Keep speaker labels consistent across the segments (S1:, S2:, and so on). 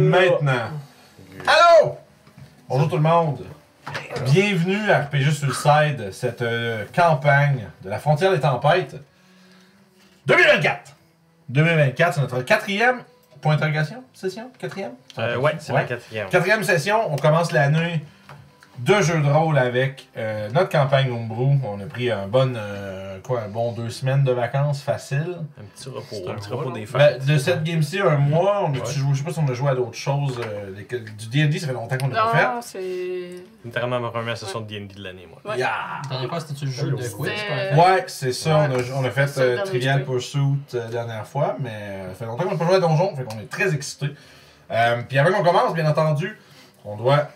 S1: Maintenant. Allô? Bonjour tout le monde. Bienvenue à RPG Suicide, cette euh, campagne de la frontière des tempêtes. 2024. 2024, c'est notre quatrième, point d'interrogation, session? Quatrième?
S2: Euh, ouais, c'est
S1: Ouais.
S2: la quatrième.
S1: Quatrième session, on commence l'année de jeux de rôle avec euh, notre campagne Homebrew. On a pris un bon, euh, quoi, un bon deux semaines de vacances facile.
S2: Un petit repos,
S3: C'est
S2: un
S3: un
S2: petit
S3: rôle.
S2: repos des
S1: Ben,
S2: fêtes.
S1: de cette game-ci, un mois, on a
S2: Ouais.
S1: joué, je sais pas si on a joué à d'autres choses. euh, les- du D&D, ça fait longtemps qu'on l'a
S4: Non,
S1: pas
S4: c'est.
S2: Littéralement ma première session de D&D de l'année, moi.
S1: fait.
S4: Ouais.
S1: Yeah!
S3: La dernière fois, c'était-tu le jeu de quiz qu'on a fait?
S1: Ouais, c'est ça.
S4: Ouais.
S1: On a, on a fait
S4: C'est le
S1: euh,
S4: dernier
S1: Trivial
S4: jeu.
S1: Pursuit la dernière fois, mais euh, ça fait longtemps qu'on n'a pas joué à Donjon, fait qu'on est très excités. Euh, Puis avant qu'on commence, bien entendu, on doit,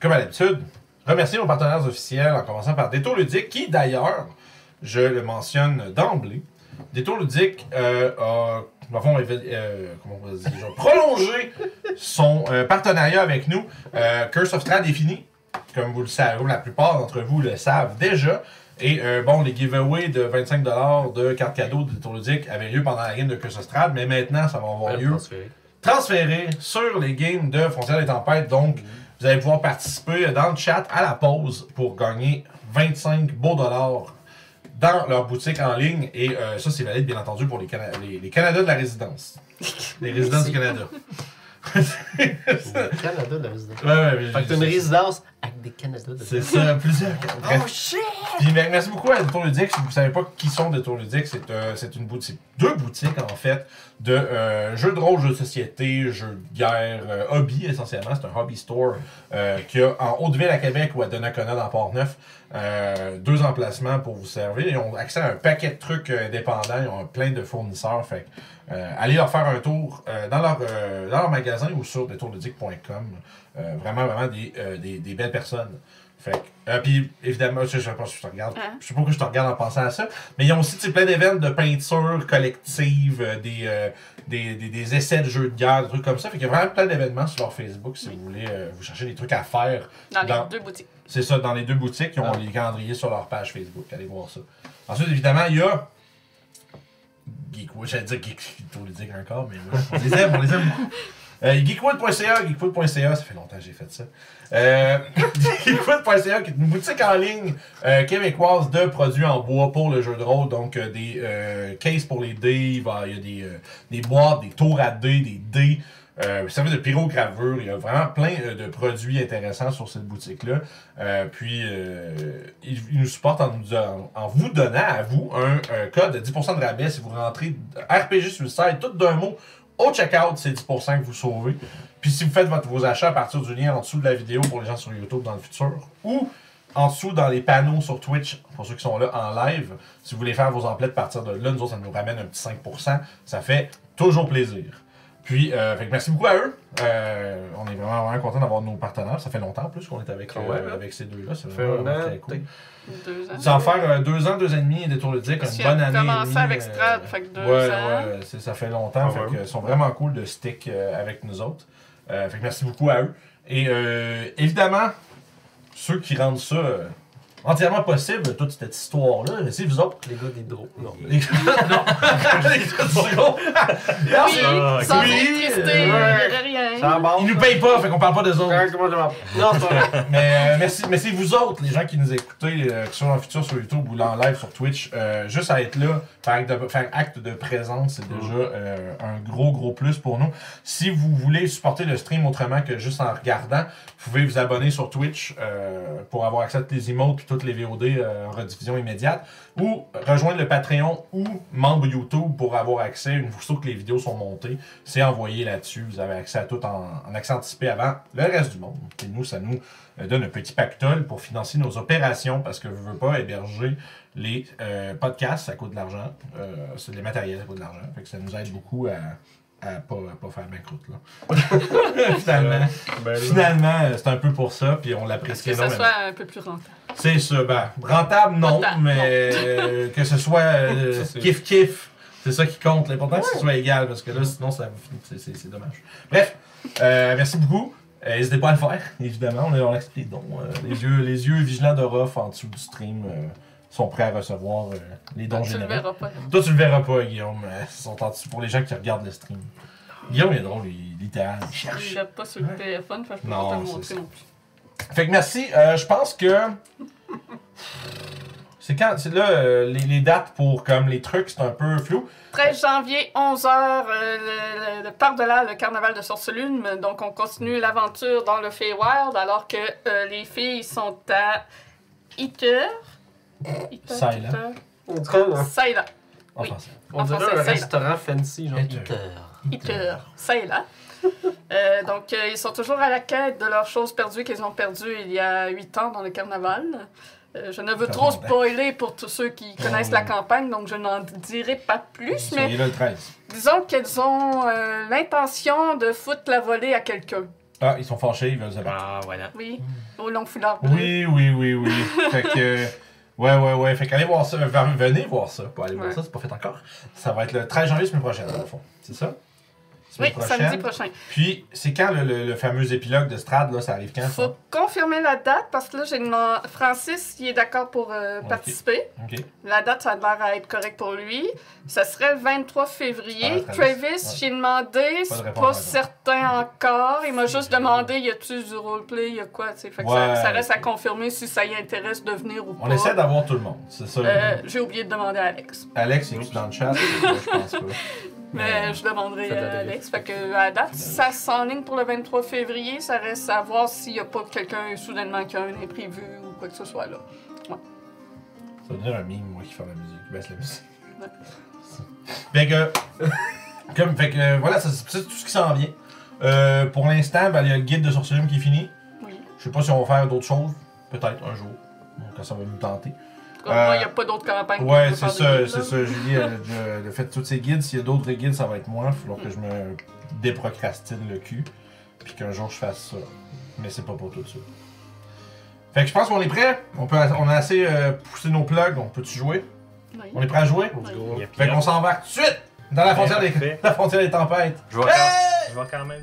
S1: comme à l'habitude, remercier nos partenaires officiels en commençant par Détour Ludique, qui d'ailleurs, je le mentionne d'emblée, Détour Ludique euh, a, dans le fond, évi- euh, comment on va dire, genre, prolongé son euh, partenariat avec nous. Euh, Curse of Strahd est fini, comme vous le savez, comme la plupart d'entre vous le savent déjà. Et euh, bon, les giveaways de 25$ de cartes cadeaux de Détour Ludique avaient lieu pendant la game de Curse of Strahd, mais maintenant, ça va avoir lieu transféré sur les games de Frontières des Tempêtes. Donc, vous allez pouvoir participer dans le chat à la pause pour gagner 25 beaux dollars dans leur boutique en ligne. Et euh, ça, c'est valide, bien entendu, pour les, Cana les, les Canada de la résidence. Les résidences du Canada.
S3: Le Canada de la résidence.
S1: Ouais, ouais, mais
S3: Fait que t'as une
S1: c'est-
S3: résidence avec des Canada de
S1: C'est ça, plusieurs. Bref.
S3: Oh shit!
S1: Puis, ben, merci beaucoup à Détour Ludique. Si vous ne savez pas qui sont Détour Ludique, c'est euh, c'est une boutique, deux boutiques en fait, de euh, jeux de rôle, jeux de société, jeux de guerre, euh, hobby essentiellement. C'est un hobby store euh, qu'il y a en Haute-Ville à Québec ou à Donnacona dans Port-Neuf. Euh, deux emplacements pour vous servir. Ils ont accès à un paquet de trucs euh, indépendants. Ils ont plein de fournisseurs. Fait que, euh, allez leur faire un tour euh, dans, leur, euh, dans leur magasin ou sur détourludique.com. Euh, vraiment, vraiment des, euh, des, des belles personnes. Fait que, euh, puis évidemment, je, je, sais pas si je te regarde,
S4: Hein?
S1: je sais pas pourquoi je te regarde en pensant à ça, mais ils ont aussi tu sais, plein d'événements de peinture collective, euh, des, euh, des, des, des essais de jeux de guerre, des trucs comme ça. Fait qu'il y a vraiment plein d'événements sur leur Facebook si
S4: Oui.
S1: vous voulez, euh, vous cherchez des trucs à faire.
S4: Dans les
S1: Dans-
S4: deux boutiques.
S1: C'est ça, dans les deux boutiques, ils ont
S3: Ah.
S1: les calendriers sur leur page Facebook. Allez voir ça. Ensuite, évidemment, il y a. Geekwood, j'allais dire Geekwood encore, mais ouais, on les aime, on les aime beaucoup. Euh, geekwood.ca, geekwood.ca, ça fait longtemps que j'ai fait ça. Euh, geekwood.ca, qui est une boutique en ligne euh, québécoise de produits en bois pour le jeu de rôle. Donc, euh, des euh, cases pour les dés, il, va- il y a des, euh, des boîtes, des tours à dés, des dés, euh, service de pyrogravure. Il y a vraiment plein euh, de produits intéressants sur cette boutique-là. Euh, puis, euh, ils, ils nous supportent en, nous- en- en vous donnant à vous un, un code de 10% de rabais si vous rentrez RPG sur le site, tout d'un mot. Au checkout, c'est 10% que vous sauvez. Puis si vous faites votre- vos achats à partir du lien en dessous de la vidéo pour les gens sur YouTube dans le futur, ou en dessous dans les panneaux sur Twitch, pour ceux qui sont là en live, si vous voulez faire vos emplettes à partir de là, nous autres, ça nous ramène un petit 5%. Ça fait toujours plaisir. Puis, euh, fait que merci beaucoup à eux. Euh, on est vraiment, vraiment contents d'avoir nos partenaires. Ça fait longtemps en plus qu'on est avec,
S2: Quand
S1: euh,
S2: même, hein.
S1: avec ces deux-là. Ça
S2: Fait
S1: fait
S2: un
S1: vraiment
S2: an,
S1: très cool.
S2: peut-être.
S4: Deux ans.
S1: Ça va faire euh, deux ans, deux ans et demi, des tours de dick,
S4: Parce
S1: une
S4: que
S1: bonne
S4: j'ai
S1: année. et
S4: commencé
S1: demie, euh,
S4: avec Strad, fait que deux
S1: ouais,
S4: ans.
S1: Ouais, c'est- ça fait longtemps.
S2: Ah
S1: fait
S2: ouais.
S1: que, ils sont vraiment cool de stick euh, avec nous autres. Euh, fait que merci beaucoup à eux. Et euh, évidemment, ceux qui rendent ça euh, entièrement possible, toute cette histoire-là, c'est vous autres.
S3: Les gars des drôles. Non.
S2: Euh.
S1: Les gars, non! Les gars du gros. Non,
S4: Oui,
S1: c'est-
S2: Ah,
S4: sans
S1: ok.
S4: électricité,
S3: Ouais.
S4: de rien.
S3: Ça
S1: Ils nous payent pas, fait qu'on parle pas d'eux autres.
S3: Non, c'est pas vrai.
S1: Mais euh, merci, merci vous autres, les gens qui nous écoutez, euh, que ce soit en futur sur YouTube ou en live sur Twitch, euh, juste à être là, faire acte de, faire acte de présence, c'est déjà euh, un gros, gros plus pour nous. Si vous voulez supporter le stream autrement que juste en regardant, vous pouvez vous abonner sur Twitch euh, pour avoir accès à toutes les emotes puis toutes les VOD euh, en rediffusion immédiate, ou rejoindre le Patreon ou membre YouTube pour avoir accès, une fois que les vidéos sont montées, c'est envoyé là-dessus, vous avez accès à tout en, en accès anticipé avant le reste du monde. Et nous, ça nous euh, donne un petit pactole pour financer nos opérations parce que je veux pas héberger les euh, podcasts, ça coûte de l'argent. Euh, c'est les matériels, ça coûte de l'argent. Fait que ça nous aide beaucoup à, à pas, à pas faire banqueroute là. finalement,
S2: Ben, là.
S1: finalement euh, c'est un peu pour ça, puis on
S4: Parce
S1: l'apprécie
S4: que ça
S1: énormément.
S4: soit un peu plus rentable.
S1: C'est ça, ben, rentable, non,
S4: Rentable,
S1: mais euh, que ce soit
S2: Ça, c'est-
S1: kiff-kiff, c'est ça qui compte. L'important, c'est que ce soit égal, parce que là, sinon, ça c'est- c'est c'est dommage. Bref, euh, merci beaucoup. Euh, N'hésitez pas à le faire, évidemment, on est dans l'explique donc. euh, les, yeux, les yeux vigilants de Ruff en dessous du stream euh, sont prêts à recevoir euh, les dons
S4: Tu le
S1: généreux.
S4: verras pas.
S1: Toi, tu le verras pas, Guillaume. euh, Ils sont en dessous pour les gens qui regardent le stream. Guillaume est drôle, il, littéral, il
S4: Je
S1: cherche.
S4: l'ai pas sur le téléphone, fait que je peux
S1: Non,
S4: pas te le
S1: c'est
S4: montrer
S1: ça.
S4: non plus.
S1: Fait que merci. Euh, je pense que. C'est quand. C'est là, euh, les, les dates pour comme les trucs, c'est un peu flou.
S4: 13 janvier, 11h, le, le- le parc de là, le carnaval de Sorcelune. Donc, on continue l'aventure dans le Feywild, alors que euh, les filles sont à Eater. Eater,
S1: Silent.
S4: Eater.
S3: On dirait, un-
S4: Silent.
S1: En
S4: Oui.
S1: français.
S3: on
S4: En
S3: dirait
S4: français,
S3: un
S4: c'est-
S3: restaurant fancy, genre. euh,
S1: Eater.
S4: Eater. Silent. Euh, donc, euh, ils sont toujours à la quête de leurs choses perdues qu'ils ont perdues il y a 8 ans dans le carnaval. Euh, je ne veux trop
S1: Carnaval.
S4: spoiler pour tous ceux qui
S1: Oh,
S4: connaissent la campagne, donc je n'en dirai pas plus, mais
S1: Soyez là le 13.
S4: Disons qu'elles ont euh, l'intention de foutre la volée à quelqu'un.
S1: Ah, ils sont fâchés, ils veulent se battre.
S2: Ah, voilà.
S4: Oui, au long foulard bleu.
S1: Hmm. Oui, oui, oui, oui. fait que. euh, Ouais, ouais, ouais. Fait qu'allez voir ça. euh, Venez voir ça. Pas aller voir
S4: Ouais.
S1: ça, c'est pas fait encore. Ça va être le 13 janvier, semaine prochaine, au fond. C'est ça?
S4: Oui,
S1: Semaine prochaine.
S4: samedi prochain.
S1: Puis, c'est quand le, le- le fameux épilogue de Strad, là, ça arrive quand?
S4: Faut
S1: ça?
S4: confirmer la date parce que là, j'ai demandé. Francis, il est d'accord pour euh,
S1: Ok.
S4: participer.
S1: Ok.
S4: La date, ça a l'air à être correct pour lui. Ça serait le 23 février.
S1: Ah, Travis,
S4: Travis,
S1: ouais.
S4: j'ai demandé,
S1: Pas de
S4: c'est pas,
S1: réponse encore.
S4: certain encore. Il m'a juste demandé y a-tu du roleplay, y a quoi, tu sais. Fait que ça,
S1: Ouais.
S4: ça reste à confirmer si ça y intéresse de venir ou
S1: On
S4: pas.
S1: essaie d'avoir tout le monde. C'est ça.
S4: Euh, j'ai oublié de demander à Alex.
S1: Alex, est tu dans le chat? je pense pas.
S4: Mais je demanderai
S3: Faites la
S4: à
S3: vérif.
S4: Alex. Fait que, à date, ça s'enligne pour le 23 février. Ça reste à voir s'il n'y a pas quelqu'un soudainement qui a un imprévu ou quoi que ce soit là.
S1: Ça veut dire un mime, moi, qui fait la musique, qui baisse la musique.
S4: Ouais.
S1: fait que. euh, Comme, fait que, euh, voilà, ça, c'est c'est tout ce qui s'en vient. Euh, pour l'instant, ben, il y a le guide de Sorcerium qui est fini.
S4: Oui.
S1: Je sais pas si on va faire d'autres choses. Peut-être un jour. Quand ça va nous tenter.
S4: En tout cas, moi,
S1: Euh,
S4: il n'y a pas d'autres campagnes.
S1: Ouais,
S4: qu'on peut
S1: c'est
S4: faire de
S1: ça,
S4: guide,
S1: c'est
S4: là.
S1: ça, Julie. elle a déjà- elle a fait tous ses guides. S'il y a d'autres guides, ça va être moi. Il va falloir que je me déprocrastine le cul. Puis qu'un jour je fasse ça. Mais c'est pas pour tout de suite. Fait que je pense qu'on est prêt. On, peut, on a assez euh, poussé nos plugs. On peut-tu jouer
S4: Oui.
S1: On est prêt à jouer
S3: Let's go.
S2: Il y a
S1: Fait
S2: Pierre.
S1: qu'on s'en va tout de suite dans la frontière, des,
S2: parfait.
S1: la frontière des tempêtes.
S2: Je vais quand- je vais quand même.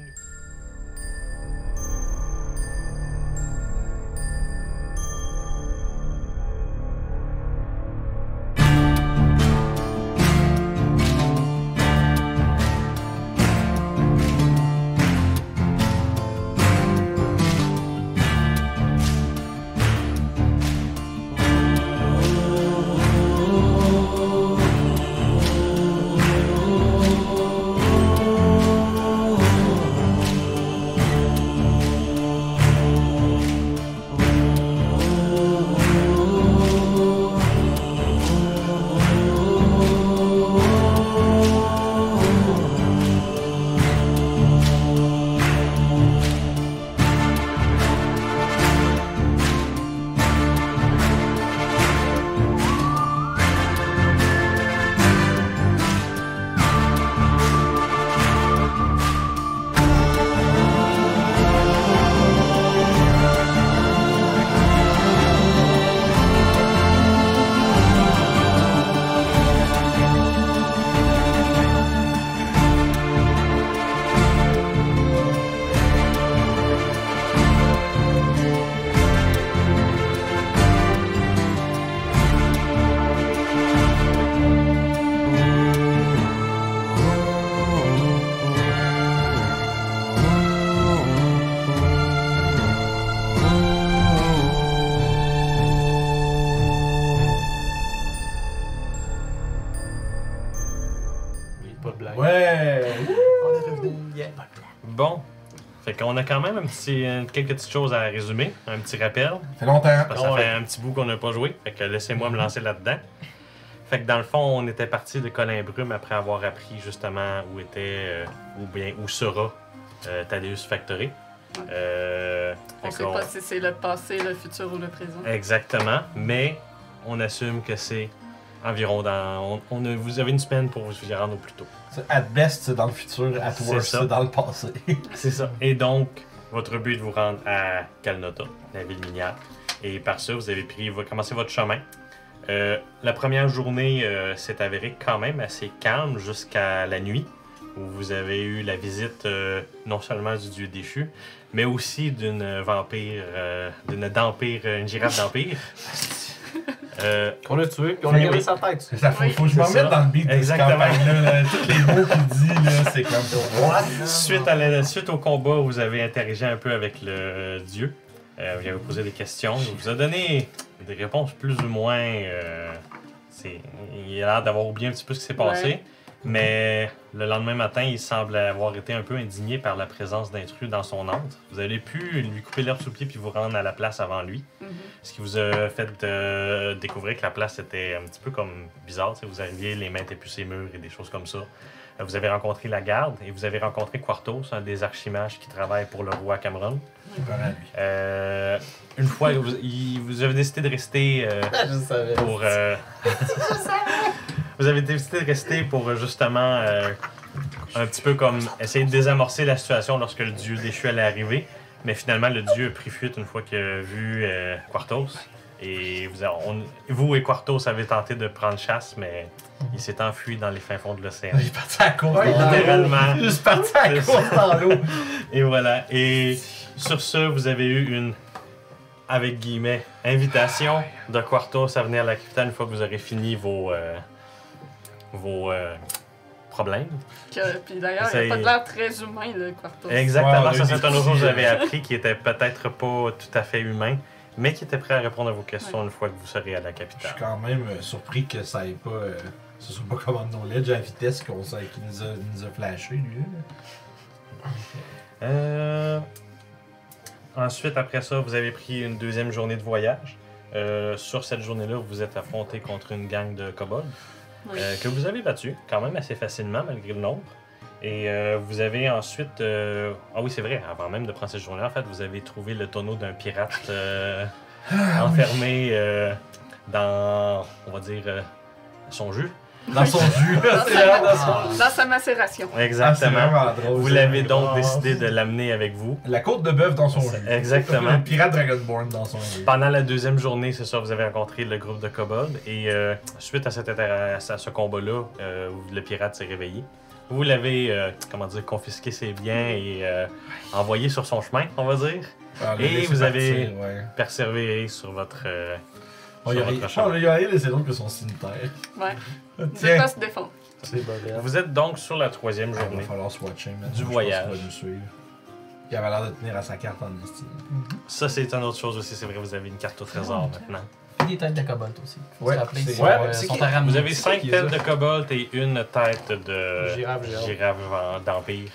S3: Il est pas blague.
S1: Ouais!
S3: On est revenu. Yeah.
S2: Bon. Fait qu'on a quand même un petit, euh, quelques petites choses à résumer, un petit rappel.
S1: Ça fait longtemps.
S2: Parce que ça
S3: Ouais.
S2: fait un petit bout qu'on n'a pas joué. Fait que laissez-moi me lancer là-dedans. Fait que dans le fond, on était parti de Colin Brume après avoir appris justement où était, euh, ou bien où sera euh, Thaddeus Factory.
S4: Ouais.
S2: Euh,
S4: On
S2: fait
S4: sait
S2: qu'on-
S4: pas si c'est le passé, le futur ou le présent.
S2: Exactement, mais on assume que c'est environ dans. On, on a- vous avez une semaine pour vous y rendre au plus tôt.
S1: C'est- At best, c'est dans le futur. At
S2: C'est
S1: worst,
S2: ça.
S1: c'est dans le passé.
S2: C'est ça. Et donc, votre but est de vous rendre à Calnota, la ville minière. Et par ça, vous avez pris, vous commencé votre chemin. Euh, la première journée euh, s'est avérée quand même assez calme jusqu'à la nuit, où vous avez eu la visite euh, non seulement du dieu déchu, mais aussi d'une vampire, euh, d'une d'empire, une girafe d'empire. Euh,
S3: Qu'on a tué, puis on a gardé sa tête.
S1: C'est ça, faut,
S4: Oui.
S1: faut que je m'en
S2: C'est ça.
S1: mette dans le beat de cette
S2: Exactement.
S1: campagne-là. là. Tous les mots qu'il dit, là, c'est comme. What?
S2: Suite, à la- suite au combat, vous avez interagi un peu avec le euh, dieu. Euh, vous lui avez posé des questions. Il vous a donné des réponses plus ou moins. euh, c'est- il a l'air d'avoir oublié un petit peu ce qui s'est passé.
S4: Ouais.
S2: Mais le lendemain matin, il semble avoir été un peu indigné par la présence d'intrus dans son antre. Vous avez pu lui couper l'herbe sous le pied puis vous rendre à la place avant lui.
S4: Mhm.
S2: Ce qui vous a fait euh, découvrir que la place était un petit peu comme bizarre. tu sais, Vous arriviez, les mains étaient plus ses murs et des choses comme ça. Euh, Vous avez rencontré la garde et vous avez rencontré Quartos, un des archimages qui travaille pour le roi Cameron.
S1: C'est pas mal, lui.
S2: Euh, une fois, vous, il- vous avez décidé de rester euh,
S3: Je savais.
S2: pour. euh, vous avez décidé de rester pour euh, justement euh, un petit peu comme essayer de désamorcer la situation lorsque le dieu déchu allait arriver. Mais finalement, le dieu a pris fuite une fois qu'il a vu euh, Quartos. Et vous, a- on- vous et Quartos avez tenté de prendre chasse, mais il s'est enfui dans les fins fonds de l'océan.
S1: Il est parti à la course.
S3: Ouais,
S1: dans l'eau.
S2: Littéralement.
S1: Il est parti à la
S2: C'est
S1: course dans l'eau.
S2: Et voilà. Et sur ce, vous avez eu une, avec guillemets, invitation de Quartos à venir à la capitale une fois que vous aurez fini vos, euh, vos euh, problèmes.
S4: Que- puis d'ailleurs, il
S2: Essaye.
S4: n'a pas de l'air très humain, le Quartos.
S2: Exactement,
S1: Ouais,
S2: ça c'est
S1: des
S2: un autre
S1: petits,
S2: chose que j'avais
S1: euh,
S2: appris qui était peut-être pas tout à fait humain, mais qui était prêt à répondre à vos questions une fois que vous serez à la
S1: Je suis
S2: capitale.
S1: quand même euh, surpris que ça ait pas. euh, ce soit pas commande knowledge à la vitesse qu'on sait qu'il nous a, nous a flashé, lui. là.
S2: Euh, Ensuite, après ça, vous avez pris une deuxième journée de voyage. Euh, sur cette journée-là, vous vous êtes affronté contre une gang de kobolds.
S4: Oui.
S2: Euh, que vous avez battu quand même assez facilement malgré le nombre. Et euh, vous avez ensuite... euh, Ah oui, c'est vrai, avant même de prendre cette journée, en fait, vous avez trouvé le tonneau d'un pirate euh,
S1: Ah,
S2: enfermé euh, dans, on va dire, euh, son jus.
S1: Dans son jus.
S4: Dans
S1: c'est là, dans son-
S4: sa- Dans sa macération.
S1: Ah, c'est
S2: Exactement.
S1: vraiment drôle.
S2: vous
S1: ça.
S2: l'avez donc
S1: Ah,
S2: décidé de l'amener avec vous.
S1: La côte de bœuf dans son jus.
S2: Exactement.
S1: Le pirate Dragonborn dans son jus.
S2: Pendant la deuxième journée, c'est ça, vous avez rencontré le groupe de kobolds et euh, suite à, cette inter- à ce combat-là, euh, où le pirate s'est réveillé. Vous l'avez, euh, comment dire, confisqué ses biens et euh, envoyé sur son chemin, on va dire.
S1: Ah, le
S2: Et
S1: laisser
S2: vous avez-
S1: partir, ouais.
S2: Persévérer sur votre... euh,
S1: On Oh, y
S2: sur
S1: a
S2: votre chemin.
S1: rien Ah, laissé d'autre que son cimetière.
S4: Ouais. Il ne sait
S1: Tiens.
S4: pas se défendre.
S3: C'est bordel.
S2: Vous êtes donc sur la troisième
S1: Il va
S2: journée.
S1: falloir se watcher maintenant.
S2: Du
S1: Je pense
S2: voyage.
S1: qu'il va nous suivre. Il avait l'air de tenir à sa carte en estime.
S2: Ça, c'est une autre chose aussi, c'est vrai, vous avez une carte au trésor maintenant.
S5: Puis des têtes de cobalt aussi. Faut
S1: Ouais,
S5: se rappeler,
S1: c'est-
S5: ils sont,
S3: ouais,
S5: euh,
S3: c'est
S5: sont
S3: qui-
S5: à ramener.
S2: Vous avez
S3: C'est
S2: cinq
S3: qui,
S2: têtes
S3: ça?
S2: de kobold et une tête de
S3: Girafe, géante.
S2: girafe d'empire.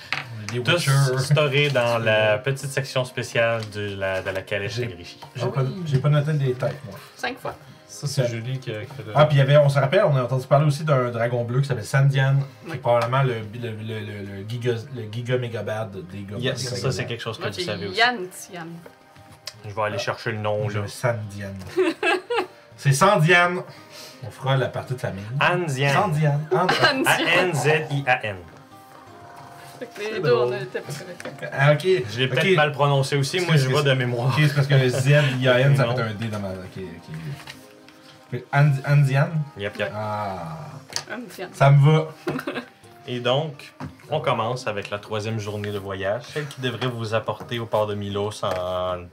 S1: Les
S2: Tous
S1: Witcher.
S2: storés dans la petite section spéciale de la, de la calèche de
S1: J'ai-
S2: Griffy.
S1: J'ai pas, j'ai pas noté les têtes, moi.
S4: Cinq fois.
S3: Ça, c'est Julie qui a qui fait le.
S1: Ah, puis il y avait, on se rappelle, on a entendu parler aussi d'un dragon bleu qui s'appelle Sandian, qui
S4: Oui.
S1: est probablement le, le, le, le, le, giga, le giga megabad des gars.
S2: Yes, ça c'est quelque chose que
S4: Moi,
S2: vous
S4: j'ai
S2: savez aussi.
S4: Yann Tian.
S2: Je vais aller chercher le nom là.
S1: chose. Sandian. c'est Sandian. On fera la partie de famille.
S2: Ah, Anzian.
S1: Sandian. Ant-
S4: Yann
S2: Ah,
S4: Tian.
S2: A-N-Z-I-A-n.
S4: Fait que Les
S3: C'est
S4: deux, on
S3: drôle.
S4: était pas corrects.
S1: Ah, ok.
S2: Je l'ai
S1: Ok.
S2: peut-être mal prononcé aussi, moi je
S1: C'est-
S2: vois
S1: c'est-
S2: de mémoire.
S1: Ok, c'est parce que le Z, I, A, N, ça
S2: Non.
S1: fait un D dans ma. Ok, ok. Fait And- Andian.
S2: Yep, yep.
S1: Ah.
S4: Yann Tian.
S1: Ça me va.
S2: Et donc, on commence avec la troisième journée de voyage, celle qui devrait vous apporter au port de Milos en.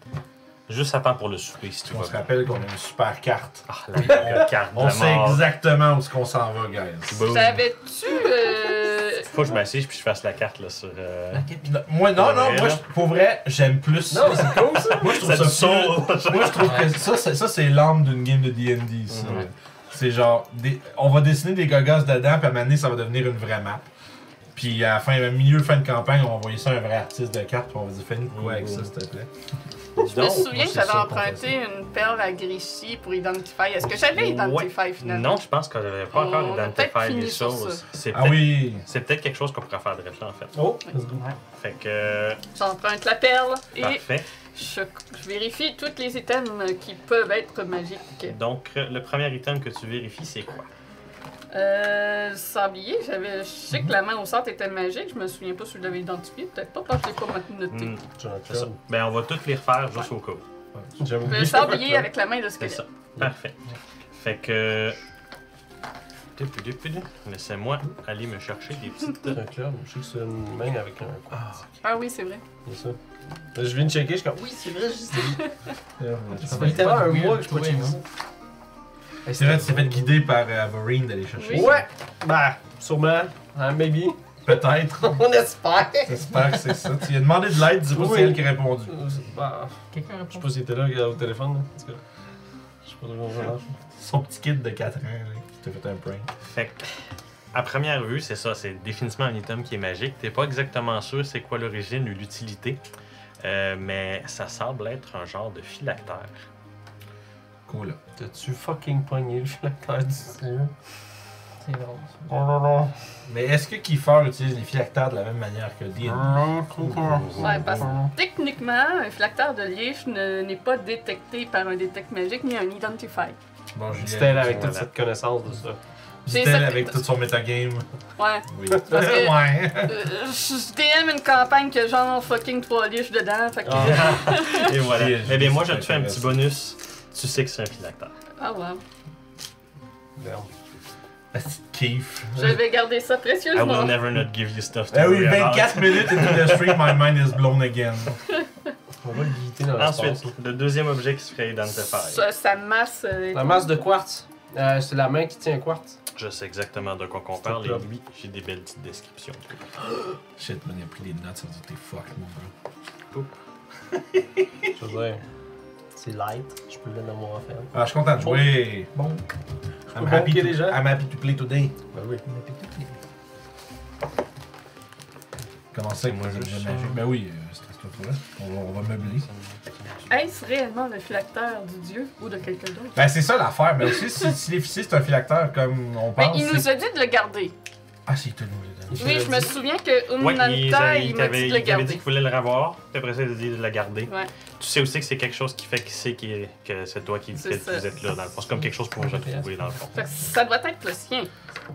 S2: juste avant pour le souper si tu
S1: On
S2: vas
S1: se
S2: bien.
S1: rappelle qu'on a une super carte.
S2: Ah, la méga carte de
S1: On
S2: la
S1: sait
S2: mort.
S1: exactement où est-ce qu'on s'en va, guys.
S2: Boom.
S4: T'avais-tu. euh,
S2: Faut que je m'assise puis je fasse la carte là sur. euh,
S1: Non, Moi, non,
S2: Pour
S1: non,
S2: vrai,
S1: moi,
S2: là.
S1: je- pour vrai, j'aime plus.
S3: Non, c'est cool ça!
S1: moi, je trouve
S2: Ça
S1: ça, plus-
S2: te sauve.
S1: Moi, je trouve que ça, c'est, ça, c'est l'âme d'une game de DD. ça.
S2: Mhm.
S1: C'est genre, des- on va dessiner des gogos dedans, puis à un moment donné, ça va devenir une vraie map. Puis à la fin, milieu, fin de campagne, on va envoyer ça à un vrai artiste de cartes, puis on va dire, fais-nous de quoi avec ça, s'il te plaît.
S4: Je me souviens que
S1: c'est
S4: j'avais
S1: sûr qu'on
S4: emprunté une perle à Grichy pour Identify. Est-ce que j'avais Identify finalement?
S2: Non, je pense qu'on n'avait pas encore
S4: On a peut-être
S2: identifié
S4: fini
S2: les
S4: sur
S2: choses.
S4: ça.
S2: C'est
S1: Ah
S2: peut-être-
S1: oui!
S2: C'est peut-être quelque chose qu'on pourrait faire direct là en fait.
S3: Oh! let's go.
S2: Fait que.
S4: J'emprunte la perle et
S2: Parfait.
S4: je, je vérifie tous les items qui peuvent être magiques.
S2: Donc, euh, le premier item que tu vérifies, c'est quoi
S4: Euh, sablier, j'avais. Je sais que la main au centre était magique, je me souviens pas si je l'avais identifié, peut-être pas parce que je l'ai pas noté.
S2: Hmm, C'est ça.
S3: Jean-Claude.
S2: Ben, on va toutes les refaire juste au cas. où.
S3: J'aime
S4: Le sablier avec la main de
S2: C'est
S4: squelette.
S2: ça. Parfait. Fait que. Laissez-moi aller me chercher des petites.
S3: C'est un club, je sais que c'est une main avec un quoi.
S4: Ah oui, c'est vrai.
S3: C'est ça. Là, je viens de checker, je suis comme oui, c'est vrai, juste.
S1: Euh,
S5: Ça
S3: Ça fait
S5: fait
S3: tellement un
S5: weird,
S3: mois que je peux
S5: trouver,
S3: checker ça.
S5: hein.
S1: C'est vrai, tu t'es fait guider par euh, Voreen d'aller chercher.
S4: Oui.
S1: ça.
S3: Ouais! Bah, sûrement. Hein, maybe.
S1: Peut-être.
S3: On espère.
S1: J'espère que c'est ça. Tu lui as demandé de l'aide, dis pas
S3: Oui.
S1: c'est elle qui a répondu.
S3: Euh, bah,
S5: Quelqu'un
S3: je sais
S5: répond.
S3: pas s'il était là regarde, au téléphone. Là. En tout cas, je sais pas trop comment ça marche.
S1: Son petit kid de 4 ans, là, qui t'a fait un prank.
S2: Fait que, à première vue, c'est ça, c'est définitivement un item qui est magique. T'es pas exactement sûr c'est quoi l'origine ou l'utilité, euh, mais ça semble être un genre de phylactère.
S1: Cool.
S3: T'as-tu fucking poigné le flacteur du Seigneur?
S5: C'est drôle.
S3: Oh là là.
S1: Mais est-ce que Kiefer utilise les phylactères de la même manière que Dean?
S6: Ah.
S3: Non, trop court.
S4: Ouais, parce que techniquement, un flacteur de lièvre ne- n'est pas détecté par un détecte magique ni un identifier.
S1: Bon, Julien.
S3: C'était elle avec
S2: Voilà.
S3: toute cette connaissance de ça.
S1: C'était
S4: J'ai-
S1: avec tout son metagame.
S4: Ouais.
S1: Oui.
S4: Parce que-
S1: ouais.
S4: Euh, je je DM une campagne que genre fucking trois liches dedans. Fait que. Ah,
S2: Et voilà.
S1: J'ai- j'ai
S2: Eh bien, moi,
S1: dit
S2: je te fais un
S1: intéressant.
S2: petit bonus. Tu sais que c'est un phylactère.
S4: ouais.
S3: Merde.
S1: Kiff.
S4: Je vais garder ça
S2: I
S4: précieusement.
S2: will never not give you stuff to
S1: Eh oui,
S2: worry about.
S1: 24 minutes into the stream, my mind is blown again.
S3: On va le guider dans l'espace.
S2: Ensuite, le deuxième objet qui se ferait identifier.
S4: Ça, sa masse. euh,
S3: La masse de quartz. Euh, c'est la main qui tient quartz.
S2: Je sais exactement de quoi qu'on parle
S3: Stop
S2: et
S3: là.
S2: oui, j'ai des belles petites descriptions.
S1: Shit, man, il a pris des notes, ça veut dire que t'es fuck, mon gars.
S3: Je veux dire, c'est light. Je peux le mettre dans mon affaire.
S1: Ah, je suis content de jouer.
S5: Bon.
S1: I'm
S3: Bon,
S1: happy,
S3: ok,
S1: to,
S3: les gens.
S1: I'm happy to play today.
S3: Ben oui.
S5: On a fait toutes les-
S1: Comment ça que
S2: Moi,
S1: moi,
S2: je
S1: je
S2: sens-
S1: magique? Ben oui, euh, c'est ce là on va, on va meubler.
S4: Est-ce réellement le flacteur du dieu ou de quelqu'un d'autre?
S1: Ben, c'est ça l'affaire, mais aussi, si, si l'efficience c'est un phylactère comme on
S4: Mais
S1: pense.
S4: Ben, il nous
S1: c'est-
S4: a dit de le garder.
S1: Ah, c'est tout nous le donne.
S3: Il
S4: Oui,
S3: l'a
S4: je me
S3: dit.
S4: souviens que
S2: Ouais,
S4: Umnanta,
S2: il,
S4: il,
S2: t'avait- il
S4: m'a dit
S2: t'avait
S4: de le
S2: il t'avait dit
S4: garder.
S2: qu'il voulait le revoir, puis après ça, il a dit de la garder.
S4: Ouais.
S2: Tu sais aussi que c'est quelque chose qui fait qu'il sait qu'il- que c'est toi qui
S4: C'est
S2: que
S4: ça.
S2: vous êtes là, dans le fond. C'est comme quelque chose pour vous retrouver, dans le fond.
S4: Fait que ça doit être le sien.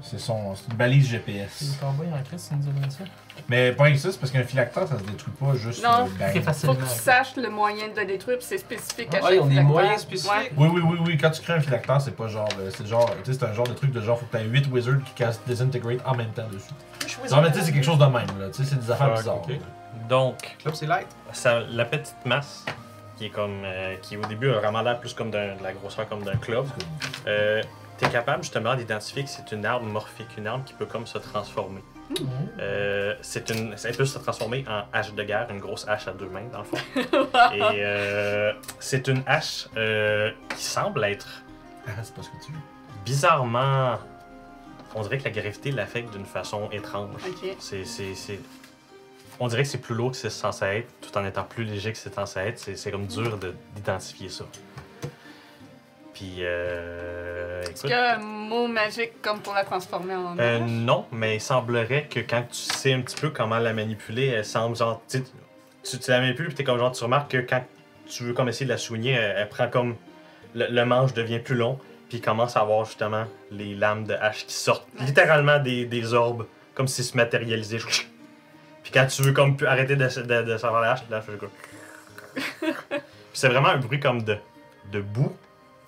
S1: C'est son. C'est une balise
S5: Les
S1: GPS.
S5: cowboys en crise, ils nous ont dit ça.
S1: Mais pas rien que ça, c'est parce qu'un phylactère, ça se détruit pas juste. euh,
S4: Non.
S1: bang.
S5: Très
S4: Faut
S5: facilement.
S4: que tu saches le moyen de le détruire, puis c'est spécifique à
S3: Ah,
S4: chaque
S3: ils ont des
S4: flacteur.
S3: moyens spécifiques.
S4: Ouais.
S1: Oui, oui, oui, oui. Quand tu crées un phylactère, c'est pas genre. euh, C'est genre. Tu sais, c'est un genre de truc de genre, faut que t'aies 8 wizards qui cassent Disintegrate en même temps dessus. Non, mais tu sais, c'est quelque chose de même, là. Tu sais, c'est des affaires
S3: Ah,
S1: bizarres.
S3: ok.
S1: là.
S2: Donc,
S3: Là, c'est light.
S2: ça- la petite masse, qui est comme, euh, qui au début a vraiment l'air plus comme d'un- de la grosseur comme d'un club, euh, t'es capable justement d'identifier que c'est une arme morphique, une arme qui peut comme se transformer. Euh, c'est une, elle peut se transformer en hache de guerre, une grosse hache à deux mains dans le fond. Et euh, c'est une hache euh, qui semble être
S1: Ah, c'est pas ce que tu veux.
S2: bizarrement, on dirait que la gravité l'affecte d'une façon étrange.
S4: Ok.
S2: C'est, c'est, c'est- On dirait que c'est plus lourd que c'est censé être, tout en étant plus léger que c'est censé être. C'est, c'est comme dur de- d'identifier ça. Puis, euh,
S4: Est-ce
S2: écoute,
S4: qu'il y a un mot magique comme pour la transformer en.
S2: euh, non, mais il semblerait que quand tu sais un petit peu comment la manipuler, elle semble genre, tu, sais, tu, tu la manipules, puis t'es comme genre, tu remarques que quand tu veux comme essayer de la soigner, elle, elle prend comme le, le manche devient plus long, puis commence à avoir justement les lames de hache qui sortent littéralement des, des orbes, comme si se matérialisaient. Puis quand tu veux comme pu- arrêter de, de, de savoir la hache, la hache fait comme- Puis c'est vraiment un bruit comme de, de boue,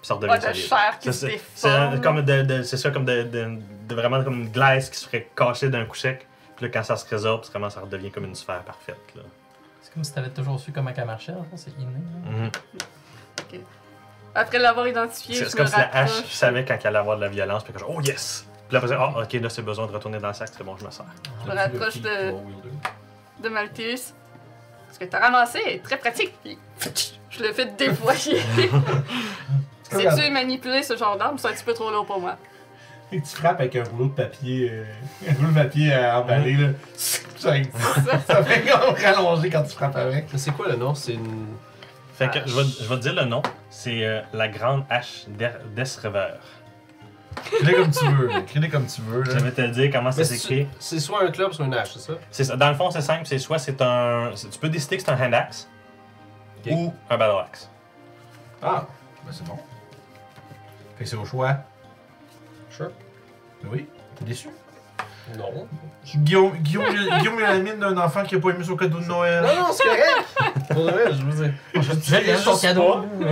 S2: puis ça redevient
S4: Pas de
S2: solide.
S4: chair qui
S2: Ça,
S4: se
S2: C'est
S4: déforme.
S2: c'est comme de, de- c'est ça comme de, de- de vraiment comme une glace qui se ferait casser d'un coup sec. Puis là, quand ça se résorbe, c'est vraiment ça redevient comme une sphère parfaite. Là.
S5: C'est comme si t'avais toujours su comment elle marchait. dans le fond, C'est inné.
S2: hein.
S5: là.
S2: Mhm.
S4: Après l'avoir identifié,
S2: C'est
S4: je
S2: c'est comme
S4: me
S2: si la hache
S4: rapproche.
S2: savait quand elle allait avoir de la violence. Puis que genre, oh yes! Puis là, après ça, ah, ok, là, c'est besoin de retourner dans le sac, c'est bon, je me sers.
S4: Je me rapproche
S1: Petit
S4: de-
S1: four-wheeler.
S4: de Malthus. Ce que t'as ramassé est très pratique, puis je le fais dévoyer. Sais-tu manipuler ce genre d'arme? C'est un petit peu trop lourd pour moi.
S1: Et tu frappes avec un rouleau de papier, euh, un rouleau de papier à emballer, là. Ça, ça fait comme rallonger quand tu frappes avec.
S3: Mais c'est quoi le nom C'est une.
S2: Fait que je vais, je vais te dire le nom. C'est euh, la grande hache d'Er- d'Esrever.
S1: Crée comme tu veux, là. Crée comme tu veux,
S2: Je
S1: là.
S2: vais te le dire comment ça
S3: Mais
S2: s'écrit.
S3: c'est- C'est soit un club, soit une hache, c'est ça
S2: C'est ça. Dans le fond, c'est simple. C'est soit c'est un. c'est- Tu peux décider que c'est un hand axe
S3: Ok.
S2: ou un battle axe.
S1: Ah, ben c'est bon. Fait que c'est au choix.
S3: Sure.
S1: Ben Oui, t'es déçu.
S3: Non.
S1: Guillaume, Guillaume, Guillaume a la mine d'un enfant qui a pas aimé son cadeau de Noël.
S3: Non, non, c'est correct Pour de vrai, je veux dire.
S5: Elle aime son cadeau.
S3: Je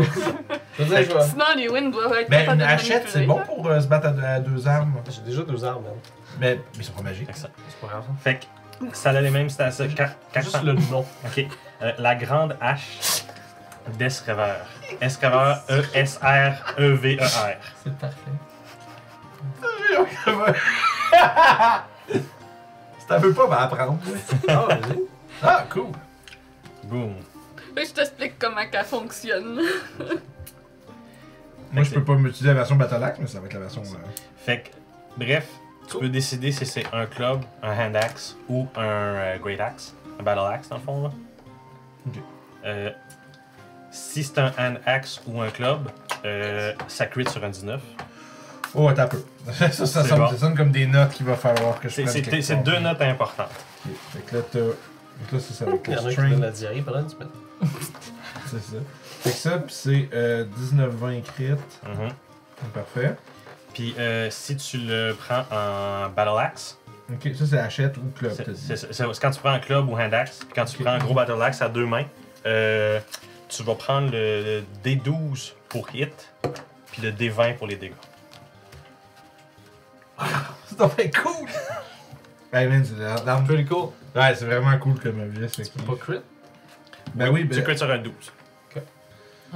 S3: veux dire, je vais.
S4: Sinon, les winds doivent être
S1: Ben,
S4: capables
S1: une
S4: de le
S1: hachette, c'est
S4: manipuler.
S1: bon pour euh, se battre à deux, à deux armes.
S3: J'ai déjà deux armes, man.
S1: Mais, mais c'est pas magique.
S2: Excellent.
S3: C'est pas grave.
S2: Fait que ça a les mêmes stats. Quand, quand
S3: Juste le nom.
S2: Ok. Euh, la grande hache Desrever. Escreveur, E E-S-R-E-V-E-R.
S5: C'est parfait.
S1: Si t'en veux pas, va apprendre.
S3: Ah, vas-y.
S1: Ah, cool.
S2: Boom.
S4: Et je t'explique comment qu'elle fonctionne.
S1: Moi, je peux pas m'utiliser la version Battle Axe, mais ça va être la version. euh,
S2: Fait que, bref, tu peux décider si c'est un club, un hand axe ou un euh, great axe, un battle axe dans le fond. Là.
S1: Ok.
S2: Euh, si c'est un hand axe ou un club, euh, ça crit sur un 19.
S1: Oh, attends un peu. ça, ça,
S2: C'est
S1: sonne,
S2: bon.
S1: ça sonne comme des notes qu'il va falloir que je
S2: C'est-
S1: prenne.
S2: C'est
S1: quelque
S2: c'est
S1: part.
S2: deux notes importantes.
S1: Ok. Fait que là, t'as. fait que là, c'est ça avec
S3: Il y en a
S1: le
S3: qui donnent
S1: string.
S3: la diarrhée pendant une semaine.
S1: C'est ça. Fait que ça, pis c'est euh, 19-20 crit.
S2: Mhm.
S1: Donc, Parfait.
S2: Puis euh, si tu le prends en battle axe,
S1: Ok, ça, c'est achète ou club. t'as
S2: c'est-
S1: dit.
S2: c'est c'est- c'est quand tu prends un club ou hand axe, puis quand tu
S1: Ok.
S2: prends un gros battle axe à deux mains, euh, tu vas prendre le, le D12 pour hit, puis le D20 pour les dégâts.
S1: C'est donc bien cool! hey man, c'est la- l'arme.
S3: Pretty cool.
S1: Ouais, c'est vraiment cool comme objet. c'est
S3: Tu
S1: cool.
S3: peux pas crit.
S1: Ben oui,
S2: Tu
S1: ben.
S2: crits sur un 12.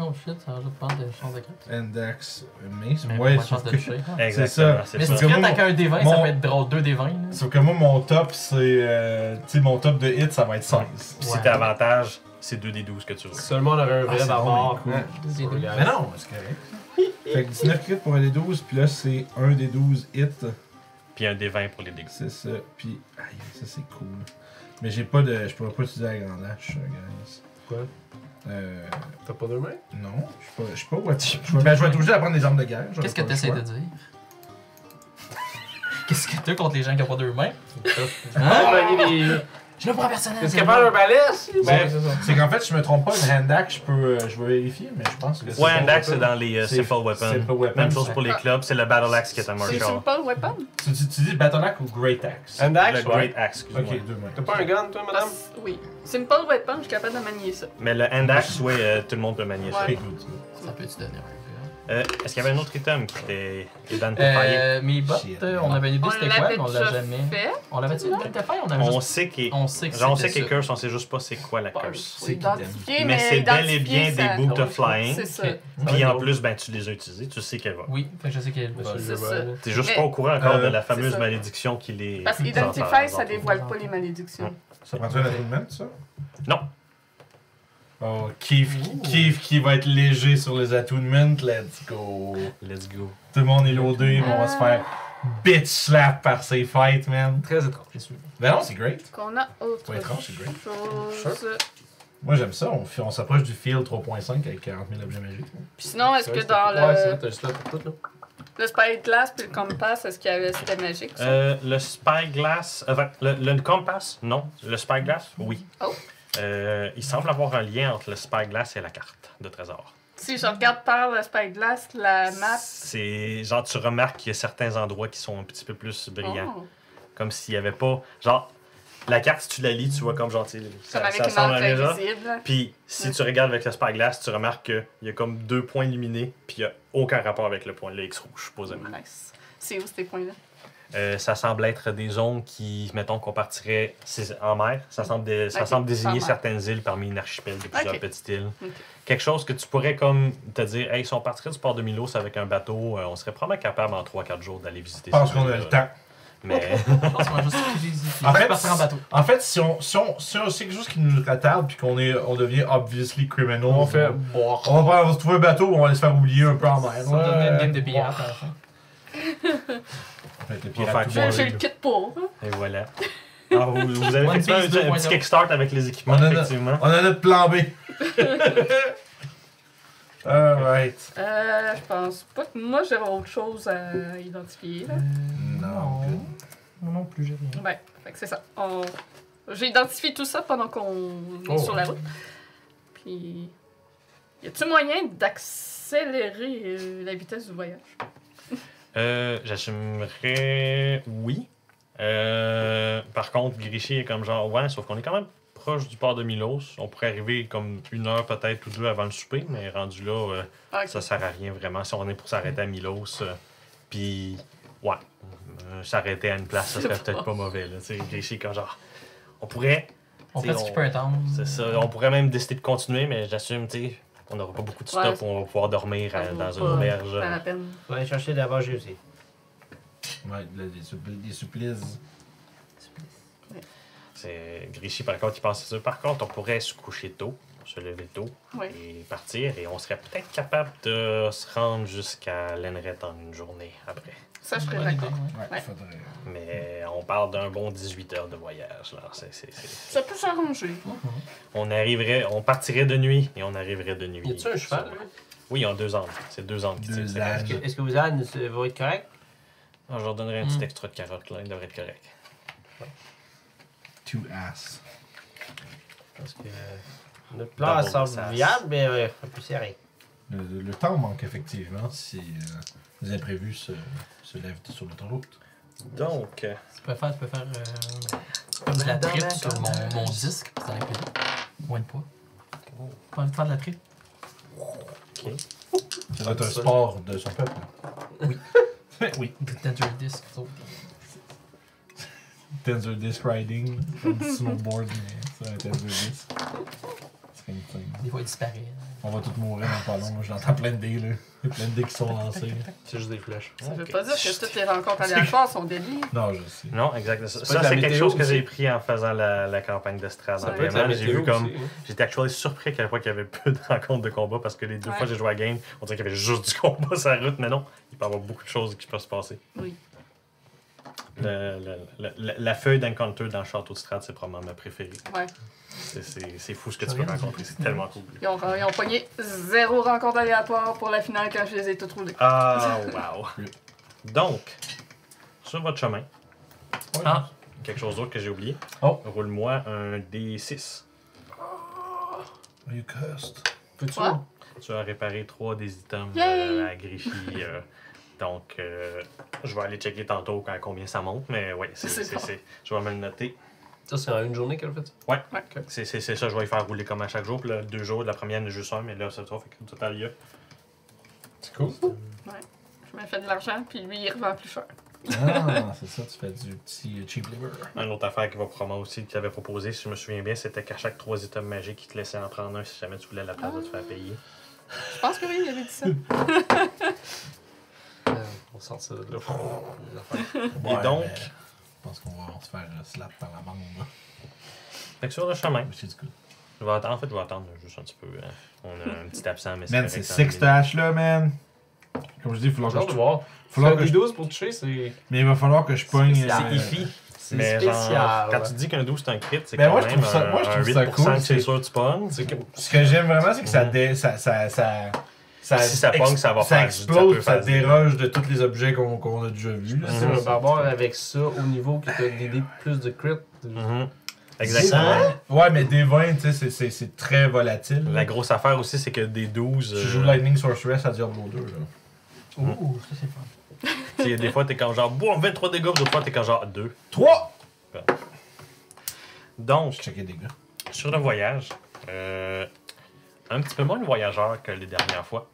S5: Oh shit, ça rajoute pas de chance de crit.
S1: Index, mace.
S5: Mais
S1: euh, Ouais,
S5: pas de chance
S1: sauf
S5: de
S1: que.
S5: toucher.
S2: Eh,
S5: hein.
S2: Exactement,
S5: Mais
S2: c'est
S5: si
S2: ça.
S5: tu
S1: Parce que
S5: crit avec
S1: moi,
S5: un D20, ça
S1: mon-
S5: peut être drôle. Deux D20. là.
S1: Sauf que moi, mon top, c'est. Euh, tu sais, mon top de hit, ça va être 16.
S2: Puis
S5: Ouais.
S2: si t'as avantage, c'est 2 des 12 que tu roules.
S3: Seulement on aurait un
S1: Ah,
S3: vrai
S1: c'est
S3: d'abord.
S1: donc bien
S5: Des deux.
S1: Mais non, c'est correct. fait que 19 crits pour un des 12, puis là, c'est un des 12 hit.
S2: Puis un des 20 pour les dégâts.
S1: C'est ça. Puis, aïe, ça c'est cool. Mais j'ai pas de. Je pourrais pas utiliser la grande hache, euh, guys.
S3: Pourquoi?
S1: Euh.
S3: T'as pas deux mains?
S1: Non, je suis pas. Je suis pas what- je vais- ben, je vais être obligé d'apprendre des armes de guerre. j'aurais
S5: Qu'est-ce que
S1: pas le
S5: tu essaies
S1: choix.
S5: de dire? Qu'est-ce que t'as contre les gens qui n'ont pas deux mains?
S3: Ah, ben, il est.
S5: Je le prends personnel.
S3: Est-ce
S5: c'est
S3: qu'il parle un
S5: bon.
S3: balèze?
S1: Ben,
S3: c'est ça.
S1: C'est qu'en fait, je me trompe pas, une hand axe, je peux. euh, je vais vérifier, mais je pense que c'est.
S2: Ouais, un axe, c'est dans les euh,
S1: C'est-
S2: simple weapons.
S1: simple weapons.
S2: Même chose pour les clubs, c'est le battle axe qui est un
S4: C'est
S2: martial.
S4: simple weapon.
S1: Tu, tu, tu dis battle axe ou great axe
S3: Un
S2: Le
S3: dash?
S2: great axe, excuse-moi.
S1: Ok, deux mains.
S3: T'as pas un gun, toi,
S4: Ah,
S3: madame?
S4: c- oui. Simple weapon, je suis capable de manier ça.
S2: Mais le hand axe, ouais, euh, tout le monde peut manier ça.
S1: Ok,
S4: Ouais.
S1: good.
S5: Ça peut-tu donner un
S2: Euh, Est-ce qu'il y avait un autre item qui était qui était dans le
S5: peu?
S2: paillet?
S5: Euh, mes bottes,
S1: Shit.
S5: euh, on avait une idée c'était quoi, mais on l'a jamais.
S4: fait.
S5: On l'avait-tu une tête on avait
S2: On
S5: juste.
S2: sait qu'il
S5: On sait que
S2: genre, on sait
S5: c'était
S2: qu'il
S5: ça.
S2: curse, on sait juste pas c'est quoi la curse.
S1: C'est
S4: Identifié,
S2: Mais c'est bel et
S4: Eh, identifier,
S2: bien
S4: ça- Ah
S2: des boot of
S4: C'est
S2: flying.
S4: ça.
S5: Ok.
S2: Puis
S3: Ouais,
S2: en
S3: non.
S2: plus, ben tu les as utilisés, tu sais qu'elle va.
S5: Oui, fait que je sais qu'elle
S3: Monsieur
S4: C'est
S3: Lebel.
S4: ça.
S2: T'es juste
S4: Mais-
S2: pas au courant encore
S1: Euh,
S2: de la fameuse
S4: ça.
S2: malédiction qui les.
S4: Parce qu'Identify, ça dévoile pas les malédictions.
S1: Ça prend-tu un attunement, ça
S2: Non.
S1: Oh, Keith, Keith qui va être léger sur les attunements, let's go.
S2: Let's go.
S1: Tout le monde est loadé, mais on va se faire bitch slap par ces fights, man.
S3: Très étrange.
S1: Ben non, c'est great.
S4: Qu'on a autre
S1: Ouais, étrange, c'est great.
S4: chose.
S1: Moi, j'aime ça. On, fait- on s'approche du field 3.5 avec 40 000 objets magiques.
S4: Puis sinon, est-ce que dans
S3: Ouais, c'est là,
S4: le,
S3: t'as juste là pour tout, là.
S4: le spyglass puis le compass, est-ce qu'il y avait c'était magique? ça?
S2: Euh, le spyglass. euh, enfin, le, le compass, non. Le spyglass, oui.
S4: Oh.
S2: Euh, il semble avoir un lien entre le spyglass et la carte de trésor.
S4: Si je regarde par le spyglass, la map.
S2: C'est genre, tu remarques qu'il y a certains endroits qui sont un petit peu plus brillants.
S4: Oh.
S2: Comme s'il n'y avait pas. Genre, la carte, si tu la lis, tu vois comme genre, tu sais,
S4: Comme
S2: ça,
S4: avec
S2: ça
S4: une
S2: ressemble à
S4: encre
S2: déjà.
S4: invisible.
S2: Puis, si
S4: Ouais.
S2: tu regardes avec le spyglass, tu remarques qu'il y a comme deux points illuminés, puis il n'y a aucun rapport avec le point, le X rouge, supposément.
S4: Nice. C'est où ces points-là?
S2: Euh, ça semble être des zones qui, mettons qu'on partirait c'est- en mer, ça semble, dé- ça
S4: Ok,
S2: semble désigner
S4: en mer.
S2: certaines îles parmi une archipel de plusieurs
S4: Ok.
S2: petites îles.
S4: Ok.
S2: Quelque chose que tu pourrais comme te dire, hey, si on partirait du port de Milos avec un bateau, euh, on serait probablement capable en 3-4 jours d'aller visiter
S1: Je pense
S2: ces
S1: qu'on a le
S2: îles-là.
S1: temps.
S2: Mais
S5: Je pense qu'on va juste utiliser.
S1: En fait,
S5: partir en bateau.
S1: En fait, si on, si on, si on- c'est quelque chose qui nous retarde puis qu'on est, on devient obviously criminal,
S3: On fait boire.
S1: on va, prendre- on va se trouver un bateau on va aller se faire oublier un peu en mer.
S5: Ça va donner une game de
S1: billard.
S5: billard à la fin.
S1: Fait que le
S2: On va
S1: pirate
S2: faire
S1: tout
S2: quoi?
S1: bourré.
S4: J'ai j'ai le kit pour.
S2: et voilà. Alors, vous, vous avez
S5: One
S2: effectivement
S5: Piece
S2: un, un
S5: 2.0.
S2: petit kickstart avec les équipements,
S1: On en a-
S2: effectivement.
S1: On a notre plan B. Alright.
S4: Euh, je pense pas que moi j'aurais autre chose à identifier. Là.
S2: Mm.
S1: Non.
S5: Non, non plus, j'ai rien.
S4: Ouais, fait que c'est ça. On... J'ai identifié tout ça pendant qu'on est
S3: Oh.
S4: sur la route. Puis. Y a-tu moyen d'accélérer euh, la vitesse du voyage?
S2: Euh, J'assumerais oui. Euh, par contre, Grichy est comme genre, ouais, sauf qu'on est quand même proche du port de Milos. On pourrait arriver comme une heure peut-être ou deux avant le souper, mais rendu là, euh,
S4: Ah, ok.
S2: ça sert à rien vraiment. Si on est pour s'arrêter à Milos, euh, puis ouais, euh, s'arrêter à une place, ça serait
S4: C'est
S2: peut-être pas mauvais. Là. Tu sais, Grichy est comme genre, on pourrait,
S5: On
S2: T'sais,
S5: fait ce qu'il
S2: on-
S5: peut attendre.
S2: c'est ça, on pourrait même décider de continuer, mais j'assume, tu sais, On n'aura pas beaucoup de
S4: Ouais.
S2: stock, on va pouvoir dormir
S4: Ça
S2: euh,
S4: vaut
S2: dans une
S4: pas-
S2: auberge.
S4: Pas la peine.
S6: On va aller chercher d'abord
S3: E
S6: Jésus.
S1: Ouais, là, des, suppl- des supplices.
S2: C'est Grichy, par contre, il pense à ça. Par contre, on pourrait se coucher tôt, se lever tôt
S4: Oui.
S2: et partir. Et on serait peut-être capable de se rendre jusqu'à Lenret en une journée après.
S4: Ça, je serais
S5: Bonne idée,
S4: d'accord.
S5: ouais.
S1: Ouais,
S4: Ouais.
S1: faudrait.
S2: Mais on parle d'un bon 18 heures de voyage. Là. C'est- c'est- c'est-
S4: Ça peut s'arranger.
S2: On arriverait, on partirait de nuit et on arriverait de nuit.
S5: Y a-tu un cheval,
S2: Sur- Oui, en deux ans. C'est deux ans qui
S1: Deux
S2: tirent cette carte.
S1: ânes.
S6: Est-ce que, est-ce que vos ânes euh, vont être corrects?
S2: Ah, Je leur donnerai un petit
S5: Mm.
S2: extra de carotte, là. Il devrait être correct.
S1: Two ass.
S6: Parce que euh, notre plan
S2: Double
S6: semble
S2: sas.
S6: viable, mais euh, un peu serré.
S1: Le, le temps manque effectivement si euh, les imprévus se, se lèvent sur l'autoroute.
S2: Donc, euh,
S5: Tu peux faire, tu peux faire euh, comme de la tripe sur mon, mon disque, puis ça va être Moins de poids. Pas envie de faire de la tripe.
S1: Ça doit être un sport de son peuple. Oui. oui.
S5: Dangerous disc. ça.
S1: Tensor Disc Riding, comme du snowboard, mais c'est un Tensor Disc. C'est une thing.
S5: Des fois, il disparaît.
S1: On va tous mourir dans pas long, là. j'entends plein de dés là. Il y a plein de dés qui sont lancés.
S3: C'est juste des flèches.
S4: Ça veut
S2: ok.
S4: pas dire que toutes les rencontres aléatoires sont déliées.
S1: Non, je sais.
S2: Non, exactement.
S3: pas
S2: Ça,
S3: de la
S2: c'est quelque
S3: météo
S2: chose que
S3: aussi?
S2: j'ai pris en faisant la, la campagne d'Estrade.
S4: Ça
S2: en
S4: peut
S3: être la
S2: J'ai vu
S3: météo
S2: comme.
S3: aussi, hein.
S2: J'étais actuellement surpris à quel point il y avait peu de rencontres de combat parce que les deux
S4: Ouais.
S2: fois que j'ai joué à game, on dirait qu'il y avait juste du combat sur la route, mais non, il peut y avoir beaucoup de choses qui peuvent se passer.
S4: Oui.
S2: Le- le- le- la, la feuille d'encounter dans le château de Strad, c'est probablement ma préférée.
S4: Ouais.
S2: C'est- C'est c'est fou ce que
S5: Ça
S2: tu peux
S5: vient du-
S2: rencontrer, c'est tellement cool.
S4: Ils ont, ils ont pogné zéro rencontre aléatoire pour la finale quand je les ai toutes roulées.
S2: Ah, wow! Donc, sur votre chemin,
S5: Ah,
S2: quelque chose d'autre que j'ai oublié.
S1: Oh.
S2: Roule-moi un D6.
S1: Are you cursed?
S3: Peux-tu
S4: Quoi?
S2: Tu as réparé trois des items
S4: Yay!
S2: euh, à Griffy. euh, donc, euh, je vais aller checker tantôt quand, combien ça monte, mais ouais, c'est,
S4: C'est
S2: c'est,
S4: bon.
S2: c'est- je vais me le noter.
S3: Ça, c'est en une journée qu'elle a fait ça.
S2: C'est, c'est, c'est ça, je vais y faire rouler comme à chaque jour. Puis là, deux jours, de la première, il y en a juste un, mais là, ça fait que au total, il y a.
S3: C'est cool.
S4: Je me fais de l'argent, puis lui, il revend plus cher.
S1: Ah, c'est ça, tu fais du petit euh, cheap labor.
S2: Une autre affaire qui va probablement aussi, que tu avais proposé, si je me souviens bien, c'était qu'à chaque trois items magiques, ils te laissaient en prendre un si jamais tu voulais à la place de te
S4: Ah.
S2: faire payer.
S4: Je pense que oui, il avait dit ça.
S3: Euh, on sort ça de là. Les affaires.
S2: Et donc,
S1: mais je pense qu'on va se faire euh, slap dans la bande. là.
S2: fait que sur le chemin,
S1: Mais c'est du coup.
S2: je vais attendre, en fait, je vais attendre juste un petit peu. hein. On a un petit absent, mais c'est
S1: Man,
S2: correct,
S1: c'est
S2: hein,
S1: six
S2: mais-
S1: tâches là, man. Comme je dis, il va
S3: J'ai
S1: falloir
S3: hâte
S1: que
S3: de
S1: je.
S3: voir.
S1: faut
S3: Faire
S1: falloir que
S3: des
S1: je-
S3: 12 pour toucher, c'est
S1: Mais il va falloir que je pogne.
S3: C'est
S1: euh,
S2: iffy.
S3: c'est
S2: Mais genre,
S3: spécial.
S2: quand tu dis qu'un 12 c'est un crit, c'est
S1: Ben,
S2: quand
S1: moi, je
S2: même
S1: trouve ça-
S2: un,
S1: moi, je
S2: un
S1: trouve
S2: 8%
S1: ça cool,
S2: que c'est
S1: c'est-
S2: sûr que tu pognes.
S3: C'est que-
S1: Ce que j'aime vraiment, c'est que ça, dé- ça, ça, ça, ça,
S2: Mhm. Si ça pogne, ça va faire- ça
S1: explose,
S2: peut
S1: ça,
S2: faire- Mhm.
S1: déroge de tous les objets qu'on qu'on a déjà vus. là.
S3: C'est un barbare hein. avec ça au niveau qui t'a guidé plus de crit.
S1: Ah,
S2: Mhm. Exactement.
S1: Ouais, mais des 20, tu sais, c'est- c'est- c'est très volatile.
S2: La grosse affaire aussi, c'est que des 12,
S1: Tu
S2: euh,
S1: joues Lightning Sorceress à Diablo 2. Là.
S5: ouh, ça c'est fun.
S2: tu sais, des fois t'es quand genre boum, 23 dégâts, puis d'autres fois t'es quand genre 2.
S1: 3!
S2: Donc,
S1: Je checkais des gars.
S2: sur le voyage, euh, un petit peu moins de voyageurs que les dernières fois.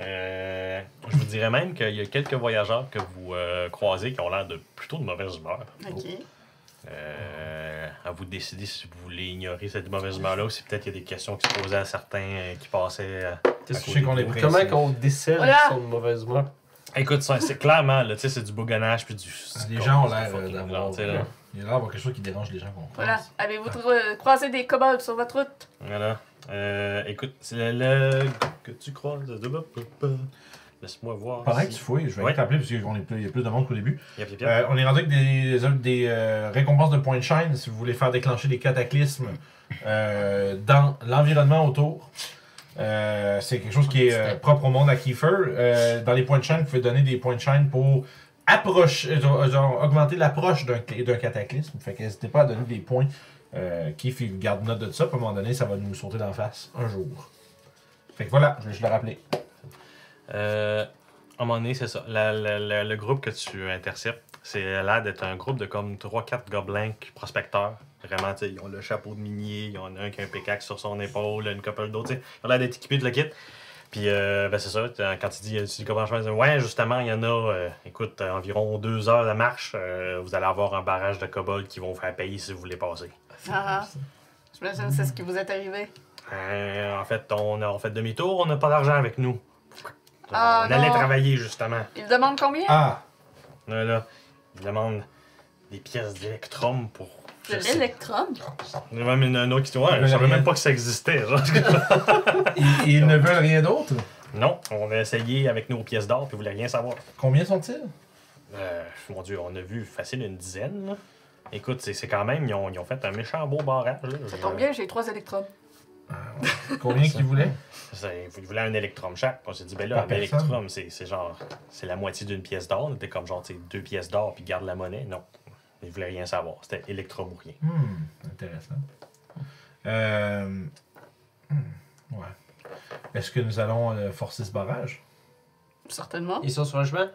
S2: Euh, je vous dirais même qu'il y a quelques voyageurs que vous euh, croisez qui ont l'air de plutôt de mauvaise humeur.
S4: Ok.
S2: Oh. Euh, à vous de décider si vous voulez ignorer cette mauvaise humeur-là ou si peut-être il y a des questions qui se posaient à certains euh, qui passaient. euh.
S1: Je sais qu'on est pressé.
S3: Comment qu'on décèle
S4: Voilà.
S3: qu'ils sont de mauvaise humeur?
S2: Écoute, ça, c'est clairement, là, tu sais, c'est du bougonnage puis du.
S1: Les gens ont l'air euh,
S2: fucking
S1: d'avoir.
S2: lent, tu sais, là.
S1: Il y a l'air d'avoir quelque chose qui dérange les gens qu'on croise.
S4: Voilà. Avez-vous tr- croisé des kobolds sur votre route?
S2: Voilà. Euh, écoute, c'est le groupe que tu croises. de là, pa, pa. Laisse-moi voir.
S1: Pendant que tu
S2: si-
S1: fouilles, je vais
S2: Ouais.
S1: t'appeler parce qu'il y a plus de monde qu'au début.
S2: Yep, yep, yep.
S1: Euh, on est rendu avec des, des, euh, récompenses de points de chaîne si vous voulez faire déclencher des cataclysmes euh, dans l'environnement autour. Euh, c'est quelque chose qui est euh, propre au monde à Kiefer. Euh, dans les points de chaîne, vous pouvez donner des points de chaîne pour approche, euh, genre, augmenter l'approche d'un d'un cataclysme. Fait que n'hésitez pas à donner des points. Euh, Keith, il garde note de ça. Puis À un moment donné, ça va nous sauter d'en face un jour. Fait que voilà, je, je le rappelais.
S2: Euh, à un moment donné, c'est ça. La- la- la- le groupe que tu interceptes, c'est l'air d'être un groupe de comme 3-4 gobelins qui- prospecteurs. Vraiment, tu sais, ils ont le chapeau de minier, il y en a un qui a un pickaxe sur son épaule, une couple d'autres. tu sais. Ils ont l'air d'être équipés de le kit. Puis, euh, ben, c'est ça. t'as- Quand tu dis, tu dis comment je fais, ouais, justement, il y en a, euh, écoute, euh, environ deux heures de marche, euh, vous allez avoir un barrage de kobolds qui vont vous faire payer si vous voulez passer.
S4: Ah, ah. J'imagine que c'est ce qui vous est arrivé.
S2: Euh, en fait, on a on fait demi-tour, on n'a pas d'argent avec nous.
S4: Ah,
S2: on allait
S4: non.
S2: travailler, justement.
S4: Il demande combien?
S1: Ah!
S2: Là, là, il demande des pièces d'électrum pour.
S4: de
S2: je sais- Ah,
S4: l'électron.
S2: Il y a même une, une autre qui dit Ouais, je savais même pas que ça existait. genre.
S1: Ils, ils ne veulent rien d'autre?
S2: non, on a essayé avec nos pièces d'or, puis vous voulez rien savoir.
S1: Combien sont-ils?
S2: Euh, mon Dieu, on a vu facile une dizaine. là. Écoute, c'est c'est quand même, ils ont, ils ont fait un méchant beau barrage. là.
S4: Ça
S2: Je-
S4: tombe bien, j'ai trois électrons.
S1: Combien qu'ils voulaient?
S2: C'est- Ils voulaient un électrum chaque. On s'est dit, ben là,
S1: Par
S2: un
S1: personne.
S2: électrum, c'est c'est genre, c'est la moitié d'une pièce d'or. On était comme genre, tu sais, deux pièces d'or, puis garde la monnaie. Non, ils voulaient rien savoir. C'était électrum ou rien.
S1: Hmm, intéressant. Euh, hmm, ouais. Est-ce que nous allons euh, forcer ce barrage?
S4: Certainement.
S6: Ils sont sur le chemin?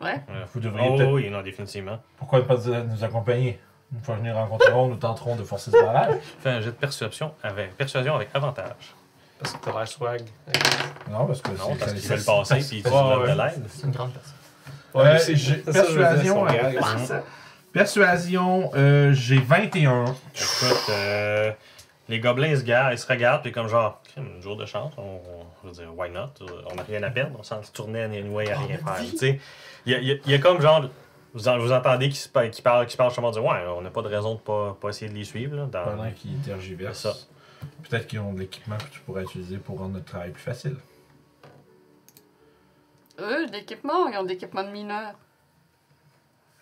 S4: Ouais.
S2: Euh,
S1: Vous devriez
S2: oh,
S1: peut-être-
S2: oui, non, définitivement.
S1: Pourquoi ne pas nous accompagner? Une fois venus rencontrer Rome, nous tenterons de forcer ce barrage.
S2: Fais un jet de persuasion avec, persuasion avec avantage.
S6: Parce que t'as l'air swag.
S1: Non, parce que
S2: Non,
S1: c'est-
S2: parce
S1: ça-
S2: qu'ils veulent
S1: ça-
S2: passer,
S1: ça-
S2: puis ils
S1: ça-
S2: demandent
S6: ouais.
S2: de l'aide.
S5: C'est une grande personne.
S1: Euh,
S3: c'est-
S1: j'ai-
S3: c'est ça, je veux dire,
S1: persuasion,
S3: son gag.
S1: ouais. Persuasion, euh, j'ai 21.
S2: Écoute, euh, les gobelins, ils se, gardent, ils se regardent, puis comme genre, Crime, jour de chance, on, on- je veux dire, why not? Euh, On n'a rien à perdre, on s'en tournait à anyway, à rien faire. Tu sais, il y a, il y a- il y a comme genre, vous, en- vous entendez qu'ils se pa- qu'ils parlent, qu'ils parlent, justement, dire, ouais, on n'a pas de raison de pas, pas essayer de les suivre. Là, dans-
S1: Pendant qu'ils tergiversent.
S2: Ah C'est ça.
S1: Peut-être qu'ils ont de l'équipement que tu pourrais utiliser pour rendre notre travail plus facile.
S4: Eux, d'équipement, ils ont d'équipement de mineurs.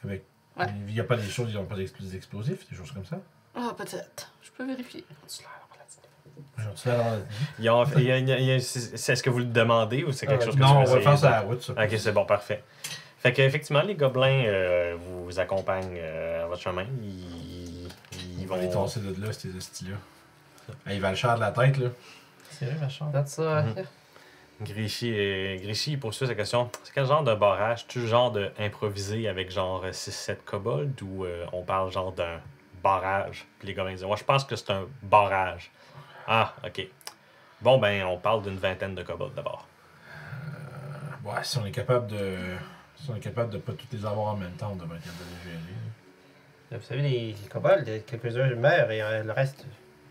S1: Avec...
S4: Ouais.
S1: Il n'y a pas des choses, ils n'ont pas d'expl- des explosifs, des choses comme ça.
S4: Ah, peut-être. Je peux vérifier.
S1: Genre, tu l'as dans la-
S2: Ils ont- il y a- il y a- il y a- c'est- c'est- Est-ce que vous le demandez ou c'est quelque
S6: Euh,
S2: chose que tu
S1: Non, on va
S2: veux essayer
S1: faire
S2: de-
S1: ça à la route, ça.
S2: Ok, c'est bon, parfait. Fait qu'effectivement, les gobelins euh, vous accompagnent euh, à votre chemin. Ils, ils
S1: Ils vont les
S2: vont.
S1: tasser de là, ces hosties-là. Ah, il va le cher de la tête, là.
S5: C'est vrai, ma chère.
S6: That's uh,
S2: Mhm. Gréchy, euh, Gréchy, il poursuit sa question. C'est quel genre de barrage? Tu genre de improvisé avec genre 6-7 kobolds ou euh, on parle genre d'un barrage? Puis les gobelins disent, moi je pense que c'est un barrage. Ah, ok. Bon, ben, on parle d'une vingtaine de kobolds d'abord.
S1: Ouais, si on est capable de. Si on est capable de pas toutes les avoir en même temps, on devrait être capable de les gérer.
S6: Vous savez, les, les kobolds, quelques-uns meurent et euh, le reste.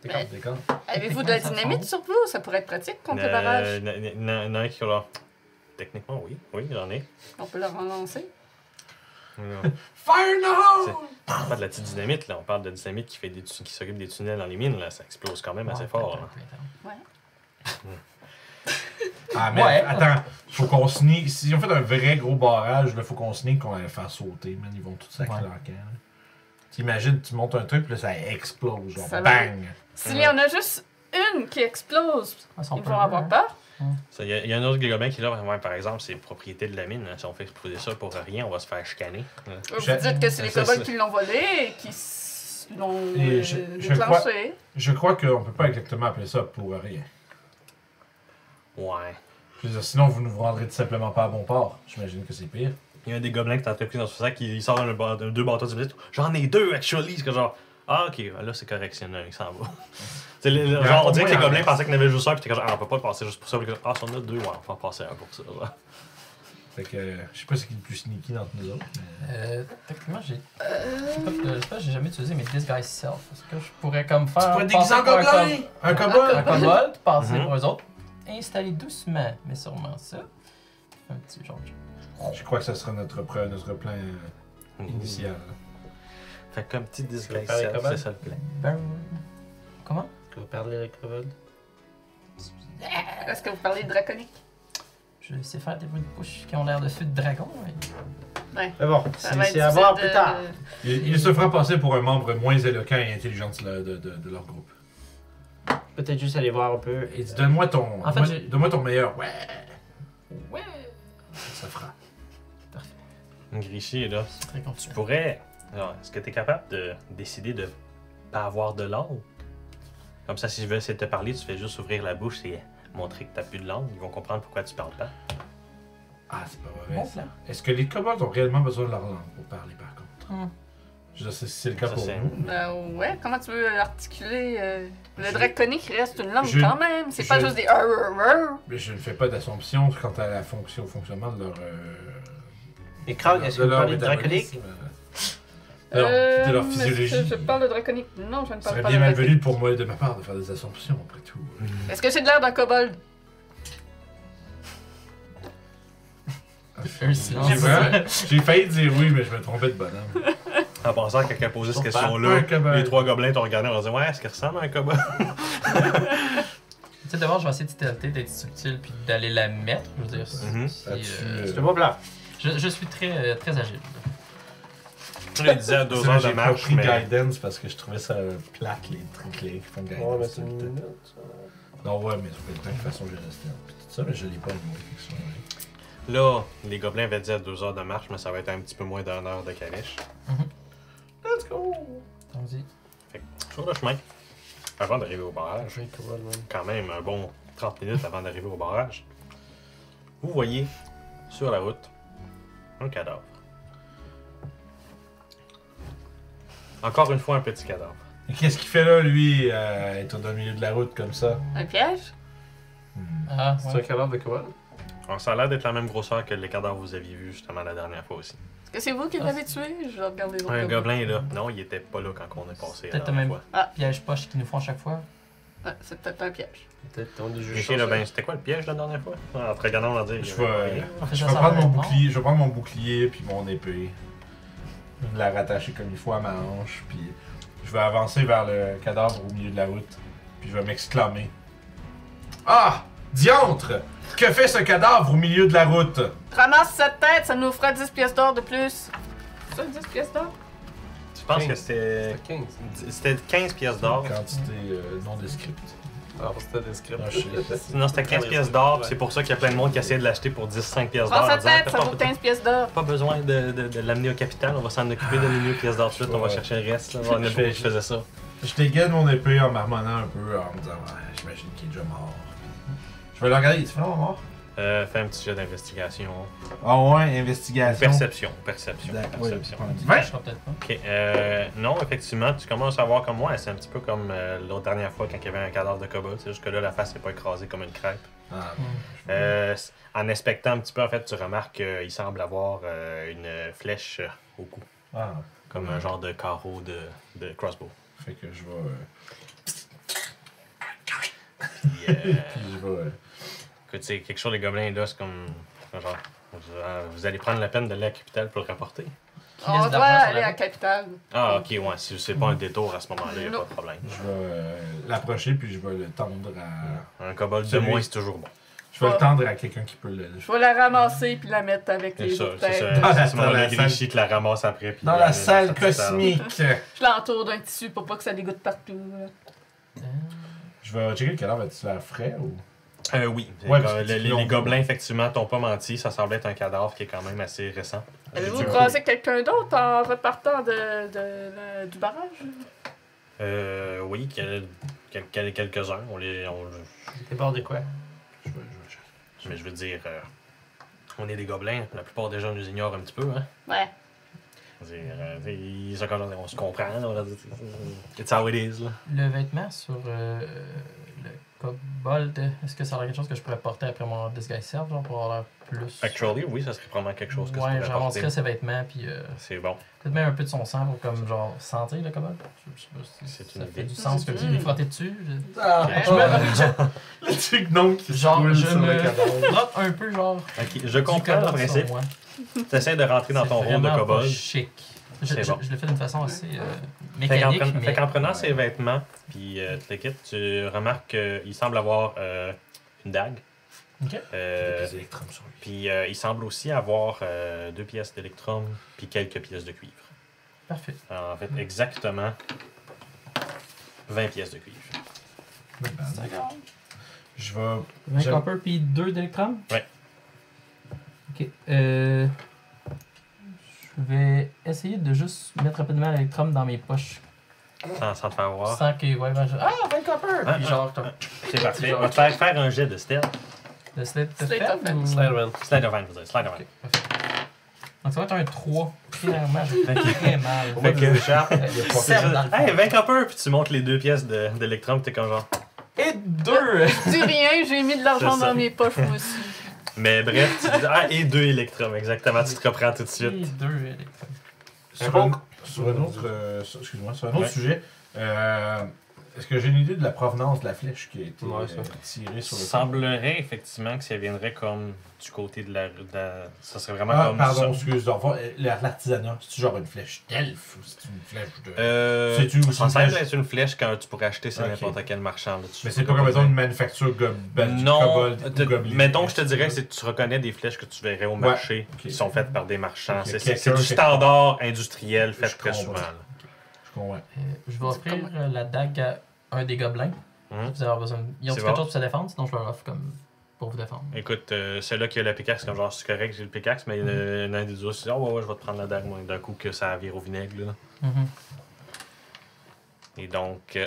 S4: Mais
S1: D'accord.
S4: Avez-vous de la dynamite sur vous? Ça pourrait être pratique contre le
S2: Euh,
S4: barrage.
S2: n- n- n- Non, qui là. Techniquement, oui. Oui, j'en ai.
S4: On peut le relancer.
S2: euh, Non.
S1: Fire
S2: C'est-
S1: no!
S2: On parle pas de la petite dynamite, là. On parle de dynamite qui, fait des tu- qui s'occupe des tunnels dans les mines, là. Ça explose quand même assez fort, hein. là.
S1: Ah, mais
S5: Ouais.
S1: attends, faut qu'on sneak. Si on fait un vrai gros barrage, là, faut qu'on sneak qu'on les fasse sauter, man. Ils vont tout ça
S5: Ouais.
S1: T'imagines, tu montes un truc, puis là, ça explose. Genre,
S4: Ça va.
S1: bang!
S4: S'il y en a juste une qui explose,
S5: Ils
S4: ils vont avoir peur.
S2: Il y, a- y a un autre gobelin qui est là, ouais, par exemple, c'est propriété de la mine. hein. Si on fait exploser ça pour rien, on va se faire chicaner. hein.
S4: Vous
S1: Je-
S4: dites que c'est les
S2: Ça,
S4: kobolds
S2: c'est-
S4: qui l'ont volé et qui s- l'ont
S1: Et je-
S4: euh,
S1: je
S4: déclenché.
S1: Je crois qu'on peut pas exactement appeler ça pour rien.
S2: Ouais.
S1: Je veux dire, sinon, vous nous rendrez tout simplement pas à bon port. J'imagine que c'est pire.
S2: Il y a un des gobelins qui est entré pris dans son sac, il, il sort un, ba- un- deux bâtons de ciment. J'en ai deux, actually. C'est que genre, ah, ok, là, c'est correct, il y en a un qui s'en va. C'est le- le-
S1: Ouais,
S2: genre, on
S1: au
S2: dirait que
S1: moins, il
S2: les
S1: y en
S2: gobelins
S1: a.
S2: pensaient qu'il y en avait juste un, puis t'es comme genre, ah, on peut pas le passer juste pour ça. Puis que, Ah, si on en a deux, ouais, on va en passer un pour ça. genre.
S1: Fait que, euh, je sais pas c'est qui est le plus sneaky d'entre nous autres. mais-
S5: Euh, techniquement, j'ai.
S4: Euh,
S5: Je sais pas, je sais pas, j'ai jamais utilisé mes disguise self. Est-ce que je pourrais comme faire. passer pour un
S1: gobelin! Un
S5: com- Un
S1: cobalt!
S5: kobold, passer
S2: Mhm.
S5: pour eux autres, installer doucement, mais sûrement ça. Un petit genre de jeu.
S1: Je crois que ce sera notre, pre- notre plan euh, initial.
S2: Mm. Fait qu'un petit disguise,
S6: Faire les
S2: self, c'est
S6: commandes.
S2: ça le plan.
S5: Ben, Comment
S6: Est-ce que vous parlez les kobolds?
S4: Est-ce que vous parlez de draconique?
S5: Je sais faire des bruits de bouche qui ont l'air de feu de dragon. mais-
S6: Mais bon,
S4: Ça
S6: c'est
S4: va être
S6: c'est à
S4: difficile
S6: voir
S4: de-
S6: plus tard.
S1: Il, il se fera passer pour un membre moins éloquent et intelligent de, la- de- de- de leur groupe.
S6: Peut-être juste aller voir un peu.
S1: Et dit, donne-moi ton,
S5: En fait,
S1: donne-moi-
S5: j'ai-
S1: donne-moi ton meilleur. Ouais,
S5: Ouais.
S1: ça fera.
S2: Grichy est là.
S5: C'est très
S2: Tu
S5: compliqué.
S2: pourrais. Alors, est-ce que tu es capable de décider de pas avoir de langue? Comme ça, si je veux essayer de te parler, tu fais juste ouvrir la bouche et montrer que t'as plus de langue. Ils vont comprendre pourquoi tu parles pas.
S1: Ah, c'est pas mauvais.
S5: Bon
S1: ça.
S5: plan.
S1: Est-ce que les kobolds ont réellement besoin de leur langue pour parler, par contre?
S5: Hmm.
S1: Je sais si c'est le cas
S2: Ça,
S1: pour
S2: c'est-
S1: nous. mais-
S4: Euh, ouais, comment tu veux articuler? euh, Le
S1: Je-
S4: draconique reste une langue
S1: je-
S4: quand même. C'est pas
S1: je-
S4: juste des... Arr, arr, arr.
S1: Mais je ne fais pas d'assumption quant à la fonction, au fonctionnement de leur... euh,
S6: Les Krog, est-ce que
S1: de
S6: vous
S1: leur
S6: parlez de draconique?
S1: métabolisme. Alors,
S4: Euh,
S1: de leur
S4: est-ce
S1: physiologie.
S4: que Je parle de draconique. Non, je ne
S1: Ça
S4: parle
S1: serait
S4: pas
S1: bien
S4: de
S1: malvenu
S4: draconique.
S1: pour moi de ma part de faire des assumptions après tout.
S4: Est-ce que j'ai de l'air d'un kobold?
S5: Un silence.
S1: J'ai failli- J'ai failli dire oui, mais je me trompais de bonhomme.
S2: En pensant, quand elle posait cette
S1: Ils sont pas
S2: question-là,
S1: un cobaye.
S2: les trois gobelins t'ont regardé en disant Ouais, est-ce qu'il ressemble à un cobaye
S5: Tu sais, d'abord, je vais essayer de stealther, d'être subtil, puis d'aller la mettre. Je veux dire, si-
S2: Mhm.
S5: si,
S1: Là-dessus,
S5: euh,
S1: euh,
S6: C'est pas plat.
S5: je, je suis très, euh, très agile.
S2: Je les disais à deux
S1: Ça,
S2: heures de
S1: J'ai pas
S2: marche,
S1: pris
S2: mais.
S1: guidance parce que je trouvais ça plate, les trucs les qui font guidance.
S6: Ouais, mais c'est
S1: tout
S6: une
S1: le temps.
S6: minute.
S1: Non, ouais, mais ça fait le temps que de toute façon je reste là. Puis tout ça, mais je l'ai pas, moi. hein. fait que ça, ouais.
S2: Là, les gobelins avaient dit à deux heures de marche, mais ça va être un petit peu moins d'une heure de calèche.
S6: Let's go!
S5: On dit,
S2: Sur le chemin, avant d'arriver au barrage,
S6: J'ai cool, man.
S2: quand même un bon 30 minutes avant d'arriver au barrage, vous voyez sur la route un cadavre. Encore une fois, un petit cadavre.
S1: Et qu'est-ce qu'il fait là, lui, euh, être dans le milieu de la route comme ça
S4: Un piège?
S5: Ah,
S3: C'est un
S5: ouais.
S3: cadavre de quoi?
S2: Alors, ça a l'air d'être la même grosseur que le cadavre que vous aviez vu justement la dernière fois aussi.
S4: Est-ce que c'est vous qui
S5: Ah,
S4: l'avez tué? Je vais regarder les autres.
S2: Un
S4: kobolds.
S2: gobelin est là. Non, il était pas là quand on est passé la
S5: Peut-être
S2: dernière
S5: même-
S2: fois.
S5: Piège poche qu'ils nous font à chaque fois.
S4: Ouais, c'est peut-être un piège.
S6: Peut-être on est juste.
S2: J'ai le ben, c'était quoi le piège la dernière fois? En te regardant, on va dire.
S1: Je vais, euh,
S5: Fais
S1: je
S5: ça
S1: vais
S5: sans
S1: prendre mon
S5: raison.
S1: bouclier, je vais prendre mon bouclier puis mon épée. Je vais la rattacher comme il faut à ma hanche, puis je vais avancer vers le cadavre au milieu de la route, puis je vais m'exclamer. Ah! Diantre! Que fait ce cadavre au milieu de la route?
S4: Ramasse cette tête, ça nous fera 10 pièces d'or de plus. C'est Ça, 10 pièces d'or?
S2: Tu penses que c'était.
S3: 15.
S2: C'était 15 pièces d'or.
S1: Quantité euh, non descripte.
S3: Alors, c'était des scripts.
S1: Non, Ah, je sais.
S2: Non, c'était 15 pièces d'or, puis c'est pour ça qu'il y a plein de monde qui essaie de l'acheter pour 10-5 pièces d'or.
S4: Prends
S2: en
S4: cette
S2: disant,
S4: tête, Ah, ça
S2: Attends,
S4: vaut 15 pièces d'or.
S2: Pas besoin de, de- de l'amener au capital, on va s'en occuper de les pièces d'or tout de suite, on va
S1: Ouais.
S2: chercher le reste. Là. On a
S1: Je fais-
S2: je faisais ça.
S1: Je dégaine mon épée en marmonnant un peu, en me disant, ouais, j'imagine qu'il est déjà mort. Je vais le regarder, il est vraiment mort?
S2: Euh, fais un petit jeu d'investigation.
S1: Ah ouais, investigation.
S2: Perception, perception,
S1: D'accord, ouais,
S2: perception.
S1: prends un
S5: Je
S1: petit-
S5: cacherai peut-être pas.
S2: Ok, euh, non, effectivement, tu commences à voir comme moi, c'est un petit peu comme euh, l'autre dernière fois quand il y avait un cadavre de cobalt. C'est juste que là, la face n'est pas écrasée comme une crêpe.
S1: Ah,
S2: Euh, c- en inspectant un petit peu, en fait, tu remarques qu'il semble avoir euh, une flèche euh, au cou,
S1: ah.
S2: comme un genre de carreau de, de crossbow.
S1: Fait que je vais. euh,
S2: Puis, euh,
S1: puis je vais. euh,
S2: Écoute, c'est quelque chose, les gobelins, là, c'est comme. Genre, vous- ah, vous allez prendre la peine d'aller à la capitale pour le rapporter.
S5: Qui laisse
S4: On
S5: de
S4: doit
S5: l'argent sur la
S4: aller à la
S5: route.
S4: capitale.
S2: Ah, ok, ouais, si c'est pas un détour à ce moment-là, y a pas
S4: Non.
S2: de problème.
S1: Je vais euh, l'approcher puis je vais le tendre à.
S2: Un kobold de
S1: Celui-
S2: moins, c'est toujours bon.
S1: Je vais le tendre à quelqu'un qui peut le.
S4: Je vais la ramasser puis la mettre avec
S2: C'est
S4: les
S2: ça,
S4: autres
S2: c'est
S4: têtes.
S2: ça.
S1: Dans
S2: C'est
S1: la-
S2: ce moment-là,
S1: dans la
S2: Grishy te la ramasse après. puis
S1: Dans
S2: il
S1: la
S2: amène
S1: salle
S2: dans sa salle.
S1: cosmique!
S4: Je l'entoure d'un tissu pour pas que ça dégoûte partout. là.
S1: Je vais checker le cadavre, est-il à frais ou.
S2: Euh, oui.
S1: Ouais,
S2: Quand
S1: parce que
S2: les,
S1: tu
S2: les
S1: l'as-
S2: gobelins, effectivement, t'ont pas menti. Ça semble être un cadavre qui est quand même assez récent.
S4: Avez-vous
S1: J'ai du-
S4: croisé quelqu'un d'autre en repartant de, de la- du barrage?
S2: Euh, oui, quel- quel- quel- quelques-uns. On les, on-
S6: T'es bord de quoi?
S1: Je vais, je vais checker.
S2: mais je veux dire, euh, on est des gobelins. La plupart des gens nous ignorent un petit peu, hein.
S4: Ouais.
S2: Je veux dire, euh, t'sais, ils sont comme genre, on se comprend, là, on va dire, t'sais, it's how it is, là.
S5: Le vêtement sur euh, le kobold, est-ce que ça a l'air quelque chose que je pourrais porter après mon disguise self, genre pour avoir l'air plus.
S2: Actually, oui, ça serait probablement quelque chose que
S5: Ouais,
S2: tu pourrais porter.
S5: j'avancerais ses vêtements, puis euh,
S2: C'est bon.
S5: peut-être même un peu de son sang pour comme genre sentir le kobold. Je sais pas si
S2: C'est
S5: ça
S2: une
S5: fait
S2: idée.
S5: du sens comme si
S4: Mm.
S5: j'ai frotté dessus. Je
S1: Ah,
S4: Ouais.
S5: je me-
S1: le truc non qui
S5: Genre,
S1: se coule
S5: je
S1: sur
S5: me-
S1: le cadavre.
S5: Frotte un peu, genre.
S2: Ok, je
S5: du
S2: comprends le
S5: kobold sur
S2: principe.
S5: moi.
S2: T'essaies de rentrer dans
S5: C'est
S2: ton rôle de
S5: vraiment pas
S2: kobold.
S5: chic. Je,
S2: C'est
S5: je-
S2: bon.
S5: je le fais d'une façon assez euh,
S2: Fait qu'en
S5: mécanique.
S2: prenant-
S5: mais-
S2: fait qu'en prenant
S1: Ouais.
S2: ses vêtements, puis euh, tu les quittes, tu remarques qu'il semble avoir euh, une dague.
S5: Ok.
S2: Euh,
S1: Des électrons sur lui.
S2: puis euh, il semble aussi avoir euh, deux pièces d'électrum, puis quelques pièces de cuivre.
S5: Parfait.
S2: En
S5: Hmm.
S2: fait, exactement 20 pièces de cuivre.
S1: Je vais.
S5: 20
S1: J'aime-
S5: copper puis 2 d'électrum?
S2: Ouais.
S5: Ok. Euh, je vais essayer de juste mettre rapidement l'électrum dans mes poches.
S2: Sans, sans te faire voir.
S5: Sans que. Ouais, ben, je- Ah, 20 copper!
S2: Ah,
S5: puis
S2: ah,
S5: genre, comme.
S2: C'est parfait. On va te faire faire un jet de stealth.
S5: Le slate de
S4: Slate
S5: fait,
S4: of hand.
S5: ou-
S3: Sliderman.
S2: Slide of hand, je veux dire. Slide of hand.
S5: Ok, parfait. Donc Ah, ça va être un 3. Clairement, j'ai fait très mal.
S2: Fait que Richard,
S1: Il a
S5: Sept
S1: pas
S5: dans le fond.
S2: hey, 20 copper, puis tu montes les deux pièces de- d'électrum, t'es comme genre.
S5: Et 2!
S4: Dis rien, j'ai mis de l'argent
S2: C'est ça.
S4: dans mes poches, moi aussi.
S2: Mais bref, tu dis, ah, et deux électrums, exactement, tu te reprends tout de suite.
S5: Et 2 électrum.
S1: Second, Sur un autre, euh, sur- excuse-moi, sur un autre
S2: Ouais.
S1: sujet, euh, est-ce que j'ai une idée de la provenance de la flèche qui a été
S3: Ouais, ça.
S1: euh, tirée sur le
S2: semblerait effectivement que ça viendrait comme du côté de la. de la- ça serait vraiment
S1: Ah,
S2: comme
S1: pardon,
S2: ça.
S1: excuse, au revoir. Euh, la- L'artisanat, c'est-tu genre une flèche d'elfe ou c'est une flèche de.
S2: Euh,
S1: C'est-tu aussi
S2: ça
S1: une
S2: semble
S1: flèche?
S2: être une flèche que tu pourrais acheter sur
S1: Ok.
S2: n'importe quel marchand. là, tu-
S1: mais c'est pas comme mettons une manufacture gobel.
S2: Non,
S1: kobold,
S2: te-
S1: gobelin.
S2: mettons que je te dirais que c'est- tu reconnais des flèches que tu verrais au marché
S1: ok.
S2: qui sont faites par des marchands.
S1: Ok,
S2: C'est- C'est c'est
S1: quelqu'un
S2: du
S1: qui-
S2: standard industriel fait
S1: Je
S2: très
S1: comprends.
S2: souvent. là.
S1: Je comprends.
S5: Euh, je vais offrir euh, la dague à un des gobelins.
S2: Mhm.
S5: Si vous avez besoin. Ils ont
S2: C'est
S5: quelque
S2: bon.
S5: chose pour se défendre, sinon je leur offre comme pour vous défendre.
S2: Écoute, euh, celle-là qui a la picaxe, comme genre, c'est correct, j'ai le picaxe,
S1: Hmm.
S2: mais euh, l'un des autres, c'est oh, ouais, ouais, je vais te prendre la dague, moi, d'un coup que ça vire au vinaigre. là.
S5: Mhm.
S2: Et donc, euh,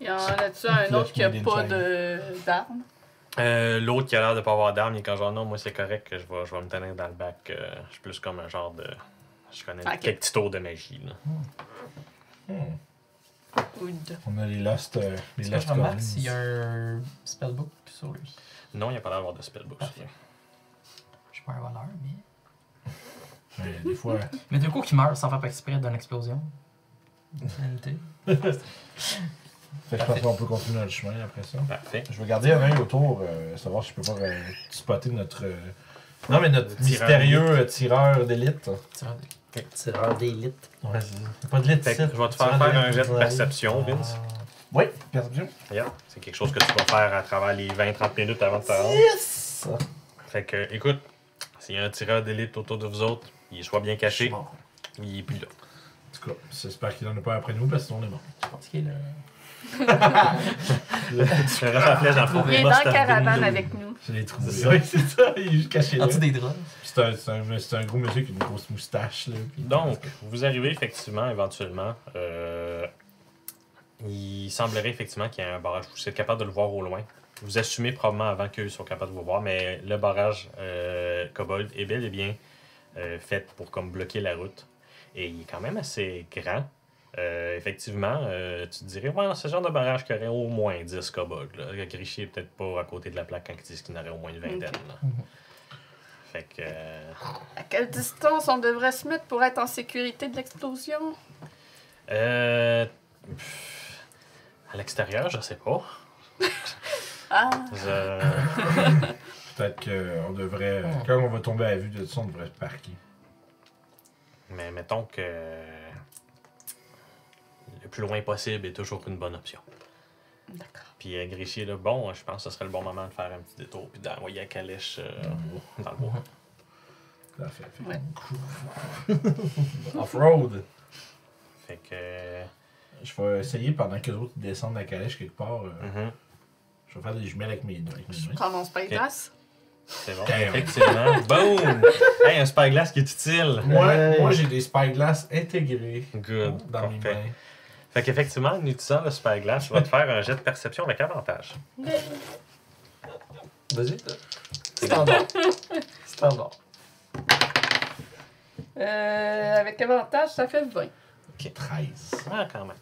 S4: Il y en a-tu un autre qui a
S1: Made in
S4: pas
S1: China.
S4: de- d'armes?
S2: euh, l'autre qui a l'air de pas avoir d'arme, il est comme genre, non, moi, c'est correct, que je vais, je vais me tenir dans le bac. euh, je suis plus comme un genre de. Je connais
S4: Ok.
S2: quelques petits tours de magie. Là.
S1: Hmm.
S4: Good.
S1: On a les Lost. euh, les
S5: Est-ce que
S1: Lost
S5: je remarque
S1: Goblins.
S5: s'il y a un spellbook sur lui
S2: Non, il n'y a pas l'air d'avoir de spellbook.
S5: Parfait. Je suis pas un voleur, mais.
S1: Mais Des fois.
S5: Mais d'un coup, qui meurt sans faire pas exprès d'une explosion. Insanité.
S1: Fait que je pense qu'on peut continuer notre chemin après ça.
S2: Parfait.
S1: Je vais garder un œil autour, euh, savoir si je peux pas euh, spotter notre. euh, non, mais notre
S2: Le tireur
S1: mystérieux euh, tireur d'élite.
S5: Tireur des-
S6: C'est l'heure d'élite.
S1: Ouais, c'est ça. Pas de l'élite,
S2: Fait que je vais te faire faire un jet de perception, Vince.
S1: Oui, perception.
S2: Yeah. C'est quelque chose que tu vas faire à travers les 20-30 minutes avant de te rendre.
S1: Yes!
S2: Fait que, écoute, s'il y a un tireur d'élite autour de vous autres, il est soit bien caché,
S1: Bon.
S2: il est plus là.
S1: En tout cas, j'espère qu'il en a pas après nous parce qu'on est mort.
S5: Je pense qu'il est là.
S2: Je reste la flèche dans le fond.
S4: Il est dans la caravane avec nous.
S1: Je l'ai trouvé. Oui, c'est ça, il est juste caché
S5: En
S1: là.
S5: dessous des draps.
S1: C'est un, c'est un- c'est un gros monsieur qui a une grosse moustache. Là, puis-
S2: Donc, vous arrivez effectivement, éventuellement. euh, il semblerait effectivement qu'il y a un barrage. Vous êtes capable de le voir au loin. Vous assumez probablement avant qu'ils soient capables de vous voir, mais le barrage euh, Kobold est bel et bien euh, fait pour comme bloquer la route. Et il est quand même assez grand. Euh, effectivement, euh, tu te dirais, ouais, c'est le genre de barrage qu'il y aurait au moins 10 Kobold. Là. Grichy est peut-être pas à côté de la plaque quand ils disent qu'il y en aurait au moins une vingtaine. là.
S5: Mhm.
S2: Fait que. euh,
S4: À quelle distance on devrait se mettre pour être en sécurité de l'explosion?
S2: Euh. pff, À l'extérieur, je sais pas.
S4: Ah,
S2: Je-
S1: Peut-être qu'on devrait.
S4: Ah.
S1: euh, Quand on va tomber à la vue de ça, on devrait se parquer.
S2: Mais mettons que. Le plus loin possible est toujours une bonne option.
S4: d'accord.
S2: Puis euh, Gréchy est là, bon, je pense que ce serait le bon moment de faire un petit détour puis d'envoyer la calèche euh, dans le bois.
S1: Ça fait, fait
S4: Ouais.
S1: qu'on- Off-road!
S2: Fait que.
S1: Je vais essayer pendant que les autres descendent la calèche quelque part. euh,
S2: mhm,
S1: Je vais faire des jumelles avec mes doigts. avec mes
S4: Je
S1: mains.
S4: prends mon spyglass.
S2: C'est bon.
S1: Damn.
S2: Effectivement. Boom! Hey, un spyglass qui est utile!
S1: Moi,
S6: Hey.
S1: moi j'ai des spyglass intégrés
S2: Good.
S1: dans mes
S2: Parfait.
S1: mains.
S2: Fait qu'effectivement, en utilisant le spyglass, je vais te faire un jet de perception avec avantage.
S3: Vas-y.
S5: Standard.
S3: Standard.
S4: Euh, avec avantage, ça fait 20.
S1: 13.
S2: Ah, quand même.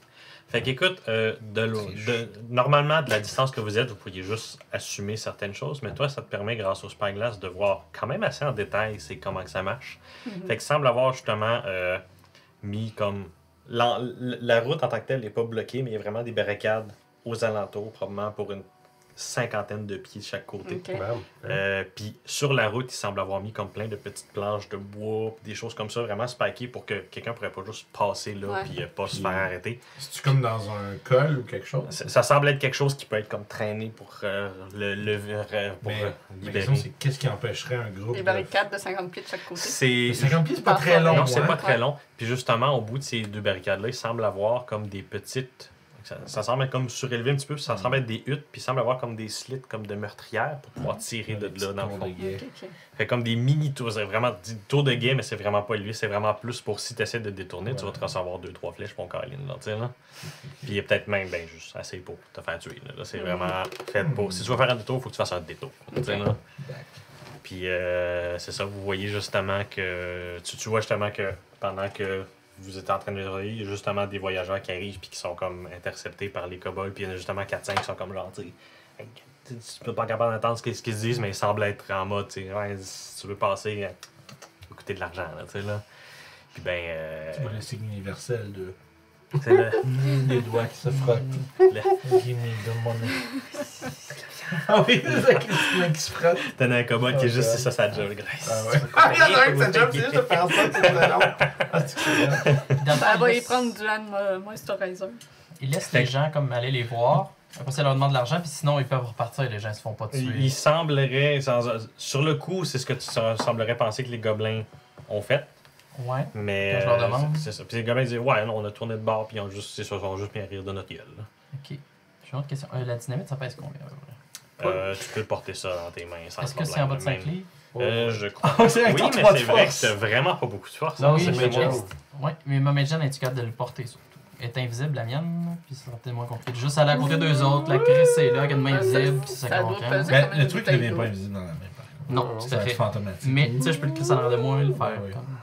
S2: Fait qu'écoute, euh, de, l'eau- de- normalement, de la distance que vous êtes, vous pourriez juste assumer certaines choses, mais toi, ça te permet, grâce au Spyglass, de voir quand même assez en détail c'est comment que ça marche. Fait que semble avoir justement euh, mis comme. l'en- l- La route en tant que telle n'est pas bloquée, mais il y a vraiment des barricades aux alentours, probablement pour une cinquantaine de pieds de chaque côté.
S4: Ok.
S6: Bam.
S2: Euh, Puis sur la route, il semble avoir mis comme plein de petites planches de bois, pis des choses comme ça, vraiment spikées pour que quelqu'un pourrait pas juste passer là
S4: Ouais.
S2: puis euh, pas se
S1: Puis-
S2: faire arrêter.
S1: C'est-tu comme dans un col ou quelque chose?
S2: Ça, ça semble être quelque chose qui peut être comme traîné pour euh, le, le euh, pour,
S1: Mais
S2: euh,
S1: la
S2: libérer.
S1: question, c'est qu'est-ce qui empêcherait un groupe.
S4: Des
S1: de-
S4: barricades de 50 pieds de chaque côté.
S2: C'est
S1: Mais 50 pieds, c'est pas très long.
S2: non, c'est
S1: hein?
S2: pas très
S4: Ouais.
S2: long. Puis justement, au bout de ces deux barricades-là, il semble avoir comme des petites. Ça, ça semble être comme surélevé un petit peu, puis ça semble être des huttes, puis il semble avoir comme des slits comme de meurtrières pour pouvoir tirer de là dans le fond.
S4: Ok, ok.
S2: Fait comme des mini tours, c'est vraiment des tours de guet, mais c'est vraiment pas lui, c'est vraiment plus pour si tu essaies de détourner, tu
S1: Ouais.
S2: vas te recevoir deux, trois flèches pour Caroline, là, tu sais, là. Puis il y a peut-être même, ben, juste assez pour te faire tuer, là. Là, c'est vraiment fait pour. Si tu veux faire un détour, faut que tu fasses un détour, tu sais, là. Puis euh, c'est ça, vous voyez justement que. Tu, tu vois justement que pendant que vous êtes en train de travailler, il y a justement des voyageurs qui arrivent puis qui sont comme interceptés par les kobolds, puis il y en a justement 4-5 qui sont comme genre, tu sais, Hey, tu tu peux pas être capable d'entendre ce qu'ils ce qu'ils disent, mais ils semblent être en mode, tu sais, Ouais, si tu veux passer, euh, faut coûter de l'argent, là, tu sais, là. Puis ben, euh,
S1: Tu vois le signe universel de.
S2: c'est le-
S1: Les doigts qui se frottent. Give me the money. ah oui, c'est ça, Christina qui se frotte.
S2: t'en as un cobalt qui est juste,
S1: Ah,
S2: c'est ça sa job, Grace.
S1: Ah ouais. Ah, il y en a un qui sa job, c'est juste de faire ça, c'est le long. Ah, c'est que c'est bien.
S4: Elle va y prendre du hand euh, mo- moisturizer.
S5: Ils laissent les gens comme aller les voir. Après ça, ils leur demandent de l'argent, puis sinon ils peuvent repartir. Les gens se font pas
S2: Il il
S5: tuer.
S2: semblerait, sans- sur le coup, c'est ce que tu sem- semblerais penser que les gobelins ont fait,
S5: Ouais.
S2: mais euh,
S5: Quand je leur demande.
S2: c'est c'est ça. Puis les gobelins disent ouais, non, on a tourné de bord, puis ils ont juste, c'est ça, ils ont juste mis à rire de notre gueule.
S5: Ok. J'ai une autre question. Euh, la dynamite, ça pèse combien à peu près?
S2: Euh, tu peux porter ça dans tes mains sans
S5: Est-ce que
S2: problème.
S5: c'est en bas de 5
S2: même.
S5: livres?
S2: Euh, je crois.
S1: Ah, c'est
S2: Oui,
S1: avec
S2: mais
S1: ton
S2: c'est
S1: trois de
S2: vrai que
S1: force.
S2: t'as vraiment pas beaucoup de force.
S5: Non,
S2: hein,
S5: oui,
S2: c'est
S5: mais
S2: chez moi.
S5: Jess- Ouais, mais ma Mage Hand, est-tu capable de le porter surtout? Elle est invisible la mienne, puis ça sera peut-être moins compliqué. Juste aller à côté d'eux autres, la Chris est là, avec une main
S4: Ouais, Mm. ça-
S5: invisible, puis ça
S4: ça doit
S5: comprend.
S4: peser.
S1: Ben,
S4: comme une
S1: le truc ne
S4: bouteille
S1: devient
S4: d'eau.
S1: pas invisible dans la main, par contre.
S5: Non, tout
S1: Ça
S5: à
S1: va être
S5: fait.
S1: fantomatique.
S5: Mais tu sais, je peux le Chris en l'air de moi, le faire.
S1: Ouais.
S5: comme-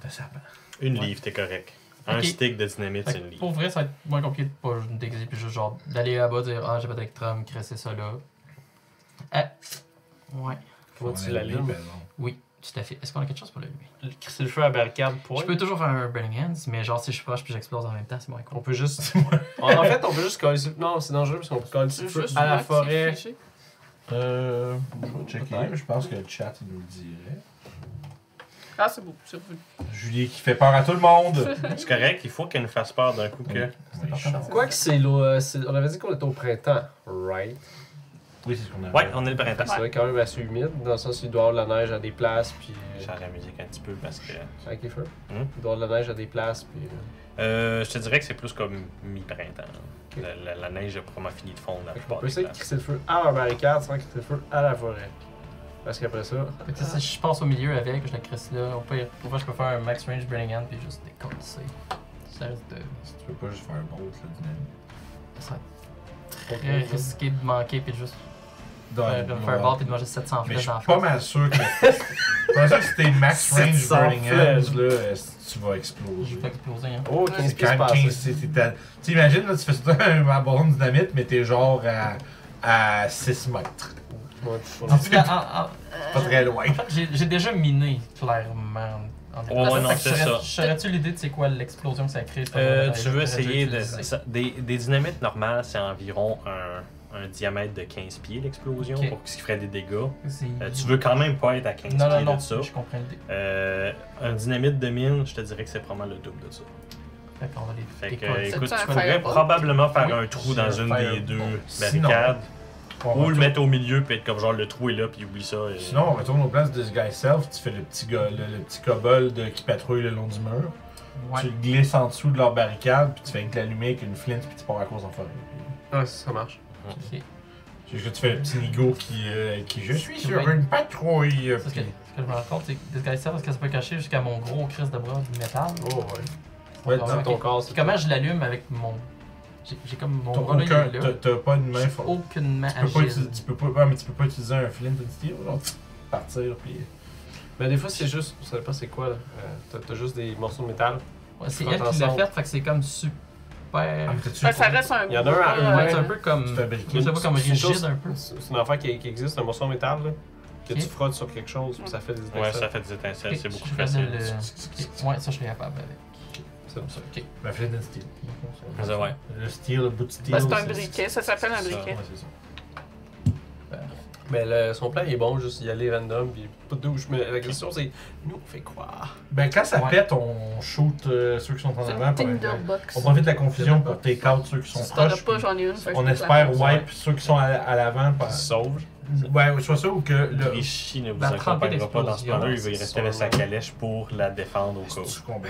S1: T'as ça, ben.
S2: Une
S5: Ouais.
S2: livre, t'es correct. Un
S5: Ok.
S2: stick de dynamite,
S5: Fait
S2: c'est
S5: que
S2: une livre.
S5: pour vrai, ça va être moins compliqué de pas déguiser, puis juste genre d'aller là-bas, dire Ah, j'ai pas d'Electrum, cresser ça là. Ah. Ouais,
S1: Faut
S6: Faut-tu
S1: en
S6: la
S1: aller,
S6: lire?
S1: ben non.
S5: oui, tout à fait. Est-ce qu'on a quelque chose pour le lui
S6: Crisser le feu à la barricade, point.
S5: Je peux toujours faire un Burning Hands, mais genre si je suis proche puis j'explose en même temps, c'est moins
S6: On
S5: cool.
S6: peut juste. en en fait, on peut juste coller. sur- Non, c'est dangereux parce qu'on peut coller sur
S4: C'est
S6: le feu
S4: juste
S6: à la
S4: moi qui
S6: forêt.
S4: suis figée.
S1: Euh, je vais checker, mais je pense que le chat il nous le dirait.
S4: Ah, c'est beau, c'est revenu.
S1: Julie qui fait peur à tout le monde.
S2: C'est correct, il faut qu'elle nous fasse peur d'un coup que.
S1: Oui, je sens.
S6: Quoi que c'est l'eau. euh, c'est- On avait dit qu'on était au printemps, right?
S1: Oui, c'est ce qu'on a.
S2: Ouais, on est le printemps.
S6: C'est quand même assez humide, dans le sens où il doit y avoir de la neige à des places, puis. euh,
S2: J'arrête la musique un petit peu parce que.
S6: Avec les feux.
S2: Hum.
S6: Il doit y avoir de la neige à des places, puis.
S2: Euh, je te dirais que c'est plus comme mi-printemps. La, la- la neige a probablement fini de fondre la
S6: Fait qu'on
S2: plupart
S6: peut
S2: des
S6: essayer de
S2: places.
S6: crisser le feu à la barricade sans crisser le feu à la forêt. Parce qu'après ça.
S5: Fait que si je passe au milieu avec, je la crisse là, au pire, pour vrai, je peux faire un max range Burning Hand puis juste décoller. Ça risque de.
S1: Si tu peux pas juste faire un bolt, là, dynamique.
S5: Ça va être très
S6: Eh.
S5: risqué de manquer puis de juste faire,
S1: Donne,
S5: faire un
S1: ouais.
S5: ball puis de manger 700
S1: Mais je
S5: flèches
S1: suis
S5: dans la
S1: pas mal sûr que. Je suis pas sûr que si t'es max range
S6: 700
S1: burning hands,
S6: flèches.
S1: là, euh, si tu vas
S5: face. Je
S1: exploser.
S5: vais exploser, hein.
S6: Oh,
S1: C'est quand
S6: 15 pieds
S1: même 15.
S6: passés.
S1: c'est- c'est ta- Tu imagines, là, tu fais ça un ballon de dynamite, mais t'es genre à, à 6 mètres.
S6: Ouais, tu
S1: Non,
S6: vois.
S5: Parce que, en- en-
S1: Pas très loin.
S5: En fait, j'ai- j'ai déjà miné, clairement. en-
S2: Ouais,
S4: ouais, non,
S5: Fait que
S2: c'est
S5: saurais-
S2: ça.
S5: Saurais-tu l'idée de c'est quoi l'explosion que ça crée? ça,
S2: Euh,
S5: dans
S2: tu
S5: les-
S2: veux
S5: les
S2: essayer de.
S5: utiliser?
S2: ça- des, des dynamites normales, c'est environ un, un diamètre de 15 pieds l'explosion,
S5: Ok.
S2: pour ce qui ferait des dégâts.
S5: C'est-
S2: Euh, tu veux quand même pas être à 15
S5: Non, non,
S2: pieds
S5: non,
S2: de ça.
S5: je comprends l'idée.
S2: Euh, un dynamite de mine, je te dirais que c'est probablement le double de ça.
S5: Fait qu'on va les
S2: Fait que,
S5: décoller.
S2: euh, écoute,
S4: C'est un
S2: tu pourrais
S4: fireball?
S2: probablement faire
S5: Oui,
S2: un trou
S1: c'est
S2: dans
S1: un
S2: une des
S1: fireball.
S2: deux
S1: Sinon-
S2: barricades,
S1: On
S2: ou le
S1: retourne-
S2: mettre au milieu, puis être comme genre le trou est là, puis oublie ça. et-
S1: Sinon, on retourne aux places de ce guy self. Tu fais le petit, gars, le, le petit kobold euh, qui patrouille le long du mur. Tu
S5: Ouais.
S1: le glisses en dessous de leur barricade, puis tu fais avec l'allumer avec une flint, puis tu pars à cause en forêt.
S6: Ouais, ça marche.
S5: Ok.
S1: C'est juste que tu fais le petit nigo qui, euh, qui je suis
S5: Qui
S1: sur
S5: va-
S1: une patrouille.
S5: Ça, ce que,
S1: puis-
S5: ce que je me rends compte, c'est que Disguise Self, est-ce que ça peut cacher jusqu'à mon gros crise de bras de métal?
S6: Oh, ouais.
S1: Ouais,
S5: Ah,
S1: tu-
S5: ok.
S6: Ton corps,
S5: Puis
S6: c'est
S5: comment je l'allume avec mon. J'ai j'ai comme mon
S1: T'as
S5: bras là, il
S1: aucun-
S5: est
S1: t'as-
S5: là.
S1: t'as pas une main
S5: J'ai
S1: forte.
S5: aucunement
S1: Tu peux pas
S5: agile.
S1: utiliser- tu peux pas, ouais, mais tu peux pas utiliser un flint de steel, genre, tu- partir, puis.
S6: Mais Ben, des fois, c'est juste. Je savais pas c'est quoi, là. Euh, t'as- T'as juste des morceaux de métal.
S5: Ouais, c'est
S6: Quand
S5: elle qui l'a
S6: ensemble.
S5: fait, fait que c'est comme super.
S1: Ah, mais
S5: Ouais,
S1: t'as-tu
S4: Fait que ça reste un
S6: Il y en a un à
S4: gros,
S6: un
S4: euh,
S6: mètre,
S5: c'est un peu
S1: tu
S5: comme.
S1: fabriques
S5: Je sais pas, comme
S6: C'est une chose-
S5: rigide un peu.
S6: C'est c'est une affaire qui, qui existe, un morceau en métal, là. Que
S5: Hum. Ok.
S6: tu frottes sur quelque chose, puis ça fait des
S2: Ouais,
S6: étincelles.
S2: ça fait des étincelles, c'est
S5: Ok,
S2: beaucoup
S5: je
S2: plus facile.
S5: regarde le- ok, Ouais, ça je suis capable avec.
S6: C'est bon, ça.
S5: Ok.
S1: Ma flint de steel.
S2: Ça, ouais.
S1: Le steel, le bout de steel.
S4: bah, c'est un briquet, ça s'appelle un
S2: c'est ça,
S4: briquet.
S1: Ouais, c'est ça.
S6: Mais Ben, le- son plan il est bon, juste y aller random, puis pas de douche. Mais la question, c'est nous, on fait quoi
S1: Ben, quand ça
S5: Ouais.
S1: pète, on shoot euh, ceux qui sont en
S4: C'est
S1: avant.
S4: une
S1: pour-
S4: Tinderbox.
S1: On profite de la confusion pour take out ceux qui sont
S4: Si t'en as
S1: proches.
S4: pas,
S1: puis
S4: j'en ai une. fait que
S1: on
S4: je te
S1: espère
S4: la-
S1: wipe ceux qui sont à, à l'avant. par-
S2: Sauve.
S1: Ouais, soit ça ou que. Le...
S2: Richie ne vous
S5: La trempée
S2: accompagnera pas dans ce
S5: d'explosion,
S2: plan-là, il va y
S6: c'est
S2: rester avec
S6: sûr.
S2: sa calèche pour la défendre au cas
S1: Tu
S2: où.
S1: combats.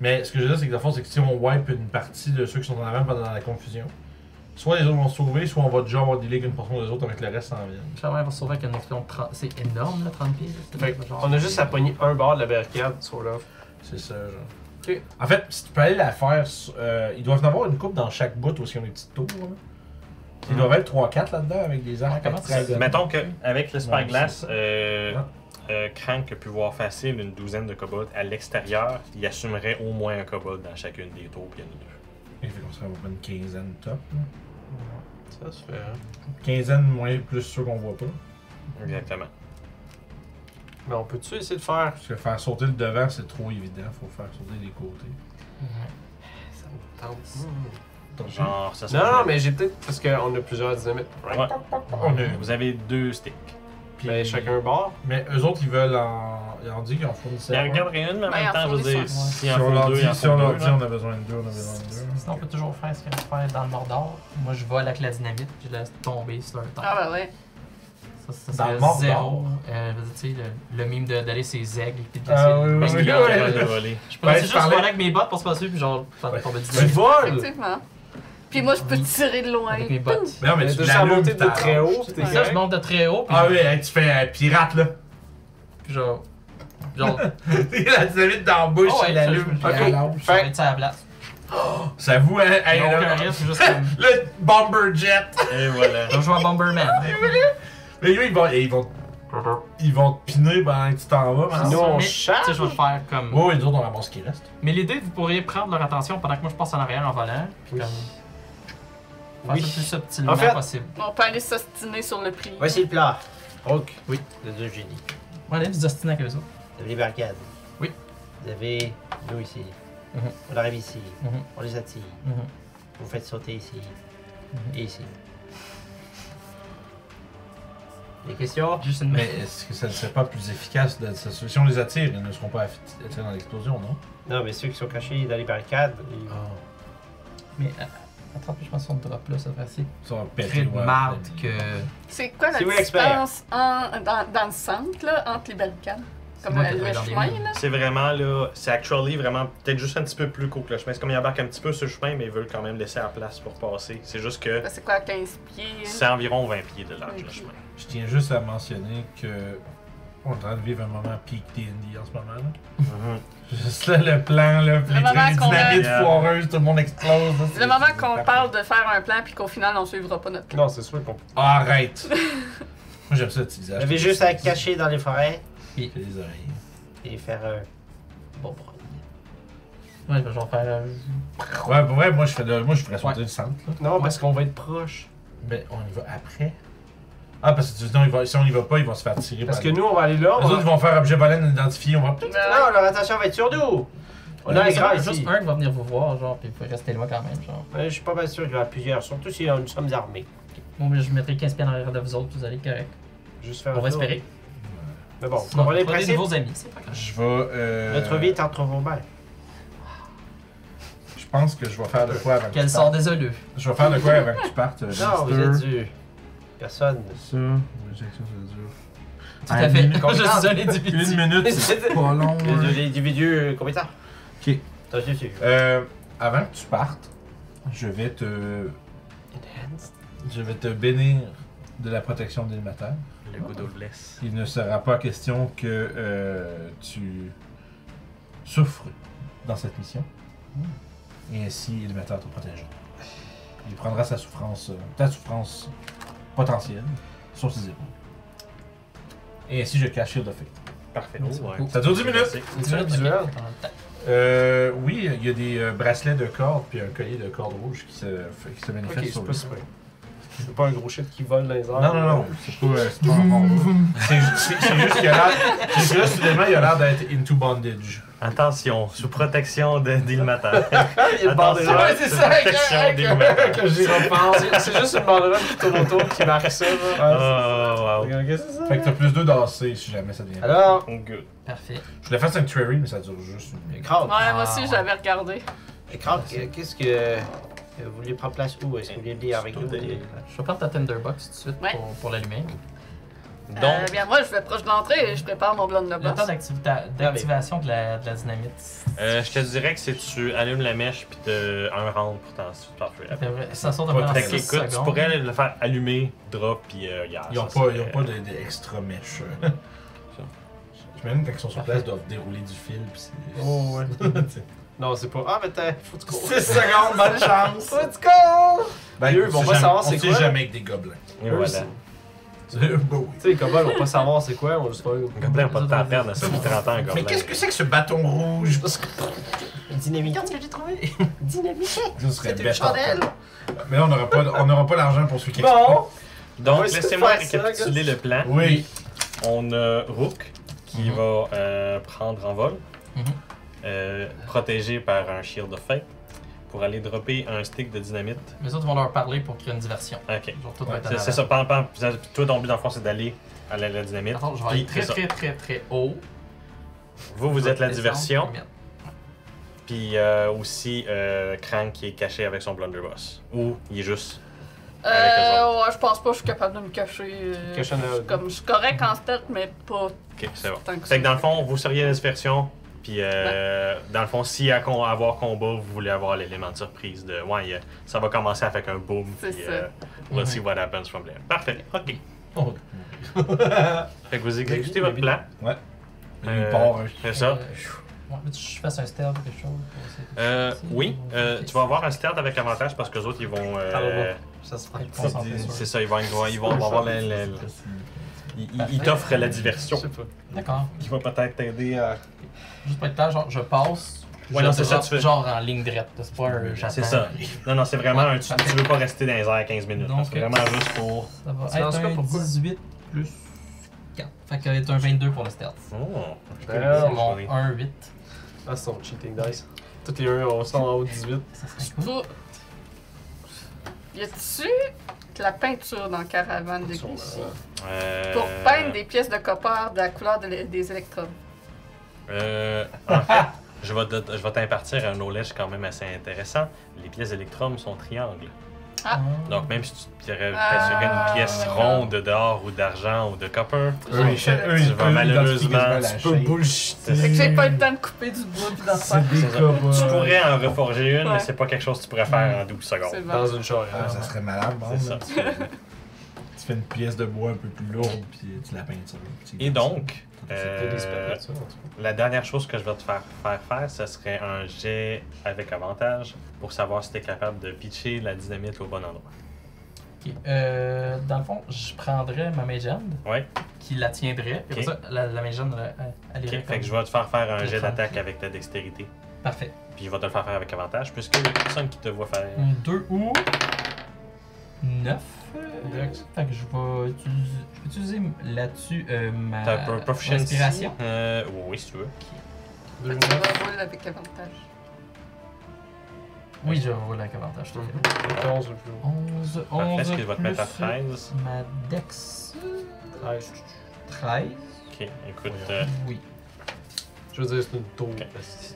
S1: Mais ce que je veux dire, c'est que dans le fond, c'est que si on wipe une partie de ceux qui sont en avant pendant la confusion, soit les autres vont se sauver, soit on va déjà avoir dealé qu'une portion des autres avec le reste s'en vient.
S5: Clairement, elle va se sauver avec une explosion de 30. C'est énorme, là, 30 pieds. là. C'est
S6: Fait
S5: genre-
S6: on a juste à pogner un bord de la barricade, sur là.
S1: C'est ça, genre.
S6: Ok.
S1: En fait, si tu peux aller la faire, euh, ils doivent en avoir une coupe dans chaque bout aussi, on des petites tours. Là. Ils doivent être 3-4 là-dedans avec des arcs.
S5: comment ça-
S1: hexagonaux.
S2: Mettons qu'avec le
S1: c'est
S2: Spyglass,
S1: ça.
S2: euh,
S1: Ah.
S2: euh, Crank a pu voir facile une douzaine de kobolds à l'extérieur, il assumerait au moins un kobold dans chacune des tours, puis il y en a deux.
S1: Il fait comme ça, on va prendre une quinzaine top.
S6: Ça se fait. hein.
S1: Quinzaine moins plus ceux qu'on voit pas.
S2: Exactement.
S6: Mais on peut-tu essayer de faire
S1: Parce que faire sauter le devant, c'est trop évident. Faut faire sauter les côtés.
S6: Ça me tente. Hmm.
S2: Genre, ça
S6: Non, non,
S2: serait-
S6: mais j'ai peut-être. Parce qu'on a plusieurs dynamites.
S2: Ouais.
S1: On a-
S2: Vous avez deux sticks.
S1: puis-
S5: Ben,
S6: Mais chacun bord.
S1: Mais eux autres, ils veulent en. Ils ont dit qu'ils en fournissent.
S2: Il y en garderait une, mais en
S4: Ben,
S2: même temps,
S4: en
S2: je veux
S4: fournissant,
S2: dire,
S4: ouais.
S2: si
S1: Si
S2: en
S1: on leur
S2: font deux,
S1: dit,
S2: il en
S1: si on
S2: faut
S1: leur
S2: deux. hein.
S1: dit,
S2: là.
S1: on a besoin de deux, on a besoin de deux.
S5: Sinon, on peut toujours faire ce qu'il faut faire dans le Mordor. Moi, je vole avec la dynamite, puis je laisse tomber sur leur
S4: Ah
S5: terre.
S4: ben ouais.
S5: Ça, ça,
S1: Dans le
S5: c'est
S1: Mordor.
S5: zéro. Euh, je veux dire, tu sais, le, le mime de- d'aller ses aigles, puis de
S1: Ah oui, oui,
S5: Parce
S2: Parce
S5: que
S1: oui.
S2: qu'il
S5: là,
S2: est en train de voler.
S5: Je pourrais
S1: Ouais,
S5: juste
S1: je parlais-
S5: voler avec mes bottes pour se passer, puis genre, faire
S1: Ouais.
S5: tomber du
S6: Tu voles!
S4: Effectivement. Puis moi, je peux tirer de loin.
S5: Avec mes bottes.
S1: Mais Ben non,
S6: Mais
S1: mais tu
S6: de ça
S1: l'allumes
S6: monter
S1: puis
S6: de très haut,
S1: t'arranges.
S6: t'es
S5: Ça, je
S6: correct.
S5: monte de très haut, puis,
S1: Ah oui, hey, tu fais un pirate là.
S5: puis genre. Genre,
S1: la dynamite dans la bouche,
S5: Oh, ouais,
S1: tu l'allumes.
S5: ça, je-
S1: puis elle lâche.
S5: je vais être à la place.
S1: Ça vous, hein, hey,
S5: J'ai aucun
S1: là,
S5: risque, juste comme.
S1: le bomber jet.
S2: Et voilà.
S1: Hein?
S5: Comme jouer à Bomberman.
S1: Mais eux, ils vont, ils vont, ils vont te piner pendant que tu t'en vas.
S5: Ah,
S1: man.
S6: Nous, on
S5: mais, Tu sais,
S6: charge.
S5: je vais faire comme.
S1: Ouais, ouais, nous autres, on ramasse ce qui reste.
S5: Mais l'idée, vous pourriez prendre leur attention pendant que moi je passe en arrière en volant. Puis comme. Faire
S6: Oui.
S5: ça le plus subtilement
S6: En fait-
S5: possible.
S4: On peut aller s'ostiner sur le prix.
S7: Voici le plat. Donc,
S5: Oui.
S7: de deux génies.
S5: Moi, allez, vous obstinez avec eux autres.
S7: Vous avez les barricades.
S5: Oui.
S7: Vous avez nous ici.
S5: Mhm.
S7: On arrive ici.
S5: Mhm.
S7: On les attire. Vous faites sauter ici.
S6: Mhm.
S7: Et ici. Des questions
S5: Juste une
S1: Mais est-ce que ça ne serait pas plus efficace de s'assurer- Si on les attire, ils ne seront pas affi- attirés dans l'explosion, non?
S7: Non, mais ceux qui sont cachés dans les barricades, ils-
S5: Ah. Mais euh, attrape, je pense qu'on drop là, ça va assez.
S1: Ça va
S7: Ben,
S1: péter,
S5: Très de
S1: ouais.
S5: marde que.
S4: C'est quoi la
S7: C'est où l'expert?
S4: distance en- dans, dans le centre, là, entre les barricades?
S5: C'est
S4: Comme
S5: moi
S4: euh,
S5: qui
S4: le
S5: travaille dans les
S4: chemin,
S5: mines.
S4: là?
S2: C'est vraiment là, c'est actually vraiment peut-être juste un petit peu plus court que le chemin. C'est comme il embarque un petit peu sur le chemin, mais ils veulent quand même laisser la place pour passer. C'est juste que
S4: Ben, C'est quoi, 15 pieds? hein?
S2: c'est environ 20 pieds de large le chemin.
S1: Je tiens juste à mentionner que. On est en train de vivre un moment peak D&D en ce moment, là.
S2: Mhm.
S1: Juste là, le plan, là, pis les
S4: moment
S1: trucs
S4: qu'on
S1: dynamites
S2: a-
S1: foireuses, tout le monde explose. là, c'est-
S4: Le moment
S1: c'est
S4: qu'on
S1: parfait.
S4: parle de faire un plan puis qu'au final, on suivra pas notre plan.
S6: Non, c'est sûr qu'on peut.
S1: Arrête! Moi, j'aime ça, tu disais.
S7: vous avez juste à les cacher dans les forêts
S1: J'ai les oreilles.
S7: et faire un bon broc.
S5: Ouais, je vais genre faire. euh,
S1: Ouais, pour vrai, moi, je, fais de- moi, je ferais sauter
S5: Ouais.
S1: le centre, là.
S6: Non, parce qu'on va être proche.
S1: Mais on y va après. Ah, parce que sinon, il va- si on y va pas, il va se faire tirer
S6: Parce
S1: par
S6: que
S1: les-
S6: nous, on va aller là.
S1: Les
S6: on va-
S1: autres, ils vont faire objet baleine identifié, on va peut-être.
S4: Ben,
S7: Non, leur attention va être sur nous. On a
S5: mais
S7: un
S5: ça
S7: grand
S5: va, juste
S7: ici.
S5: un qui va venir vous voir, genre, puis vous pouvez rester loin quand même, genre.
S7: Euh, Je suis pas mal sûr qu'il y en a plusieurs, surtout si euh, nous sommes armés.
S5: Bon, mais je mettrai 15 pieds en arrière de vous autres, vous allez être correct.
S7: Juste faire
S5: On
S7: un
S5: va
S7: tour.
S5: espérer.
S7: Mais Euh, bon, vous
S5: Sinon,
S7: comprenez
S5: prenez
S7: le
S5: de
S7: principe
S5: nouveaux amis, c'est pas grave.
S1: Je vais. euh,
S7: Notre vie est entre vos mains.
S1: Je pense que je vais faire de quoi avant que
S5: Quel
S1: tu
S5: sort
S1: partes.
S5: désolé.
S1: Je vais faire de quoi avant que tu partes. euh,
S7: Non, vous
S1: Mister.
S7: êtes du. Personne.
S1: Ça, l'injection, ça dure.
S5: Tout à fait.
S1: minute.
S5: Je suis un individu.
S1: Une minute, c'est pas long.
S7: Les
S1: hein.
S7: deux individus compétents.
S1: Ok.
S7: Attention, dessus.
S1: Euh, avant que tu partes, je vais te. Je vais te bénir de la protection des matins.
S2: Le good old bless.
S1: Il ne sera pas question que euh, tu souffres dans cette mission. Et ainsi, il mettra te protéger. Il prendra sa souffrance, euh, ta souffrance potentielle sur ses épaules. Et ainsi, je cache Shield of Faith.
S2: Parfait.
S5: Oh, ouais.
S1: Ça dure 10 minutes.
S6: C'est un visuel.
S1: Euh, oui, il y a des euh, bracelets de cordes puis un collier de cordes rouges qui se, qui se
S6: Ok,
S1: manifestent
S6: c'est
S1: sur
S6: pas
S1: le
S6: super. C'est pas un gros shit qui vole dans les airs.
S1: Non, non, non, c'est pas, euh, c'est pas un rond. C'est ju- c'est- c'est juste qu'il a l'air. C'est juste, soudainement, il a l'air d'être into bondage.
S2: Attention, sous protection de d'île matin.
S6: Il y a une
S2: Attention,
S6: banderole.
S2: sous protection d'île matin.
S6: que j'ai repensé. C'est juste une banderole qui tourne autour qui marque ça.
S1: Ah.
S6: là.
S2: Oh, wow.
S6: Regarde, Qu'est-ce que c'est ça?
S1: Fait que t'as plus 2 d'AC si jamais ça devient.
S7: Alors,
S2: Good.
S5: Parfait.
S1: Je voulais faire Sanctuary, mais ça dure juste une minute.
S7: Kraut,
S4: Ouais, moi
S5: Ah,
S4: aussi,
S5: ouais.
S4: j'avais regardé.
S7: Kraut, que- qu'est-ce que. que Vous voulez prendre place où Est-ce que vous voulez venir avec nous
S2: Surtout
S5: Je vais prendre ta Thunderbox tout de suite
S4: Ouais.
S5: pour, pour l'allumer.
S4: Euh,
S2: Donc,
S4: bien, moi, je vais proche de l'entrée et je prépare mon blonde de
S5: Le temps
S4: boss.
S5: d'activita- d'activation de la, de la dynamite.
S2: euh, je te dirais que si tu allumes la mèche puis t'as un round pour t'en sortir.
S5: Ça devrait- Ça sort de
S1: Faut
S5: moi dans
S2: Fait
S1: Dans
S5: Ah, six
S2: que, écoute, tu
S5: secondes.
S2: pourrais le faire allumer, drop, puis euh, regarde.
S1: Ils ont
S2: ça,
S1: pas,
S2: c'est-
S1: ils ont pas de- d'extra mèche. J'imagine quand ils sont sur place, ils doivent dérouler du fil. Pis c'est...
S6: Oh, ouais.
S7: Non, c'est pas. Ah, mais t'as. Faut que tu cours.
S1: 6 secondes, bonne chance!
S6: Let's go!
S1: Ben,
S6: Eux, ils vont
S1: on sait
S6: pas
S1: jamais-
S6: savoir c'est
S1: On sait
S6: quoi.
S1: jamais avec des gobelins.
S2: Et
S6: Eux,
S2: voilà.
S6: c'est-
S1: C'est- bah oui.
S6: Tu sais, les cobolds vont pas savoir c'est quoi, on le sait.
S2: Un gobelin n'a pas de temps à perdre à ça, 30 ans, un
S1: Mais
S2: gobelin.
S1: qu'est-ce que c'est que ce bâton rouge?
S7: Dynamique.
S5: Regarde ce que j'ai trouvé.
S1: Ça serait
S7: C'est une
S1: bête en
S7: chandelle.
S1: temps. Mais là, on n'aura pas, on n'aura pas l'argent pour ceux qui
S6: Bon!
S2: Donc,
S6: Ouais, c'est
S2: laissez-moi
S6: facile,
S2: récapituler le plan.
S1: Oui.
S2: On a Rook qui
S5: Mhm.
S2: va euh, prendre en vol,
S5: Mhm.
S2: euh, protégé par un shield of fate, pour aller dropper un stick de dynamite.
S5: Les autres vont leur parler pour créer une diversion.
S2: Ok.
S5: Genre, tout va
S2: Ouais,
S5: être en
S2: c'est-
S5: avant.
S2: c'est ça, pan, pan. Puis Toi, ton but, dans le fond, c'est d'aller à la, la dynamite.
S5: Attends, je vais
S2: Puis,
S5: aller très,
S2: c'est ça.
S5: très, très, très haut.
S2: Vous, vous
S5: Je vais
S2: êtes la
S5: descendre,
S2: diversion.
S5: je vais mettre-
S2: Puis euh, aussi euh, Krang qui est caché avec son blunderbuss. Ou il est juste. Avec les
S4: Euh, ouais, je pense pas que je suis capable de me cacher. euh,
S6: Cacher en arrière.
S4: comme je suis correct en tête, mais pas
S2: Ok, c'est bon.
S4: tant que ça.
S2: Fait que dans le fond, vous seriez la diversion. Puis euh, dans le fond, s'il y a con- à avoir combat, vous voulez avoir l'élément de surprise de. Ouais, il y a- ça va commencer avec un boom.
S4: C'est
S2: Puis
S4: ça.
S2: euh, we'll
S5: Mhm.
S2: see what happens from there. Parfait. Ok.
S1: Oh,
S2: Fait que vous exécutez votre plan.
S1: lui,
S2: Euh,
S1: il part, hein.
S2: C'est ça.
S5: Euh, Ouais, mais tu je fasse un stealth ou quelque chose. pour essayer de-
S2: Euh,
S5: C'est-
S2: oui, euh, tu vas avoir un stealth avec avantage parce que les autres ils vont. euh,
S6: Ah, bon. Ça se
S5: Ouais,
S6: fait.
S5: ils vont s'en
S1: c'est-
S5: faire
S2: c'est
S5: sûr.
S2: ça, ils vont, ils vont, ils vont avoir la- la- la- ils- ils- ils t'offrent la diversion.
S5: D'accord.
S2: Qui va peut-être t'aider à.
S5: Juste pour être clair, genre, je passe.
S2: Ouais,
S5: je
S2: non, c'est ça,
S5: drop,
S2: tu fais-
S5: Genre en ligne droite. C'est pas un j'attends.
S2: Ah, C'est ça. Non, non, c'est vraiment.
S5: Ouais,
S2: un- tu,
S5: parfait.
S2: tu veux pas rester dans les airs 15 minutes.
S5: Donc,
S2: c'est vraiment juste pour.
S5: Ça va
S6: Tu lances
S5: être
S6: quoi,
S5: un
S6: pourquoi?
S5: 18 plus 4. Fait que est un 22 pour le stealth.
S2: Oh.
S5: C'est
S6: Ah,
S5: mon
S2: oui.
S5: 1-8.
S6: c'est son cheating dice. Toutes les 1, on sort en haut de 18.
S5: Ça serait cool.
S4: Tout. Y a-tu de la peinture dans Caravane de Clichy?
S2: Euh,
S4: Pour peindre des pièces de copper de la couleur de l'é- des électrodes.
S2: Euh, en fait, je vais te- je vais t'impartir un knowledge quand même assez intéressant. Les pièces électrum sont triangles.
S4: Ah.
S2: Donc, même si tu tirais-
S4: Ah.
S2: t'assurais une pièce ronde d'or ou d'argent ou de copper,
S1: Eux, ils cherchent- eux, ils-
S2: Tu vas
S1: eux, ils
S2: malheureusement-
S1: doivent se
S6: Tu
S1: faire
S6: peux
S1: lâcher.
S6: bullshit.
S4: euh, Fait que j'ai pas eu le temps de couper du bois pis d'en faire.
S2: des
S6: combats.
S2: tu pourrais en reforger une,
S4: Ouais.
S2: mais c'est pas quelque chose que tu pourrais faire en 12
S4: C'est
S2: secondes.
S4: bon.
S6: Dans une charrette.
S1: Ah, ça serait malade, bon,
S2: C'est ça.
S1: là. Tu fais une pièce de bois un peu plus lourde, puis tu la peins ça. puis tu-
S2: Et donc,
S6: C'était des
S2: euh,
S6: spectacles, ça, en tout cas.
S2: la dernière chose que je vais te faire faire, faire ce serait un jet avec avantage pour savoir si tu es capable de pitcher la dynamite au bon endroit.
S5: Ok, euh, dans le fond, je prendrais ma mage hand,
S2: Ouais.
S5: qui la tiendrait. puis
S2: Ok.
S5: après ça, la, la mage hand, elle, elle- elle
S2: Ok,
S5: irait
S2: Fait
S5: comme-
S2: que je vais te faire faire un
S5: Je
S2: jet
S5: prends.
S2: d'attaque avec ta dextérité.
S5: Parfait.
S2: Puis je vais te le faire faire avec avantage, puisque y a personne qui te voit faire.
S5: Un 2 ou 9. Fait que je vais utiliser, je peux utiliser là-dessus euh, ma
S2: T'as un peu
S5: mon
S2: proficiency.
S5: inspiration.
S2: Euh, oui, si tu veux.
S4: Fait que ça va rouler avec avantage.
S5: Oui, je vois la avantage. tout à fait.
S6: Mhm. 14 le plus haut.
S5: 11, 11
S2: Mhm. Parfait, ce qui va te
S5: plus
S2: mettre à 13.
S5: Ma dex,
S6: 13.
S5: 13.
S2: Ok, écoute. euh,
S5: Oui.
S6: Je veux dire, c'est une tour.
S2: Ok.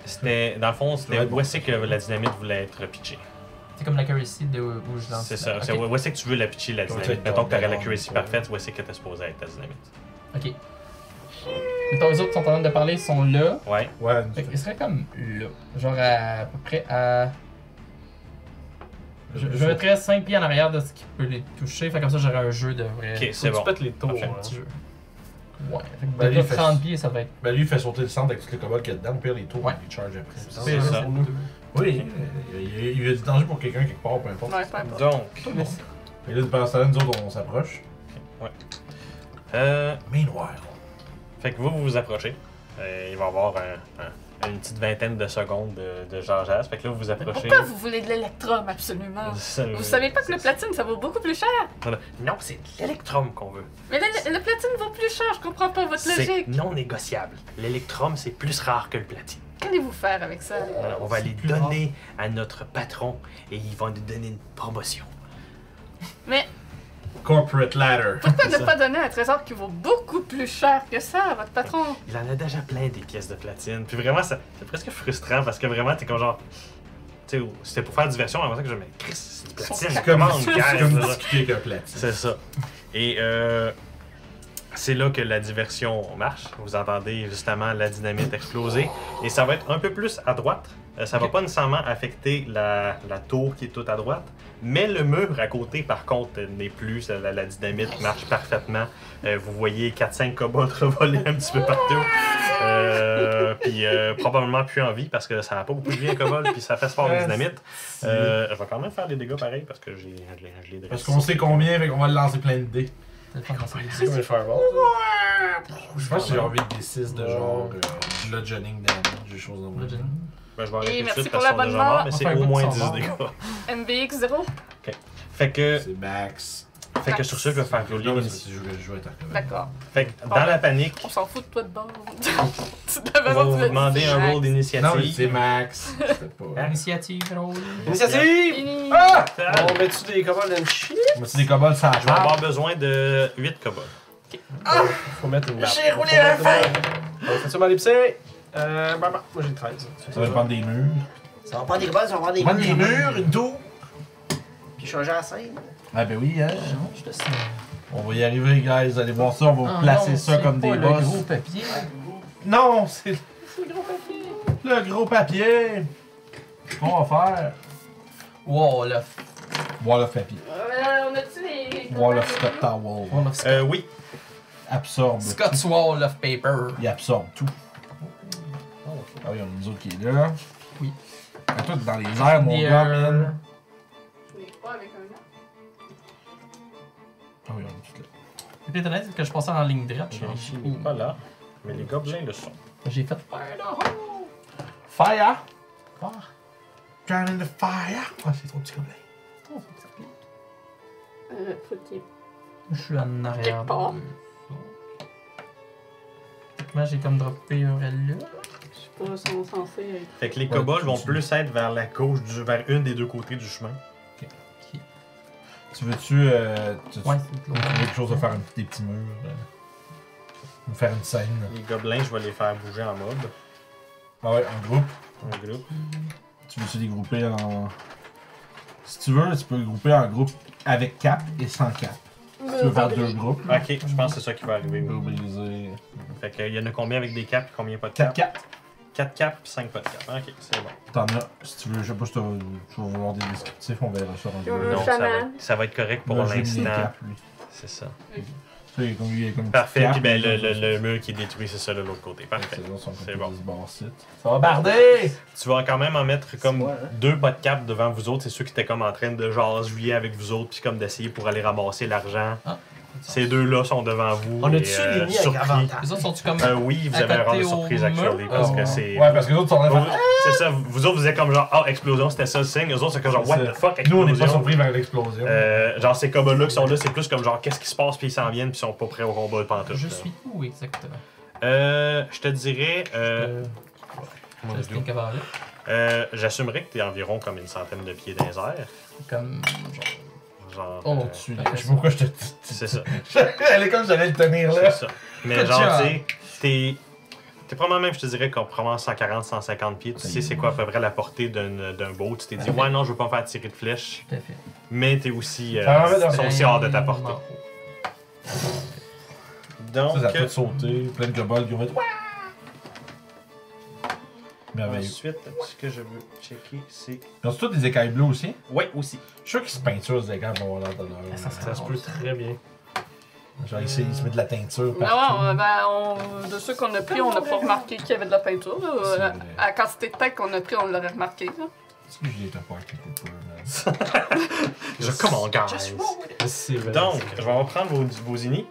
S2: C'était, dans le fond, c'était
S1: Ouais, bon.
S2: où est-ce que la dynamite voulait être pitchée.
S5: C'est comme la currency de où je lance.
S2: C'est ça.
S5: Ok.
S2: C'est où où est-ce que tu veux la pitcher, la
S1: Ouais,
S2: dynamite.
S1: c'est
S2: Mettons que t'aurais
S1: bon,
S2: la currency
S1: bon.
S2: parfaite, où est-ce que t'es supposé être, ta dynamite.
S5: Ok. Mettons, les autres qui sont en train de parler, ils sont là.
S2: Ouais.
S1: Ouais,
S5: Fait qu'ils seraient comme là. Genre à, à peu près à. Je, je mettrais 5 pieds en arrière de ce qui peut les toucher. Fait comme ça, j'aurais un jeu de vrai.
S2: Ok,
S6: Faut
S2: c'est
S6: que
S2: bon.
S6: Tu pètes les tours.
S2: Parfait.
S6: hein.
S5: Petit jeu. Ouais. Fait que
S1: Ben, lui,
S5: déjà,
S1: il fait-
S5: 30 pieds, ça va être.
S1: Ben lui, il fait sauter le centre avec tout le cobalt qu'il y a dedans, puis il les tours,
S5: Ouais.
S1: il les charge après.
S2: C'est
S6: Ouais,
S2: ça.
S6: pour nous.
S1: Oui, euh, il y a- il y a du danger pour quelqu'un quelque part, peu importe.
S4: Ouais, peu importe.
S2: Donc,
S1: Et là, pendant ce temps-là, nous autres, on s'approche.
S2: euh,
S1: Meanwhile.
S2: fait que vous, vous vous approchez. Euh, il va y avoir un- un- une petite vingtaine de secondes de, de jarjaz. Fait que là, vous vous approchez.
S4: Pourquoi vous voulez de l'électrum, absolument? Vous savez pas que le platine, ça vaut beaucoup plus cher?
S2: Non, c'est l'électrum qu'on veut.
S4: Mais le, le platine vaut plus cher, je comprends pas votre
S2: C'est
S4: logique.
S2: non négociable. L'électrum, c'est plus rare que le platine.
S4: Qu'allez-vous faire avec ça?
S2: Alors, on va les donner à notre patron et ils vont nous donner une promotion.
S4: Mais
S1: Corporate ladder.
S4: pourquoi
S2: C'est
S4: ne
S2: ça.
S4: pas donner un trésor qui vaut beaucoup plus cher que ça à votre patron?
S2: Il en a déjà plein des pièces de platine. Puis vraiment, ça- c'est presque frustrant parce que vraiment, t'es comme genre. Tu sais, c'était pour faire diversion avant ça que je me dis, Chris, c'est du platine.
S4: C'est
S1: comme-
S2: Comment on
S4: c'est
S1: C'est comme
S2: gagne ça?
S1: discuter avec un platine.
S2: C'est ça. Et euh, c'est là que la diversion marche. Vous entendez justement la dynamite exploser. Et ça va être un peu plus à droite. Euh, ça va pas nécessairement affecter la, la tour qui est toute à droite. Mais le mur à côté, par contre, euh, n'est plus. La, la dynamite marche parfaitement. Euh, vous voyez 4-5 kobolds revoler un petit peu partout. Euh, puis euh, probablement plus en vie parce que ça n'a pas beaucoup de vie un kobold. Puis ça fait sport une dynamite. Euh, je vais quand même faire des dégâts pareils parce que j'ai, je l'ai- je l'ai
S1: Parce
S2: dressé.
S1: qu'on sait combien, fait qu'on va le lancer plein de dés.
S5: C'est le fun de lancer les
S6: C'est comme une fireball.
S2: Oh,
S1: Je pense que j'ai envie de des 6 de genre euh, bludgeoning damage, des choses dans
S5: dés.
S1: le genre.
S2: Ben, je vais arrêter
S4: Et
S2: tout de
S4: merci
S2: suite
S4: pour
S2: parce qu'on est déjà
S4: l'abonnement.
S2: mort, mais
S5: Enfin,
S2: c'est
S5: un
S2: au
S5: bout de
S2: moins 10
S5: cent
S2: dégâts.
S4: MBX 0?
S2: Fait que
S1: C'est max.
S2: Fait que sur ça, je vais faire rouler.
S1: Non, mais si
S2: l'initiative.
S1: je veux jouer à Tarkov.
S4: D'accord.
S2: Fait que dans la panique,
S4: On s'en fout de toi de bord. tu
S2: on
S4: devais
S2: va
S4: pas
S2: vous demander un rôle
S1: Non, mais
S2: d'initiative.
S1: c'est Max. C'était pas.
S5: Initiative, roll.
S7: Initiative!
S4: Fini.
S2: Ah!
S7: On met-tu des commandes and shit?
S1: On va-tu des kobolds sans
S2: Je vais
S1: table?
S2: avoir besoin de 8 kobolds.
S7: Faut mettre une map.
S1: J'ai roulé un
S7: fer! On fait sûrement l'épicé. Euh, bah, bah, moi j'ai 13.
S1: Ça va prendre des murs.
S7: Ça va prendre des balles, ça va prendre des
S1: Prendre des murs, une tour.
S7: Puis changer à 5.
S1: Ah ben oui, hein.
S5: Change de signe.
S1: On va y arriver, guys. Allez voir ça. On va
S5: Ah
S1: placer
S5: non,
S1: ça
S5: c'est
S1: comme
S5: pas
S1: des
S5: le
S1: boss.
S5: gros papier.
S1: Non, c'est le gros papier. Qu'on va faire?
S5: Wow, là.
S1: Wall of papier.
S4: Euh, on a-tu les.
S1: Wall of Scott Tower.
S5: Wall of Scott.
S2: Euh, oui.
S1: Absorbe.
S5: Scott's Wall of Paper.
S1: Il absorbe tout. Ah oui, on a nous autres qui est là.
S5: Oui.
S1: Fait que toi, t'es dans les airs, mon
S5: Near.
S1: gars, man.
S4: Mais pas avec un arc.
S1: Ah oui, on est tout là.
S5: C'était étonnant c'est que je passais en ligne droite.
S2: J'ai
S5: j'ai-
S2: mis pas là, mais les gobelins le sont.
S5: J'ai fait.
S1: Fire!
S5: Ah,
S1: Drowning the fire! Ah, c'est trop petit comme là.
S4: Euh, faut qu'il y ait
S5: Je suis en arrière.
S4: Quelque part.
S5: Moi, j'ai comme droppé un là.
S4: pas son censé être.
S2: Fait que les
S1: Ouais,
S2: kobolds vont
S1: tu-
S2: plus être vers la gauche, du, vers une des deux côtés du chemin.
S1: Tu veux-tu. Euh, tu- tu-
S5: Ouais, c'est
S1: tu veux quelque chose de faire une- des petits murs? euh, ou faire une scène?
S2: Les gobelins, je vais les faire bouger en mob,
S1: Ah ouais, en groupe.
S2: en groupe.
S1: Tu veux-tu les grouper en. Si tu veux, tu peux les grouper en groupe avec cap et sans cap. Tu peux faire deux groupes.
S2: Ok, je pense que c'est ça qui va arriver.
S1: Tu
S2: oui.
S1: peux briser.
S2: Fait qu'il y en a combien avec des caps, combien pas de caps
S1: 4 4
S2: 4 caps, 5 pas de caps. Ok, c'est bon.
S1: T'en as, si tu veux, je sais pas si t'as- tu vas vouloir des descriptifs, on verra ça dans
S4: Euh,
S1: le
S2: Non, ça
S4: chaman.
S2: va, être- ça va être correct pour
S1: Là, j'ai mis des
S2: l'instant.
S1: caps, lui.
S2: C'est ça.
S1: Ça, il est comme lui, il est comme une
S2: Parfait,
S1: petite
S2: puis ben, le,
S1: cape,
S2: le,
S1: lui,
S2: le mur qui est détruit, c'est ça de l'autre côté. Parfait.
S1: C'est là, son côté
S2: C'est bon.
S1: disbarcite.
S7: Ça va barder!
S2: Tu vas quand même en mettre comme
S1: hein?
S2: deux pas de cap devant vous autres. C'est ceux qui étaient comme en train de genre jouer avec vous autres, puis comme d'essayer pour aller ramasser l'argent.
S5: Ah.
S2: Ces deux-là sont devant vous.
S7: On
S2: et,
S7: a-tu
S2: euh,
S7: les mis avec
S2: surpris.
S7: avantage?
S5: Les autres sont-tu comme.
S2: Euh, oui, vous
S5: À
S2: avez un rang de
S5: côté au
S2: surprise, actually,
S5: mur?
S2: parce
S5: Ah,
S2: que
S5: ouais.
S2: c'est.
S1: Ouais, parce que nous autres, on
S2: Vous-
S1: a
S2: C'est ça, vous autres, vous êtes comme genre, ah, explosion, c'était ça le signe. Eux autres, c'est comme genre, what
S1: C'est
S2: the fuck,
S1: Nous, on est pas
S2: explosion.
S1: surpris par l'explosion.
S2: Euh, genre, ces combats-là qui sont là, c'est plus comme genre, qu'est-ce qui se passe, puis ils s'en viennent, puis ils sont pas prêts au combat de pantoute.
S5: Je
S2: là.
S5: suis où exactement
S2: Euh, je te dirais, euh,
S5: Euh,
S2: comment je
S5: je
S2: dis?
S5: suis un cavalier.
S2: Euh, j'assumerais que t'es environ comme une centaine de pieds dans les airs.
S5: Comme. genre,
S2: Genre.
S1: On
S2: euh,
S1: tue. Je sais pas pourquoi je te.
S2: c'est ça,
S1: Elle est comme j'allais le tenir
S2: c'est
S1: là.
S2: ça. Mais
S5: Good
S2: genre,
S5: job.
S2: tu sais, t'es. T'es probablement même, je te dirais, qu'on probablement 140, 150 pieds. Tu sais, c'est quoi à peu près la portée d'un euh, d'un bow. Tu t'es
S1: Ah,
S2: dit, ouais, non, je veux pas me faire tirer de flèche.
S5: Tout à fait.
S2: Mais t'es aussi. Euh,
S1: Ça va, madame.
S2: ils sont aussi hors de ta portée.
S5: Vraiment.
S2: Donc.
S1: Ça, ça a tout sauté. Plein de gobols qui vont être. Merveilleux.
S2: euh, Ensuite, ce que je veux checker, c'est.
S1: Ils ont tous des écailles bleues aussi.
S2: Ouais, aussi.
S1: Je suis sûr qu'ils se peinturent les écailles pour avoir l'air de leur.
S5: Ah, Ça
S6: Ça se peut très bien.
S1: Genre, ils se ils se mettent de la teinture
S4: Non,
S1: partout.
S4: non, ben, on- de ceux qu'on a pris, on n'a pas remarqué qu'il y avait de la peinture. là.
S1: C'est
S4: La-
S1: vrai.
S4: À la quantité de têtes qu'on a pris, on l'aurait remarqué. là.
S1: Est-ce que je les pas quelque peu, man?
S2: Je commande, guys.
S6: C'est vrai.
S2: Donc, je vais reprendre vos, vos unis.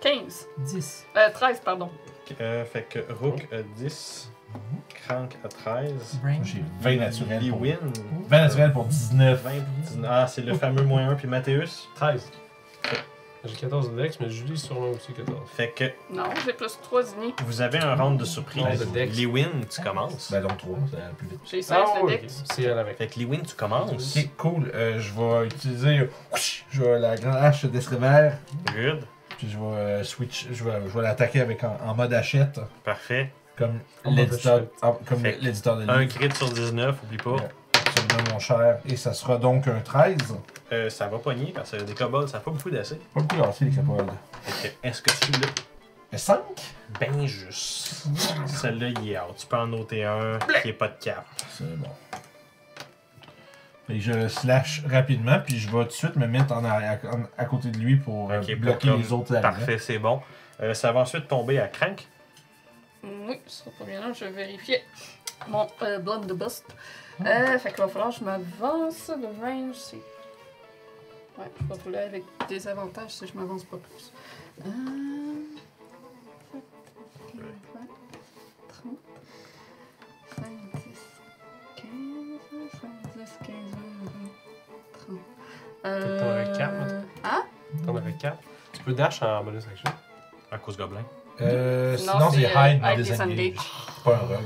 S4: 15.
S5: 10.
S4: Euh, 13, pardon.
S2: Euh, fait que Rook a 10, Crank a 13,
S5: Brain.
S1: J'ai 20 naturels. Pour...
S2: Ewin
S1: 20 naturels pour 19.
S2: 20, 19. Ah, c'est le fameux moins 1 puis Mathéus.
S6: 13. J'ai 14 de Dex, mais Julie est sûrement aussi 14.
S2: Fait que
S4: Non, j'ai plus 3 unis.
S2: vous avez un round de surprise.
S6: Ouais, de Dex.
S2: Lewin, tu commences.
S1: Ben, donc 3, ça va plus vite.
S4: J'ai 16 de
S6: Ah ok.
S4: deck.
S6: C'est elle avec.
S2: Fait que Lewin, tu commences.
S1: Ok, cool. Euh, je vais utiliser. Ouch! Je vais la grande hache d'Estrever.
S2: Good.
S1: Puis je vais euh, switch. Je vais, je vais l'attaquer avec en, en mode hachette.
S2: Parfait.
S1: Comme
S6: En mode
S1: l'éditeur
S6: hachette.
S1: en- comme
S2: Fait que
S1: l'éditeur de
S2: Un
S1: livre.
S2: crit sur 19, oublie pas.
S1: Ouais. Absolument, mon cher. Et ça sera donc un 13.
S2: Euh, ça va pogner parce que des kobolds, ça n'a pas beaucoup d'assez.
S1: Pas beaucoup lancé les capodes.
S2: Fait que est-ce que tu l'as?
S1: Mais 5?
S2: Ben juste. Celle-là, il est out. Tu peux en noter un qui est pas de cap.
S1: C'est bon. Fait que je slash rapidement, puis je vais tout de suite me mettre en arrière, en- à côté de lui pour euh,
S2: Ok, pour
S1: bloquer
S2: comme-
S1: les autres arrivants.
S2: Parfait, c'est bon. Euh, ça va ensuite tomber à Crank.
S4: Oui, ça pas bien là, je vais vérifier mon euh, blood de bust. Euh, fait qu'il va falloir que je m'avance. Le range, c'est. Ouais, je vais rouler avec des avantages si je m'avance pas plus. Euh... 30, 5, 10, 15, 5, 10, 15, 20, 30.
S6: Peut-être t'aurais
S4: Euh...
S6: quatre, en
S4: Hein?
S6: fait 4. Tu peux dash en bonus action.
S2: À cause gobelin.
S1: Euh,
S4: Non,
S1: sinon, c'est
S4: c'est, euh,
S1: hide,
S4: hide,
S1: mais disengage.
S4: disengage.
S1: C'est pas un rogue.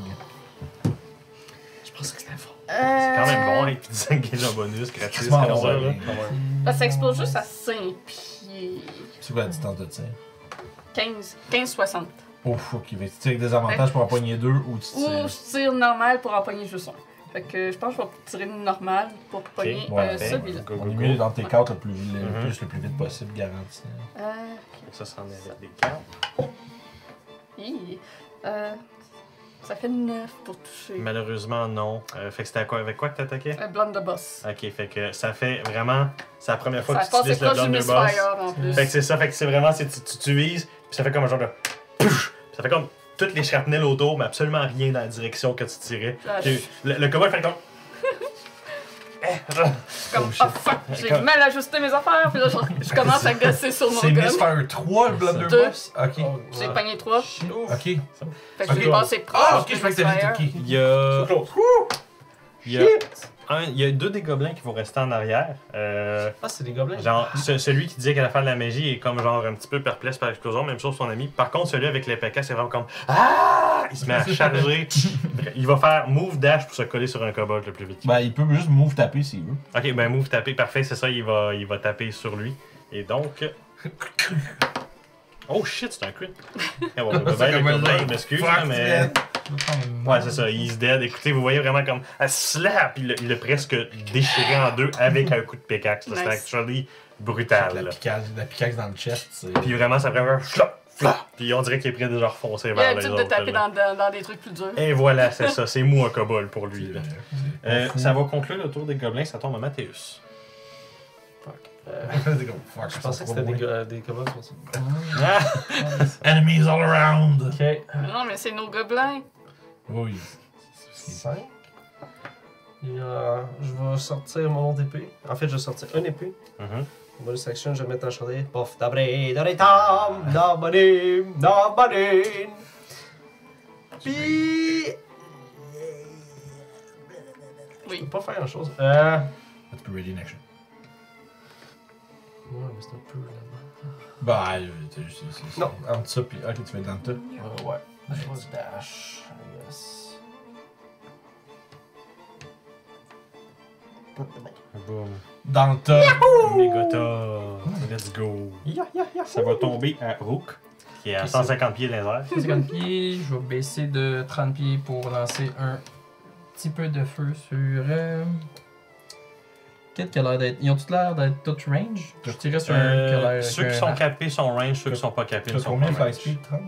S5: Je pensais que c'était fort.
S4: hein?
S2: C'est quand
S4: Euh,
S2: même bon, hein, et puis disengage en bonus gratuit, c'est
S1: Quasiment
S2: comme
S1: bon,
S2: ça. là.
S1: Ah ouais.
S4: Parce que ça explose juste à 5 pieds.
S1: C'est quoi la distance de tir Oh,
S4: 15, 15 60.
S1: Ouf, ok. mais Tu tires avec des avantages pour en poigner deux ou tu
S4: Ou
S1: tires.
S4: je tire normal pour en pogner juste un. Fait que je pense que je vais tirer normal pour pogner
S1: ouais, ben,
S4: euh, celui-là.
S2: Go,
S1: On
S2: go,
S1: est
S2: go.
S1: mieux dans tes cartes le plus, le
S2: Mhm.
S1: plus, le plus vite possible, garanti.
S4: Euh,
S2: Ça, c'en est avec des cartes.
S4: hi. Euh, ça fait 9 pour toucher.
S2: Malheureusement, non. Euh, fait que c'était à quoi- avec quoi que t'attaquais
S4: Un blunderbuss.
S2: Ok, fait que ça fait vraiment. C'est la première fois
S4: Ça
S2: que tu
S4: passe
S2: utilises le
S4: proche du
S2: blunderbuss.
S4: misfire en plus.
S2: Fait que c'est ça, fait que c'est vraiment, c'est, tu, tu, tu vises, puis ça fait comme un genre de. Pouf! Puis ça fait comme toutes les shrapnels autour, mais absolument rien dans la direction que tu tirais.
S4: Ah,
S2: Puis le, le cowboy fait comme.
S4: comme, ah fuck, j'ai
S2: Comme-
S4: mal ajusté mes affaires. Puis là, je, je commence à gosser sur mon
S1: C'est
S4: gun.
S1: Misfire 3 le Blunderbuss Ok.
S6: Oh.
S4: J'ai pogné 3. Fait
S1: Ok.
S4: que je
S1: Ok.
S4: l'ai passé proche.
S1: Ah, ok, je
S4: du
S1: crois que t'as
S4: misfire.
S1: vite. Ok.
S2: Il y a.
S6: Claude.
S2: Il y a, un- il y a deux des gobelins qui vont rester en arrière. Euh,
S6: Ah, c'est des gobelins.
S2: genre, ce- celui qui disait qu'elle allait faire de la magie est comme genre un petit peu perplexe par l'explosion, même chose pour son ami. Par contre, celui avec les PK, c'est vraiment comme. Ah Il se met à charger. il va faire move dash pour se coller sur un kobold le plus vite. qu'il
S1: Ben, il peut juste move taper s'il veut.
S2: Ok, ben move taper, parfait, c'est ça, il va, il va taper sur lui. Et donc. Oh shit, c'est un crit! Eh ouais, ben, ben, le gobelin, je m'excuse,
S1: Fuck,
S2: mais.
S1: man.
S2: Ouais, c'est ça, he's dead. Écoutez, vous voyez vraiment comme. Ah, slap! Il l'a- il l'a presque déchiré en deux avec un coup de pickaxe. là. C'était
S4: Nice.
S2: actually brutal.
S1: La
S2: là.
S1: picaxe, la picaxe dans le chest, c'est.
S2: Puis vraiment, ça fait un. flop, flop. Puis on dirait qu'il est prêt déjà refoncer
S4: Il y a
S2: vers
S4: le
S2: les
S4: type de
S2: autres. Eh.
S4: taper
S2: là.
S4: dans, dans, dans des trucs plus durs.
S2: Et voilà, c'est ça, c'est mou un cobol pour lui. là. Euh,
S1: fou.
S2: ça va conclure le tour des gobelins, ça tombe à Mathéus.
S1: C'est comme, fuck,
S6: Je pensais que c'était des, go- euh, des gobelins. je pensais.
S1: Enemies all around!
S4: Non, mais c'est nos gobelins.
S1: Oui.
S6: 5. Et euh, je vais sortir mon autre épée. En fait, je vais sortir une épée.
S2: Mhm.
S6: Bonus action, je vais mettre en chandelier. Pof, d'abré, d'abré, tam, d'abré, d'abré. Puis. Je
S4: Oui.
S6: peux pas faire grand chose. Euh.
S1: Tu peux ready in action.
S6: Ouais, mais c'est un peu là-bas.
S1: Bah, euh, t'as juste. c'est- c'est-
S6: Non.
S1: Entre ça, puis. Ok, tu vas être dans le tas.
S6: Euh, ouais. Je vais du dash, I guess.
S2: Boum.
S1: Dans le tas!
S2: Mégota, let's go. Ça va tomber à Rook, qui est à
S5: Ok,
S2: 150 pieds dans les airs.
S5: 50 pieds, je vais baisser de 30 pieds pour lancer un petit peu de feu sur. Euh... Peut-être qu'il a l'air d'être. Ils ont tous l'air d'être tout range. Je tirais sur un qui a l'air.
S2: Euh,
S5: avec
S2: ceux qui
S5: un
S2: sont
S5: arc.
S2: capés sont range, ceux qui sont pas capés
S1: T'as
S2: ne sont
S1: combien
S2: pas
S1: de
S2: range.
S1: fly speed? 30?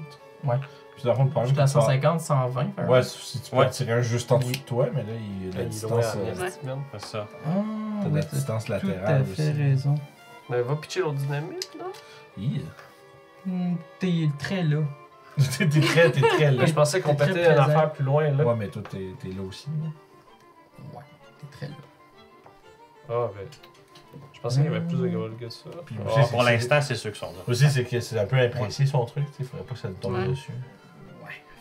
S5: Ouais.
S1: Puis dans le fond, le problème,
S5: J'étais à
S1: c'est que-
S5: 150, 120. fait un-
S1: Ouais, si tu peux
S2: Ouais.
S1: tirer un juste en dessous de toi, mais là, il la
S6: Il est loin,
S1: distance.
S6: il
S1: euh,
S6: est petit, man.
S2: C'est ça.
S5: Ah,
S1: T'as de
S5: oui,
S1: la
S5: t'as
S1: distance
S5: tout à
S1: latérale
S5: fait
S1: aussi.
S5: raison.
S6: Ben, va pitcher l'autre dynamique, là.
S1: Hi.
S5: Hmm, T'es très là.
S1: T'es t'es très, t'es très là.
S6: Je pensais qu'on
S5: Très
S6: pétait une
S5: présent.
S6: affaire plus loin, là.
S1: Ouais, mais toi, t'es t'es là aussi. là.
S5: Ouais, t'es très là.
S6: Ah, ben. Je pensais qu'il y avait plus de gobelins que ça.
S1: Puis
S2: Ah,
S1: aussi, c'est-
S2: pour
S1: c'est-
S2: l'instant, c'est ceux qui sont là.
S1: Aussi, c'est que c'est un peu imprécis son truc, tu sais. Faudrait pas que ça te tombe
S4: Ouais.
S1: dessus.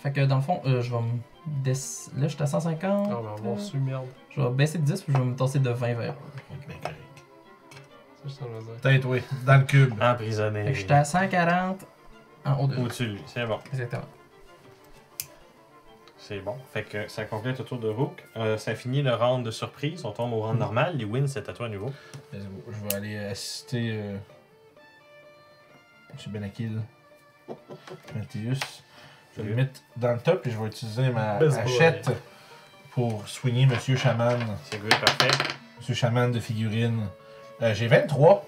S5: Fait que dans le fond, euh, je vais me. baisser- Là, j'étais à 150.
S6: Ah, ben, on
S5: euh,
S6: va su, merde.
S5: Je vais baisser de 10 puis je vais me tasser de 20 vers eux.
S1: Ok, ben, correct.
S6: C'est ça que je veux dire.
S1: Peut-être, oui. Dans le cube.
S2: Ah.
S5: Fait
S2: Emprisonné.
S5: que j'étais à 140 en haut de lui.
S2: Au-dessus de lui. C'est bon.
S5: Exactement.
S2: C'est bon. Fait que ça complète le tour de Rook. Euh, ça finit le round de surprise. On tombe au round normal. Les wins, c'est à toi à nouveau.
S1: Let's go. Je vais aller assister. Euh... Monsieur Benakil. Mathéus. Je vais le mettre dans le top et je vais utiliser ma
S6: Best boy.
S1: hachette pour soigner Monsieur Chaman.
S2: C'est good, parfait.
S1: Monsieur Chaman de figurines. Euh, J'ai 23.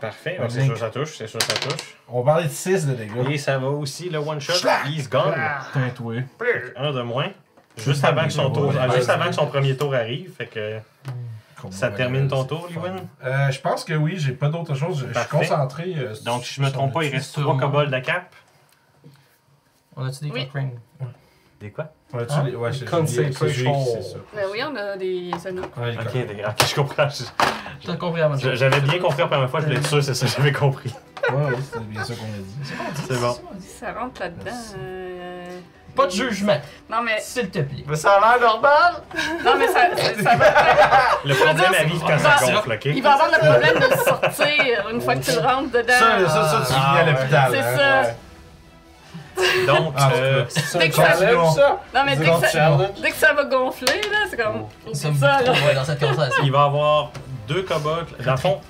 S2: Parfait.
S1: Un
S2: Ouais, c'est
S1: link.
S2: sûr que ça touche. C'est sûr que ça touche.
S1: On va parler de 6 de dégâts.
S2: Et ça va aussi le one shot. He's gone.
S1: Putain, toi.
S2: Un de moins. Juste avant que son tour, ah, juste avant que son premier tour arrive, fait que ça termine ton tour, Liwin.
S1: Euh, je pense que oui, j'ai pas d'autre chose. Je- Je, suis
S2: Parfait.
S1: concentré. euh,
S2: Donc, si je me
S1: sur-
S2: trompe pas, il reste
S5: Sûrement.
S2: trois kobolds à cap.
S5: On a-tu des
S4: Oui.
S5: cock rings?
S2: Des quoi
S1: Ouais, tu
S2: Ah.
S5: Hein?
S1: les- ouais, c'est
S6: Comme
S1: c'est-
S6: c'est
S1: c'est- c'est-
S6: chaud.
S1: c'est ça.
S4: Mais Ben oui, on a des anneaux.
S1: Ouais,
S2: Ok,
S1: comme-
S2: des- ok, je comprends. Je-
S5: T'as compris avant.
S2: je- J'avais bien compris la première fois, je voulais être sûr, c'est ça que j'avais compris.
S1: Ouais, ouais, c'est bien ça qu'on a dit.
S2: C'est bon.
S4: Ça rentre là-dedans.
S1: Merci.
S4: euh,
S5: Pas de jugement,
S4: Non, mais,
S5: s'il te plaît.
S7: Mais ça a l'air normal!
S4: non, mais ça, ça- ça va être-
S2: Le problème
S4: dire,
S2: arrive quand ça
S4: c'est-
S2: gonfle, ok?
S4: Il va avoir le problème de le sortir une fois que tu le rentres
S1: Ça, ça,
S4: dedans.
S1: ça, tu finis
S7: Ah,
S1: à l'hôpital.
S4: Ben C'est
S1: hein,
S4: ça.
S1: ouais.
S2: Donc,
S1: Ah, en tout
S2: euh,
S4: Dès que ça,
S1: Challenge,
S7: ça?
S4: non, mais dès
S7: Disons
S4: que ça,
S7: challenge.
S4: dès que ça va gonfler, là, c'est comme.
S5: Nous
S4: C'est
S5: sommes
S4: ça,
S5: beaucoup
S4: là.
S5: trop, ouais, dans cette conversation.
S2: il va avoir deux kobolds. Dans le fond,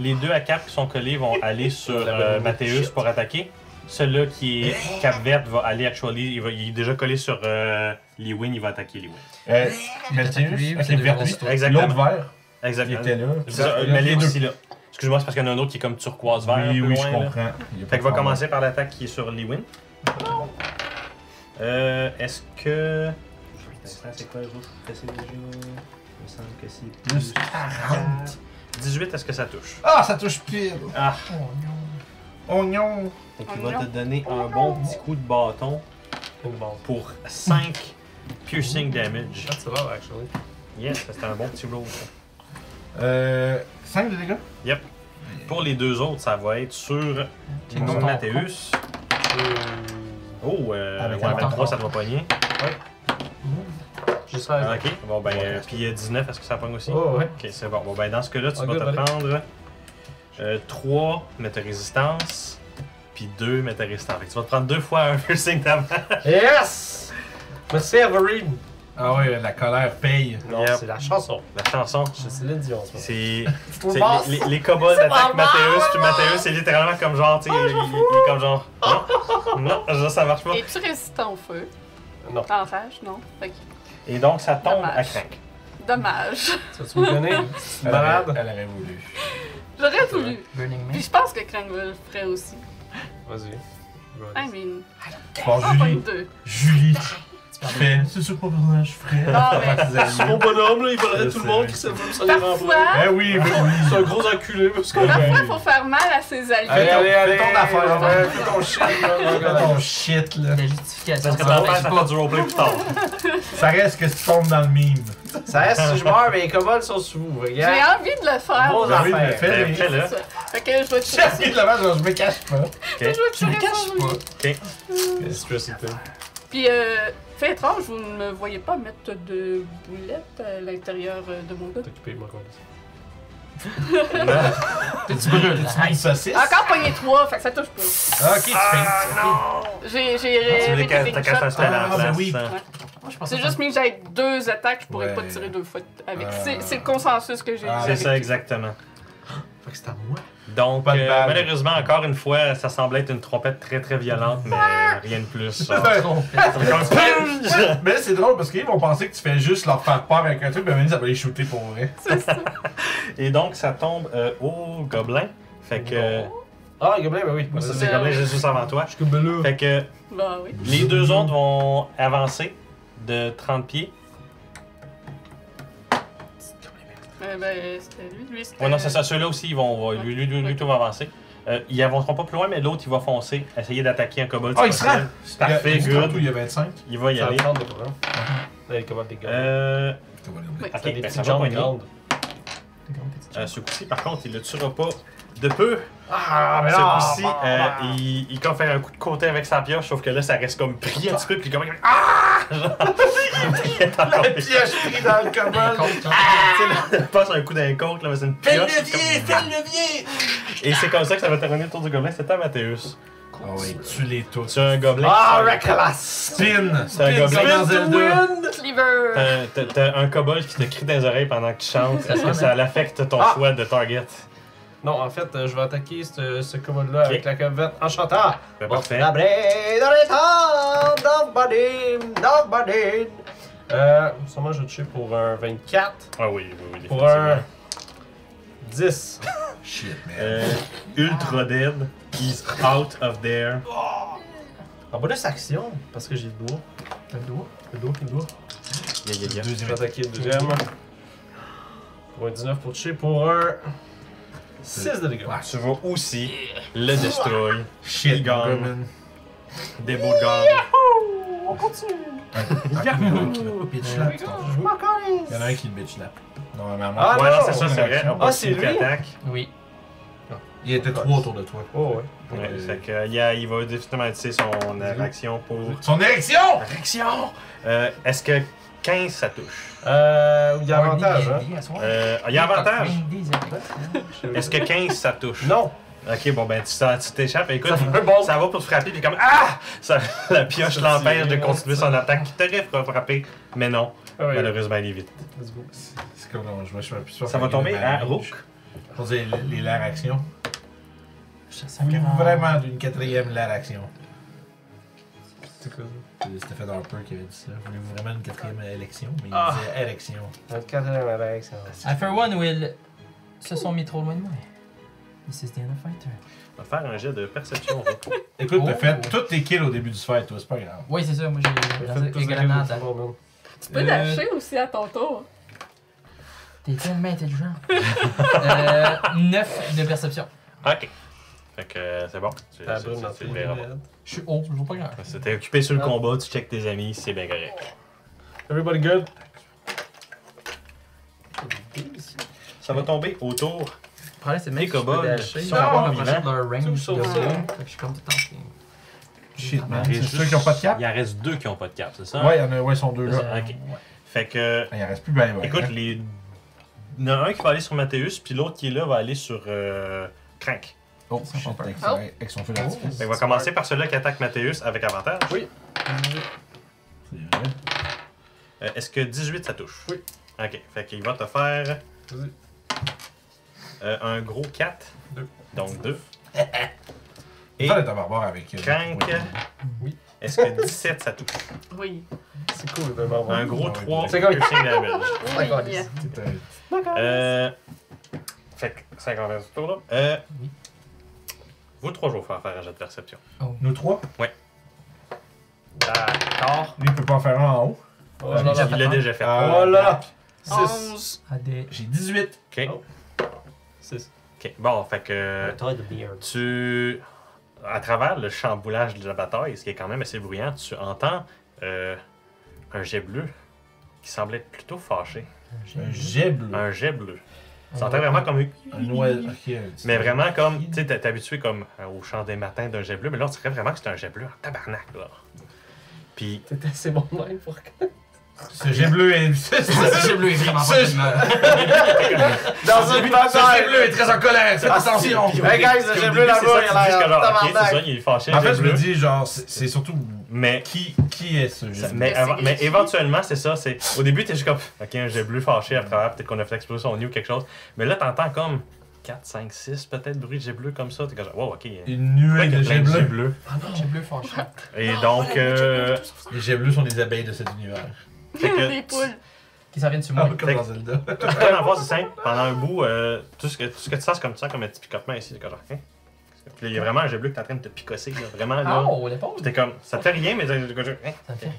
S2: les deux à cap qui sont collés vont aller sur euh, Mathéus pour attaquer. Celui-là qui est cap verte va aller actually. Il, va- il est déjà collé sur euh, Lewin, il va attaquer Lewin.
S1: Euh, Mathieu,
S5: Lui,
S1: avec
S5: c'est
S1: le
S5: de
S1: vert,
S5: grosse tour.
S1: l'autre
S2: Exactement.
S1: vert, qui
S2: Exactement.
S1: était là.
S2: C'est ça,
S1: Là,
S2: mais les
S1: les deux.
S2: aussi là. Excuse-moi, c'est parce qu'il y en a un autre qui est comme turquoise vert. un
S1: Oui,
S2: peu
S1: oui, je
S2: loin, là.
S1: comprends. Il y a pas
S2: Fait
S1: de
S2: qu'il va
S1: problème.
S2: commencer par l'attaque qui est sur Lewin. Euh, est-ce que. C'est quoi les autres déjà Il me semble que c'est
S1: Plus 40.
S2: 18, est-ce que ça touche
S1: Ah, ça touche pile.
S2: Ah
S1: Oignon.
S2: Donc il
S4: Oh
S2: va
S4: non.
S2: te donner un bon petit coup de bâton pour 5 piercing damage.
S3: That's a lot, actually.
S2: Yes, c'était un bon petit roll. ça.
S1: Euh, 5 de dégâts.
S2: Pour les deux autres, ça va être sur
S1: non,
S2: Mathéus. Oh, euh,
S1: Avec
S2: ouais,
S1: un
S2: 23,
S1: tampon.
S2: ça te va pogner.
S6: J'ai ça.
S2: Ah, ok, bon ben, euh, puis euh, 19, est-ce que ça pogne aussi?
S6: Oh, ouais.
S2: Ok, c'est bon. Bon, ben, dans ce cas-là, tu
S6: Ah,
S2: vas
S6: good,
S2: te
S6: allez.
S2: prendre 3 mètres résistance, puis 2 mètres résistance. Fait que tu vas te prendre deux fois un piercing d'avant.
S6: Yes! Merci, Everine!
S1: Ah ouais, la colère paye.
S6: Non,
S2: Yep.
S6: c'est la chanson.
S2: La chanson,
S6: C'est Céline Dion, en ce moment.
S2: c'est.
S7: trop
S2: c'est-
S7: basse.
S2: les, les, les kobolds attaquent
S4: vraiment
S2: Mathéus, puis Mathéus, c'est littéralement comme genre, tu sais,
S1: Oh,
S2: il, il- il est comme genre. Non, non, genre, ça marche pas.
S4: Es-tu résistant au feu?
S6: Non.
S4: Avantage, non? Fait que,
S2: Et donc, ça tombe à
S4: Dommage.
S2: crank.
S4: dommage.
S6: Ça, tu me connais?
S1: Elle
S6: Malade.
S1: aurait- Elle aurait voulu.
S4: J'aurais voulu.
S5: Burning Man.
S4: Puis je pense que Krang le ferait aussi.
S6: Vas-y.
S4: I mean,
S1: Bon, Oh, Julie,
S4: 1.2.
S1: Julie, tu fais. C'est sûr pas besoin, je ferais.
S4: Non, mais-
S6: C'est mon bonhomme, là, il
S1: Je
S6: volerait tout
S1: sais,
S6: le monde
S1: je
S6: qui
S1: sais.
S6: s'est fait ça. les remplir.
S4: Parfois,
S1: Eh oui, mais oui.
S6: C'est un gros enculé, parce que.
S4: parfois, il faut faire mal à ses
S1: Fais
S4: alliés.
S1: ton-
S6: allez,
S1: Fais
S6: allez,
S1: ton affaire,
S6: ouais,
S1: ouais, fais ton shit, là. Fais ton shit, là.
S5: La justification.
S2: Parce que
S5: ça
S2: t'en
S5: va,
S2: fais,
S5: je
S2: ça
S5: sais pas.
S2: fait du roleplay plus tard.
S1: Ça reste que tu tombes dans le mime.
S7: Ça reste si je meurs, mais les commodes sont sous vous,
S4: J'ai
S7: regarde.
S4: envie de le faire.
S7: Bon,
S1: Ben oui, mais
S7: affaires.
S2: Fait
S1: fais les-
S2: après, là.
S4: Ça. Fait que je vais
S1: J'ai
S4: tirer.
S1: envie de la main, je me cache pas.
S4: Je vais tirer sur lui.
S6: Stress it.
S4: Puis, euh, fait étrange, vous ne me voyez pas mettre de boulettes à l'intérieur euh, de mon gars.
S6: T'occupes, moi, quoi.
S5: Tu brûles.
S1: Tu mets une saucisse?
S4: Encore pogné 3, fait que ça touche pas.
S1: Ah, Ok, tu fais.
S4: J'ai
S2: Ah, Tu
S4: j'ai
S2: voulais qu'elle
S4: répété
S2: t'as
S4: le
S2: qu'à
S4: shot.
S2: s'installer à
S1: Ah,
S2: la
S1: ben
S2: place.
S1: oui.
S2: hein.
S5: Moi, je pense
S4: C'est
S5: que
S4: juste mis que j'ai deux attaques, je pourrais
S1: Ouais.
S4: pas tirer deux fois avec. C'est
S1: Ah.
S4: c'est le consensus que j'ai
S1: Ah,
S4: eu
S2: C'est
S4: avec
S2: ça,
S4: lui.
S2: exactement.
S6: Fait que c'est à moi.
S2: Donc,
S1: Pas de
S2: euh,
S1: balle.
S2: malheureusement, encore une fois, ça semblait être une trompette très très violente, mais rien de plus.
S1: C'est un-
S5: ça-
S1: Ouais, Mais c'est drôle parce qu'ils vont penser que tu fais juste leur faire peur avec un truc, mais même ça va les shooter pour vrai.
S2: Et donc, ça tombe euh, au gobelin. Fait que. euh,
S6: Ah, Gabriel, ben oui.
S2: moi, ça, c'est
S4: Euh,
S2: le gobelin juste avant toi.
S6: Je suis comme là.
S2: Fait que
S4: Bah oui.
S2: les deux autres vont avancer de 30 pieds.
S4: Euh, ben, c'était lui, lui, c'était.
S2: Ouais, non, c'est ça. Ceux-là aussi, ils vont. euh, Lui, lui, lui, lui, tout va avancer. Euh, ils avanceront pas plus loin, mais l'autre, il va foncer, essayer d'attaquer un kobold.
S1: Ah,
S2: si
S1: il se
S2: possible.
S1: rend!
S2: Parfait,
S1: il y a,
S2: good.
S1: Il y a 25.
S2: Il va y
S6: Ça va
S2: aller.
S6: prendre des problèmes. Là, il commande des gars.
S2: Euh.
S4: Oui.
S2: Ok,
S6: T'as des
S2: ben, ça
S6: petites
S2: va
S6: jambes
S2: poigner.
S6: grandes.
S2: Euh, ce coup-ci, par contre, il le tuera pas de peu.
S7: Ah, mais
S2: ce
S7: non!
S2: coup-ci, euh, il, il comme fait un coup de côté avec sa pioche, sauf que là, ça reste comme pris un petit peu, puis comme. Ah! Genre, il est encore-
S7: Le piège pris dans le commode!
S2: Tu sais, là, passe un coup d'un compte, là, mais c'est une
S7: Fais le
S2: pioche.
S7: levier!
S2: comme-
S7: Fais le levier!
S2: Et c'est comme ça que ça va terminer le tour du gobelin. C'était à Mathéus.
S1: Ah oui, tu les tous.
S2: Tu as un gobelin.
S7: Ah,
S2: qui-
S7: reclasse!
S1: Spin!
S2: C'est un gobelin.
S1: comme dans Zelda.
S4: Cleaver.
S2: T'as- euh, t'as- T'as un kobold qui te crie dans les oreilles pendant que tu chantes. Est-ce que ça l'affecte ton
S6: Ah!
S2: choix de target?
S6: Non, en fait, euh, je vais attaquer ce, ce commode-là
S2: Ok.
S6: avec la cavette en chantant.
S2: Ben, parfait.
S7: Oh, La brain dans les temps! Dans le body! Dans le body!
S6: Euh, sûrement, je vais toucher pour un 24.
S2: Ah oui, oui, oui.
S6: Pour un 10.
S1: Shit, man.
S2: Euh, ultra dead. He's out of there.
S6: En bonus action, parce que j'ai le doigt.
S5: T'as le doigt?
S6: Le doigt, le doigt.
S2: Yeah, yeah, yeah.
S6: Je
S1: Deuxième
S6: vais attaquer le deuxième. Pour un 19 pour toucher pour un 6 de dégâts.
S1: Ouais.
S2: Tu vas aussi le destroy.
S1: shit,
S2: Gone.
S1: Goblin.
S2: Des beaux gars.
S1: Yahoo! Bitch lap.
S7: Je m'en calisse.
S1: Il y en a un qui le bitch lap. Normalement.
S6: Ah,
S2: Ouais,
S6: non!
S2: non, c'est ça, c'est vrai.
S1: Ah,
S2: Opportunity
S6: c'est lui?
S2: attack.
S5: Oui.
S1: Il était trois autour de toi.
S6: Oh, ouais.
S2: Ouais,
S1: Euh,
S2: fait que, euh, il, a- il va automatiser son euh, réaction pour.
S1: Son érection!
S2: Réaction! Euh, Est-ce que 15 ça touche?
S6: Euh, il y a avantage, hein?
S2: Euh, il y a avantage! Est-ce
S6: Je-
S2: que 15 ça touche?
S6: Non!
S2: Ok, bon ben tu t'en- tu t'échappes, écoute,
S6: Ça fait un bond.
S2: ça va pour te frapper, puis comme Ah! Ça- la pioche
S6: Ça
S2: l'empêche de
S6: tire,
S2: continuer son attaque qui t'aurait frappé, mais non,
S6: Ah ouais,
S2: malheureusement elle est vite. ben,
S6: let's go.
S1: C'est comme on- je me suis plus sûr.
S2: Ça va tomber à Rook.
S1: Pour dire les l'air action.
S5: Ah.
S1: Voulez-vous vraiment d'une quatrième l'air action?
S6: C'est quoi
S1: C'est Stephen Harper qui avait dit ça. Voulez-vous vraiment une quatrième élection? Mais il
S6: Ah.
S1: disait érection.
S6: ça? Un quatrième avec ça.
S5: I for one will. Se sont mis trop loin de moi. This is the end of fighter.
S2: On va faire un jet de perception, Rook.
S1: Écoute, t'as
S5: Oh.
S1: fait toutes tes kills au début du fight, toi, c'est pas grave.
S5: Oui, c'est ça, moi j'ai lancé
S6: Faites tous
S5: des
S6: de grenades,
S5: grenades.
S6: c'est bon, man.
S4: Tu peux lâcher aussi à ton tour.
S5: T'es tellement intelligent. euh, 9 de perception.
S2: Ok. Fait que euh, c'est bon. Tu-
S6: Ça
S2: tu-
S6: brûle
S2: tu-
S6: dans
S2: tu
S6: tous
S2: le
S6: les
S2: verras.
S6: grenades.
S5: Je suis haut, je vois pas grand.
S2: Si t'es occupé sur le combat, tu check tes amis, c'est bien correct.
S6: Everybody good?
S2: Ça va tomber autour.
S5: Le problème, c'est
S2: Les
S5: même si je peux
S2: kobolds
S5: dasher, ils sont
S2: sont
S5: pas
S2: vivants.
S5: rapprochés de leur range.
S6: Tout
S5: de
S6: sauf
S5: ça.
S6: ça.
S5: Fait que je suis comme tout le temps.
S1: Shit, man.
S2: Il
S1: Ah, C'est
S2: reste
S1: ceux
S2: juste-
S1: qui ont pas de cap?
S2: Il en reste deux qui ont pas de cap, c'est ça?
S1: Ouais, il y en a, ouais, ils sont deux
S2: C'est
S1: là.
S2: ça, Ok.
S5: Euh,
S2: Fait que,
S1: Il en reste plus ben, ouais.
S2: écoute,
S1: hein.
S2: les... il y en a un qui va aller sur Mathéus, puis l'autre qui est là va aller sur euh, Crank.
S1: Oh, shit, avec,
S4: Oh.
S1: avec son feu d'artifice.
S2: Fait qu'on va commencer par celui-là qui attaque Mathéus avec avantage.
S1: C'est vrai.
S2: Euh, Est-ce que 18 ça touche?
S6: Oui.
S2: Ok, fait qu'il va te faire
S6: Vas-y.
S2: euh, un gros 4.
S6: Deux.
S2: Donc 2.
S1: Et
S2: Et
S1: faire un barbare avec. euh,
S2: Crank.
S1: ouais.
S6: Oui.
S2: Est-ce que 17 ça touche?
S4: Oui.
S6: C'est cool, d'un barbare.
S2: Un gros
S1: Ouais,
S2: 3
S6: c'est correct.
S2: piercing damage.
S4: Oui.
S6: D'accord, allez.
S1: C'est un-
S2: Euh. Fait que 50 ce tour là. Euh. Vous trois, je vais vous faire faire un jet de perception.
S1: Nous trois.
S2: D'accord.
S1: Lui, il peut pas en faire un en haut.
S6: Oh
S5: Je
S6: là
S5: l'ai
S6: là.
S5: déjà
S2: Il l'a déjà fait.
S1: Ah.
S6: Oh là! 6.
S4: 11.
S5: À des.
S1: J'ai 18.
S2: Ok.
S6: Oh. 6.
S2: Ok. Bon, fait que. Tu. À travers le chamboulage de la bataille, ce qui est quand même assez bruyant, tu entends euh, un jet bleu qui semble être plutôt fâché.
S1: Un jet bleu.
S2: Un jet bleu. Tu entends vraiment comme.
S1: Un oiseau. ok, un petit-
S2: Mais vraiment comme. Tu sais, t'es t'es habitué comme euh, au chant des matins d'un jet bleu, mais là, on dirait vraiment que c'est un jet bleu en tabarnak, là. Puis
S6: T'es assez bon de même pour que.
S1: Ce jet bleu est. ce-
S5: Ce
S1: ce-
S5: jeu bleu est vraiment
S1: Ce- Ah,
S5: pas tellement.
S7: Dans une
S1: Ce jet bleu est très en colère.
S6: Ah,
S1: Faites attention.
S7: Hey guys, le
S2: Au
S7: jeu
S2: début,
S7: bleu
S2: c'est ça,
S7: là-bas,
S2: tu dis
S7: il a
S2: que
S7: l'air
S2: genre, ok, c'est ça,
S7: tabarnak.
S2: il est fâché,
S1: En
S2: j'ai
S1: fait, je
S2: bleu.
S1: me dis, genre, c'est c'est surtout.
S2: Mais,
S1: Qui, qui est ce jet bleu?
S2: mais, avant- mais éventuellement, c'est ça. c'est Au début, t'es juste comme, ok, un jet bleu fâché à travers, peut-être qu'on a fait exploser son nid ou quelque chose. Mais là, t'entends comme 4, 5, 6 peut-être bruit de jet bleu comme ça. T'es comme, genre, wow, ok. euh,
S1: Une nuée de
S2: peut-être qu'il y a plein
S1: jets
S2: de jets
S1: bleus.
S2: bleus.
S5: J'ai bleu fâché.
S2: Et donc, euh,
S1: Les jets bleus sont des abeilles de cet univers.
S2: fait que-
S4: Des poules.
S5: Qui s'en viennent sur
S1: Un
S5: moi.
S1: peu comme dans Zelda.
S2: tout ce que t'en vois, c'est simple. Pendant un bout, euh, tout, ce que, tout ce que tu sens, c'est comme ça, comme un petit picotement ici. T'es comme, genre, hein? Puis là, il y a vraiment un jet bleu qui est en train de te picosser, là, vraiment. Là.
S5: Oh, l'épaule!
S2: Puis t'es comme, ça te fait rien, mais t'es comme, genre, hein?
S5: Ça me fait.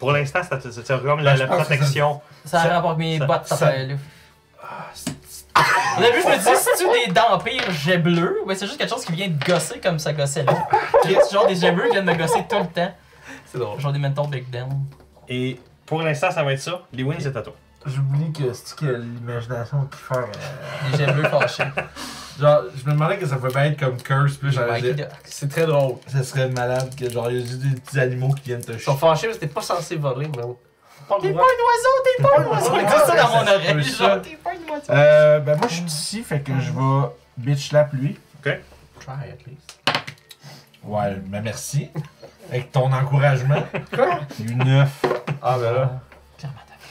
S2: pour l'instant, ça te- ça te comme la, la
S1: pense que ça-
S2: protection.
S5: Ça
S2: Ça-
S5: rapporte mes
S2: ça-
S5: bottes,
S1: ça-
S5: ça Ah, fait là. Au début, je me dis, c'est-tu des d'empire jets bleus? Ouais, c'est juste quelque chose qui vient de gosser comme ça gossait là. C'est juste genre des jets bleus qui viennent me gosser tout le temps.
S6: C'est drôle.
S5: Genre des mentons big Ben. down.
S2: Et pour l'instant, ça va être ça. Les wins, c'est à toi.
S1: J'oublie que c'est que l'imagination qui fait. euh,
S5: Des jets bleus fâchés.
S1: Genre, je me demandais que ça pouvait être comme curse, puis là, j'avais dit,
S5: Mikey Ducks.
S6: C'est très drôle.
S1: ça serait malade que genre, il y a juste des petits animaux qui viennent te
S6: Ils sont
S1: chier.
S6: fâchés parce que t'es pas censé voler, man. Pas le
S5: T'es pas
S6: droit.
S5: un oiseau, t'es pas un oiseau! Il dit ça dans mon
S1: Ça se
S5: oreille,
S1: peut, ça.
S5: genre t'es pas un oiseau.
S1: Euh, ben moi, je suis d'ici, fait que je vais bitch slap lui.
S2: Ok.
S1: Try at least. Ouais, ben merci. Avec ton encouragement. Quoi? Eu 9.
S6: Ah, ben là.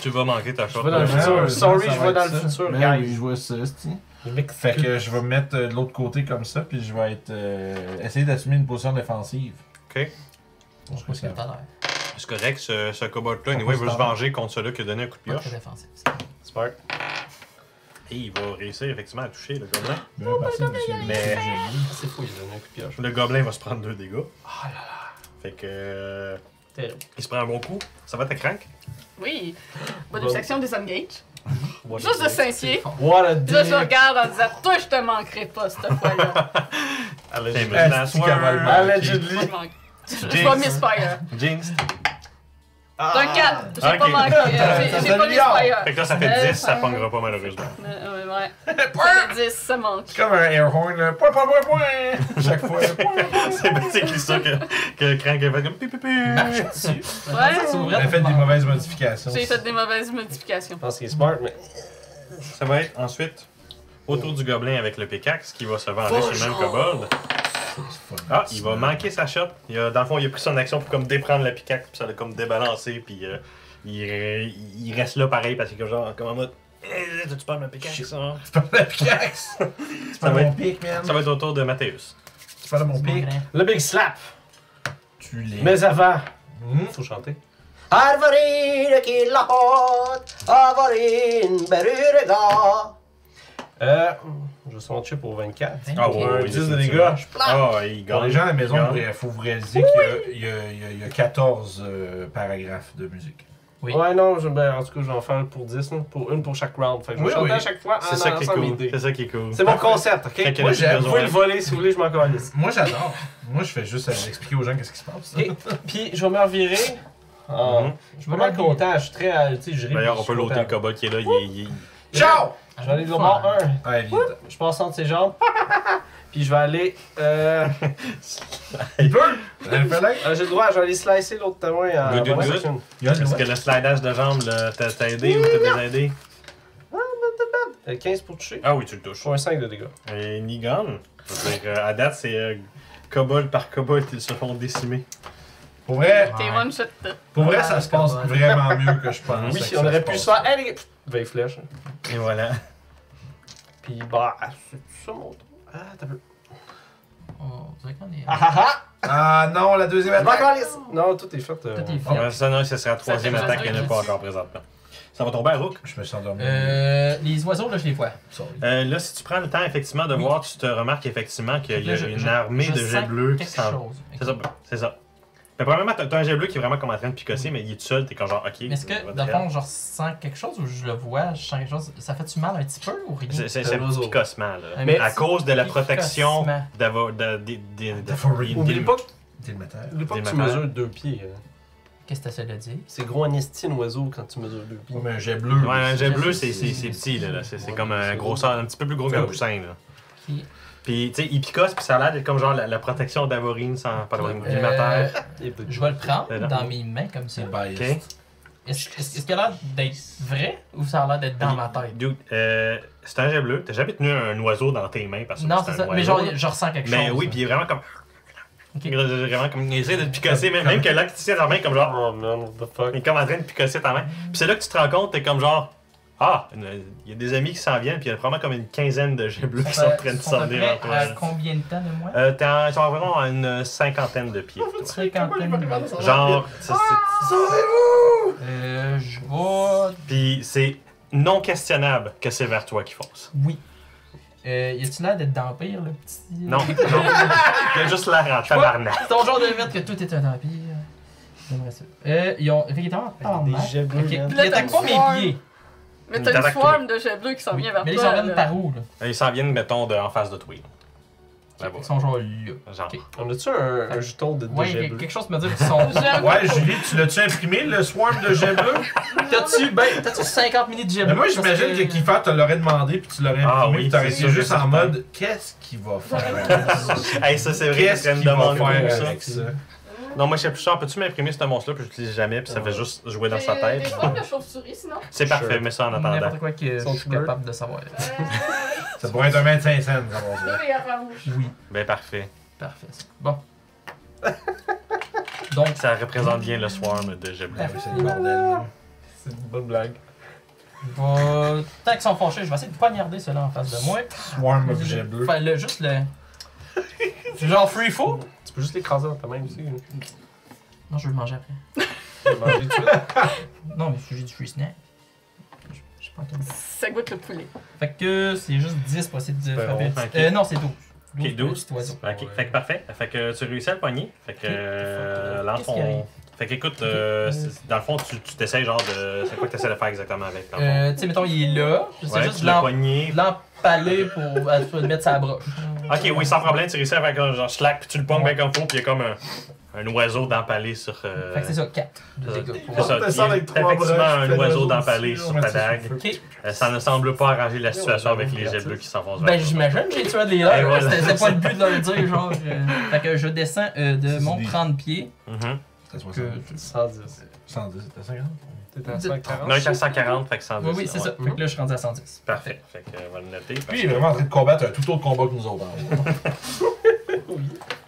S2: Tu vas manquer ta
S6: Je
S2: shot. Euh,
S6: vais dans le
S1: Ouais,
S6: futur.
S1: ouais,
S6: Sorry,
S1: ça
S6: je
S1: va
S6: vais
S1: être
S6: dans le
S1: ça.
S6: futur,
S1: Ben oui,
S6: guys.
S1: je vois ça, c'ti.
S6: Je m'excuse.
S1: Fait que je vais me mettre euh, de l'autre côté comme ça, puis je vais être. euh, essayer d'assumer une position défensive.
S2: Ok.
S1: Je
S5: Je pense que tout à l'heure.
S2: C'est correct, ce, ce cobalt-là, anyway, il veut se venger contre celui-là qui a donné un coup de
S5: Pas
S2: pioche.
S5: très défensif.
S6: Smart.
S2: Et il va réussir effectivement à toucher le gobelin.
S1: Oh Mais.
S6: C'est fou, il a donné un coup de pioche.
S2: Le gobelin va se prendre deux dégâts. Oh là là.
S6: Ah
S2: Fait que. euh,
S6: Terrible.
S2: Il se prend un bon coup. Ça va ta crank?
S4: Oui.
S6: Bon.
S4: Bonne section des engage.
S6: What
S4: Juste
S6: a
S4: de
S6: dick.
S4: Saint-Pierre.
S6: Oh. What a
S4: Là, je
S6: dick.
S4: regarde en disant, toi, je te manquerai pas cette fois-là.
S2: Famous
S1: Ah,
S2: last
S1: c'est-tu qu'elle va le
S2: word.
S1: manquer?
S6: Allegedly.
S4: Moi, je manque. Je je vais misfire.
S2: Jinx.
S4: D'un 4. J'ai
S2: Ah. Ok.
S4: pas manqué. J'ai-
S1: Ça
S4: J'ai pas
S1: s'améliore.
S4: l'expire.
S2: Fait que là, ça fait 10, ça pongera pas malheureusement.
S4: Euh, Ouais. Ça fait 10, ça manque.
S1: C'est comme un air horn, là. Point, point, point, point! Chaque fois, point, point.
S2: C'est basically ça que, que Crank a fait comme pi, pi, pi.
S4: Ouais.
S1: On a fait des mauvaises modifications.
S4: J'ai fait des mauvaises modifications.
S6: Je pense qu'il est smart, mais.
S2: Ça va être ensuite autour du gobelin avec le pickaxe qui va se venger sur le même kobold. Ah, il va manquer sa shot. Il a- dans le fond, il a pris son action pour comme déprendre la pickaxe, puis ça l'a comme débalancé, puis euh, il, re- il reste là pareil parce que genre comme en mode Eh, tu perds ma
S1: Shit.
S2: pickaxe. hein?
S1: C'est pas la pickaxe! C'est pas
S2: va
S1: mon
S2: être-
S1: pic, man!
S2: Ça va être autour de Mathéus.
S1: C'est pas mon pic!
S6: Le big slap!
S1: Tu l'es.
S6: Mais avant!
S1: Hmm?
S6: Faut chanter.
S7: Arvarin killahot,
S6: Ah,
S7: Arvarin berurega.
S6: Euh. Je vais sur mon chip au 24.
S2: Ah
S6: Pour un
S2: oui,
S6: 10 de
S2: définitivement.
S6: dégâts. Je-
S2: Ah, il
S1: Pour les
S2: gagne.
S1: gens à la maison,
S2: Gagne.
S1: il faut vous réaliser qu'il y a- il y, a- il y a- il y a 14 euh, paragraphes de musique.
S5: Oui.
S6: Ouais, non, je, ben, en tout cas, je vais en faire pour 10, là, pour une pour chaque round. Fait que je vais
S1: Oui, oui.
S6: chanter à chaque fois en
S2: C'est ça qui est
S6: avançant mes
S2: cool.
S6: dés.
S2: C'est ça qui est cool.
S6: C'est mon concept,
S2: Fait
S6: ok?
S2: que
S1: Moi,
S2: là,
S1: j'ai-
S2: besoin-
S6: Vous pouvez le voler si vous voulez, je m'en calisse.
S1: Moi, j'adore. Moi, je fais juste euh, expliquer aux gens qu'est-ce qui se passe.
S6: Ok, Puis je vais me revirer. Ah,
S2: Mhm.
S6: Je suis pas mal content, je suis très. euh, Tu sais, je ris.
S2: D'ailleurs,
S6: puis
S2: on peut
S6: je
S2: l'ôter
S6: suis content.
S2: le kobold qui est là. Il, il-
S1: Ciao!
S6: Je vais aller de mort
S5: hein.
S6: 1.
S1: Allez,
S6: Je passe entre ses jambes. Puis je vais aller. Euh,
S1: il peut! Elle fait like.
S6: euh, J'ai le droit, je vais aller slicer l'autre témoin en
S2: Good, good,
S6: bonus
S2: good.
S6: action.
S1: Il y a le
S2: Est-ce
S1: droit.
S2: que le slidage de jambes là, t'a t'a aidé ou t'a désaidé?
S6: Euh, 15 pour toucher.
S2: Ah oui, tu le touches.
S6: Pour un 5 de dégâts.
S2: Et Nigan, je veux dire, euh, à date, c'est euh, kobold par kobold ils se font décimer.
S1: Pour vrai,
S4: T'es
S5: Ouais.
S4: one shot.
S1: pour vrai, ça se passe
S5: Ouais.
S1: vraiment mieux que je
S2: Ah
S1: pense.
S6: Oui,
S1: que ça
S6: on aurait
S1: se
S6: pu
S1: passe.
S6: se faire. Hey, les gars! Pff, 20 flèches. hein.
S2: Et voilà.
S6: Puis bah, c'est ça mon tour. Ah, t'as peu.
S5: On dirait qu'on est.
S6: Ah ah
S1: Ah non, la deuxième
S6: ah! Je m'en
S1: attaque!
S6: calisse. Non, tout est fait. euh,
S5: Tout est fait.
S2: Ah, ben, ça, non, ce sera la troisième
S4: fait
S2: attaque, il n'y en a
S4: deux,
S2: pas
S4: je
S2: encore présentement. Ça va tomber à Rook.
S1: Je me suis endormi.
S5: Euh, les oiseaux, là, je les vois.
S1: Sorry.
S2: Euh, là, si tu prends le temps, effectivement, de
S5: Oui.
S2: voir, tu te remarques effectivement qu'il y
S5: Là,
S2: a
S5: je-
S2: une
S5: je-
S2: armée
S5: je
S2: de jets
S5: sens
S2: bleus qui
S5: quelque
S2: s'en.
S5: chose.
S2: C'est ça, c'est ça. Mais premièrement, t'as t'as un jet bleu qui est vraiment comme en train de picosser, mais il est tout seul, t'es comme genre, ok.
S5: Mais est-ce
S2: euh,
S5: que,
S2: what
S5: dans
S2: the
S5: le
S2: hell.
S5: fond, je ressens quelque chose ou je le vois, je sens quelque chose Ça fait-tu mal un petit peu ou rien Euh,
S2: C'est- C'est c'est
S6: Un
S2: un petit
S6: oiseau.
S2: picossement, là.
S5: Un
S2: Mais
S5: petit
S2: à cause de la protection
S5: picossement.
S2: d'avo- d'a- des- des- des-
S1: D'avorin.
S2: des-
S6: Oublie pas que,
S1: T'es le matin.
S6: oublie pas que
S2: Des
S6: tu
S2: matins.
S6: mesures deux pieds. hein.
S5: Qu'est-ce que ça de dire
S6: C'est gros en estime, oiseau, quand tu mesures deux pieds.
S1: Ouais, mais un jet bleu.
S2: Ouais, un jet
S5: c'est-
S2: bleu, c'est Ah
S5: c'est-
S2: c'est- c'est
S5: c'est-
S2: petit, là. là. C'est c'est
S6: ouais,
S2: comme
S6: c'est
S2: un gros un petit peu plus gros qu'un poussin, là.
S5: Qui-
S2: Puis, tu sais, il picosse, puis ça a l'air d'être comme genre la, la protection d'Avorine sans pardon,
S5: Euh,
S2: alimentaire.
S6: Et peu.
S5: Je vais le prendre
S2: Dedans.
S5: dans mes mains comme ça.
S1: C'est biased.
S2: Ok.
S5: Est-ce est-ce- est-ce qu'il a l'air d'être vrai ou ça a l'air d'être dans ma tête
S2: Dude, euh, c'est un jet bleu. T'as jamais tenu un oiseau dans tes mains parce que
S5: Non,
S2: un
S5: c'est ça. Mais
S2: oiseau.
S5: genre, je ressens quelque
S2: Mais
S5: chose.
S2: oui, puis il est vraiment comme.
S5: Ok.
S2: Il est vraiment comme. Il essaie de te picosser, même, même que là, que tu tiens ta main, comme genre.
S6: Oh man, what the fuck.
S2: Il est comme en train de picosser ta main. Puis c'est là que tu te rends compte, t'es comme genre. Ah, une- il y a des amis qui s'en viennent, puis il y a probablement comme une quinzaine de jets bleus qui sont en train de
S5: Ils sont à
S2: s'en
S5: peu près
S2: vers toi.
S5: à combien de temps de moi
S2: Euh, t'es en- ils sont environ à une cinquantaine de pieds. toi.
S5: Cinquantaine de minutes. Ah!
S2: Genre, c'est- c'est-
S5: Euh, je vais.
S2: puis c'est non questionnable que c'est vers toi qu'ils fonce.
S5: Oui. Euh, y a-tu l'air d'être d'empire, le petit.
S2: Non, non. Il y a juste l'air en tabarnak.
S5: C'est ton genre de mythe que tout est un empire. J'aimerais ça. Euh, ils ont. Effectivement, pas
S6: Des
S5: mal.
S6: jets bleus,
S5: Ok. Ils
S6: man.
S5: attaquent pas mes pieds.
S4: Mais
S2: T'as
S4: t'as
S2: la
S4: une forme de jet bleu qui s'en
S5: Oui.
S4: vient vers
S5: Mais
S4: toi.
S5: ils s'en viennent
S4: là.
S5: par où, là
S2: Ils s'en viennent, mettons, de, en face de toi. là.
S5: Ils
S2: Là-bas.
S5: sont genre là.
S2: Genre.
S5: Ok.
S6: On a-tu un, un jeton de deux
S5: Ouais,
S6: jets
S5: que-
S6: bleus?
S5: quelque chose me dit qu'ils sont.
S4: J'aime-
S1: Ouais, Julie, tu l'as-tu imprimé, le swarm de jet bleu?
S5: T'as-tu ben, t'as-tu 50 minutes de jet
S2: Ben,
S1: Mais moi,
S5: bleu?
S1: j'imagine
S5: Parce
S1: que Kiefer te l'aurait demandé, puis tu l'aurais imprimé,
S2: Ah oui,
S1: puis t'aurais
S2: c'est
S1: été
S2: sûr,
S1: juste
S2: c'est
S1: en
S2: certain.
S1: mode « Qu'est-ce qu'il va faire?
S2: Hey, ça, c'est vrai,
S1: Qu'est-ce
S2: c'est une
S1: qu'il va
S2: demande comme
S1: faire
S2: ça.
S1: avec ça?
S2: Non, moi, je suis plus cher. Peux-tu m'imprimer ce monstre-là, puis je l'utilise jamais, puis ça fait juste jouer dans sa
S4: J'ai des
S2: tête?
S4: formes de chauve-souris, sinon.
S2: C'est
S6: Sure.
S2: parfait, mais ça en attendant.
S5: N'importe quoi que
S6: Son
S5: je suis
S6: cheveu.
S5: capable de savoir.
S4: Euh,
S1: Ça pourrait être un 25 cents, ça va dire.
S4: et avant rouge.
S5: Oui,
S2: Ben, parfait.
S5: parfait. ça. Bon. Donc,
S2: Ça représente bien le swarm de Jebla.
S1: Ah oui, c'est le bordel, là.
S6: C'est une bonne blague.
S5: va... tant qu'ils sont fâchés, je vais essayer de poignarder ceux-là en face de moi.
S1: Swarm of jet bleu.
S5: Enfin, le, juste le. C'est genre free food?
S6: Tu peux juste l'écraser dans ta main aussi. là.
S5: Non, je vais le manger
S6: Tu
S5: après.
S6: peux manger tout.
S5: Non, mais j'ai du free snack. Je- Je sais pas quel.
S4: Ça goûte le poulet.
S5: Fait que c'est juste 10 pour essayer de
S2: Ben,
S5: frapper.
S2: on
S5: le
S2: fait un
S5: petit-
S2: kick.
S5: Euh, non, c'est 12.
S2: Ok, 12.
S5: petits oiseaux.
S2: Ok, fait que parfait. Fait que tu réussis à le pogner. Fait que euh, lance
S5: Qu'est-ce qui arrive?
S2: ton. Fait que écoute, euh, c'est- dans le fond, tu tu t'essayes genre de. C'est quoi que t'essaies de faire exactement avec, dans le fond?
S5: Euh, tu sais, mettons, il est là. C'est
S2: Ouais,
S5: juste
S2: tu
S5: de
S2: l'as
S5: l'em-
S2: pogné.
S5: de l'empaler pour à- mettre sa broche.
S2: Ok, oui, sans problème, tu réussis à faire comme genre slack, puis tu le ponges bien comme faut, puis il y a comme un. un oiseau d'empalé sur. euh,
S5: Fait que c'est ça, 4 de
S2: euh,
S5: dégâts pour
S2: c'est ça,
S6: On
S2: il
S6: descend
S2: y a
S6: avec trois
S2: effectivement
S6: broches, puis
S2: un
S6: le
S2: oiseau
S6: oiseau
S2: d'empalé
S6: dessus,
S2: sur
S6: on
S2: ta
S6: met ça
S2: dague.
S6: sur le
S5: Ok.
S2: Euh, ça ne semble pas arranger la situation
S6: on
S2: avec
S6: va
S2: les jets
S6: regarder
S2: bleus qui s'enfoncent vers
S5: Ben
S2: le bas.
S5: j'imagine que j'ai tué un des leurs,
S2: Et
S5: là,
S2: Ben, voilà.
S5: c'était c'était pas le but de leur dire genre. euh, Fait que je descends euh, de
S1: C'est
S5: mon
S1: des-
S5: 30 pieds.
S2: Mhm.
S1: C'était
S5: Que...
S1: 60.
S6: 110.
S1: 110, c'était 50.
S6: T'es à
S5: Dites-
S6: 140.
S2: Non, il est à 140, fait que 110.
S5: Oui, oui, c'est
S2: ben, ouais.
S5: ça. Fait que là je suis rendu à 110.
S2: Parfait. Fait que, euh, on va le noter. parce
S1: Lui, il
S2: que-
S1: est vraiment en train de combattre un tout autre combat que nous autres. hein.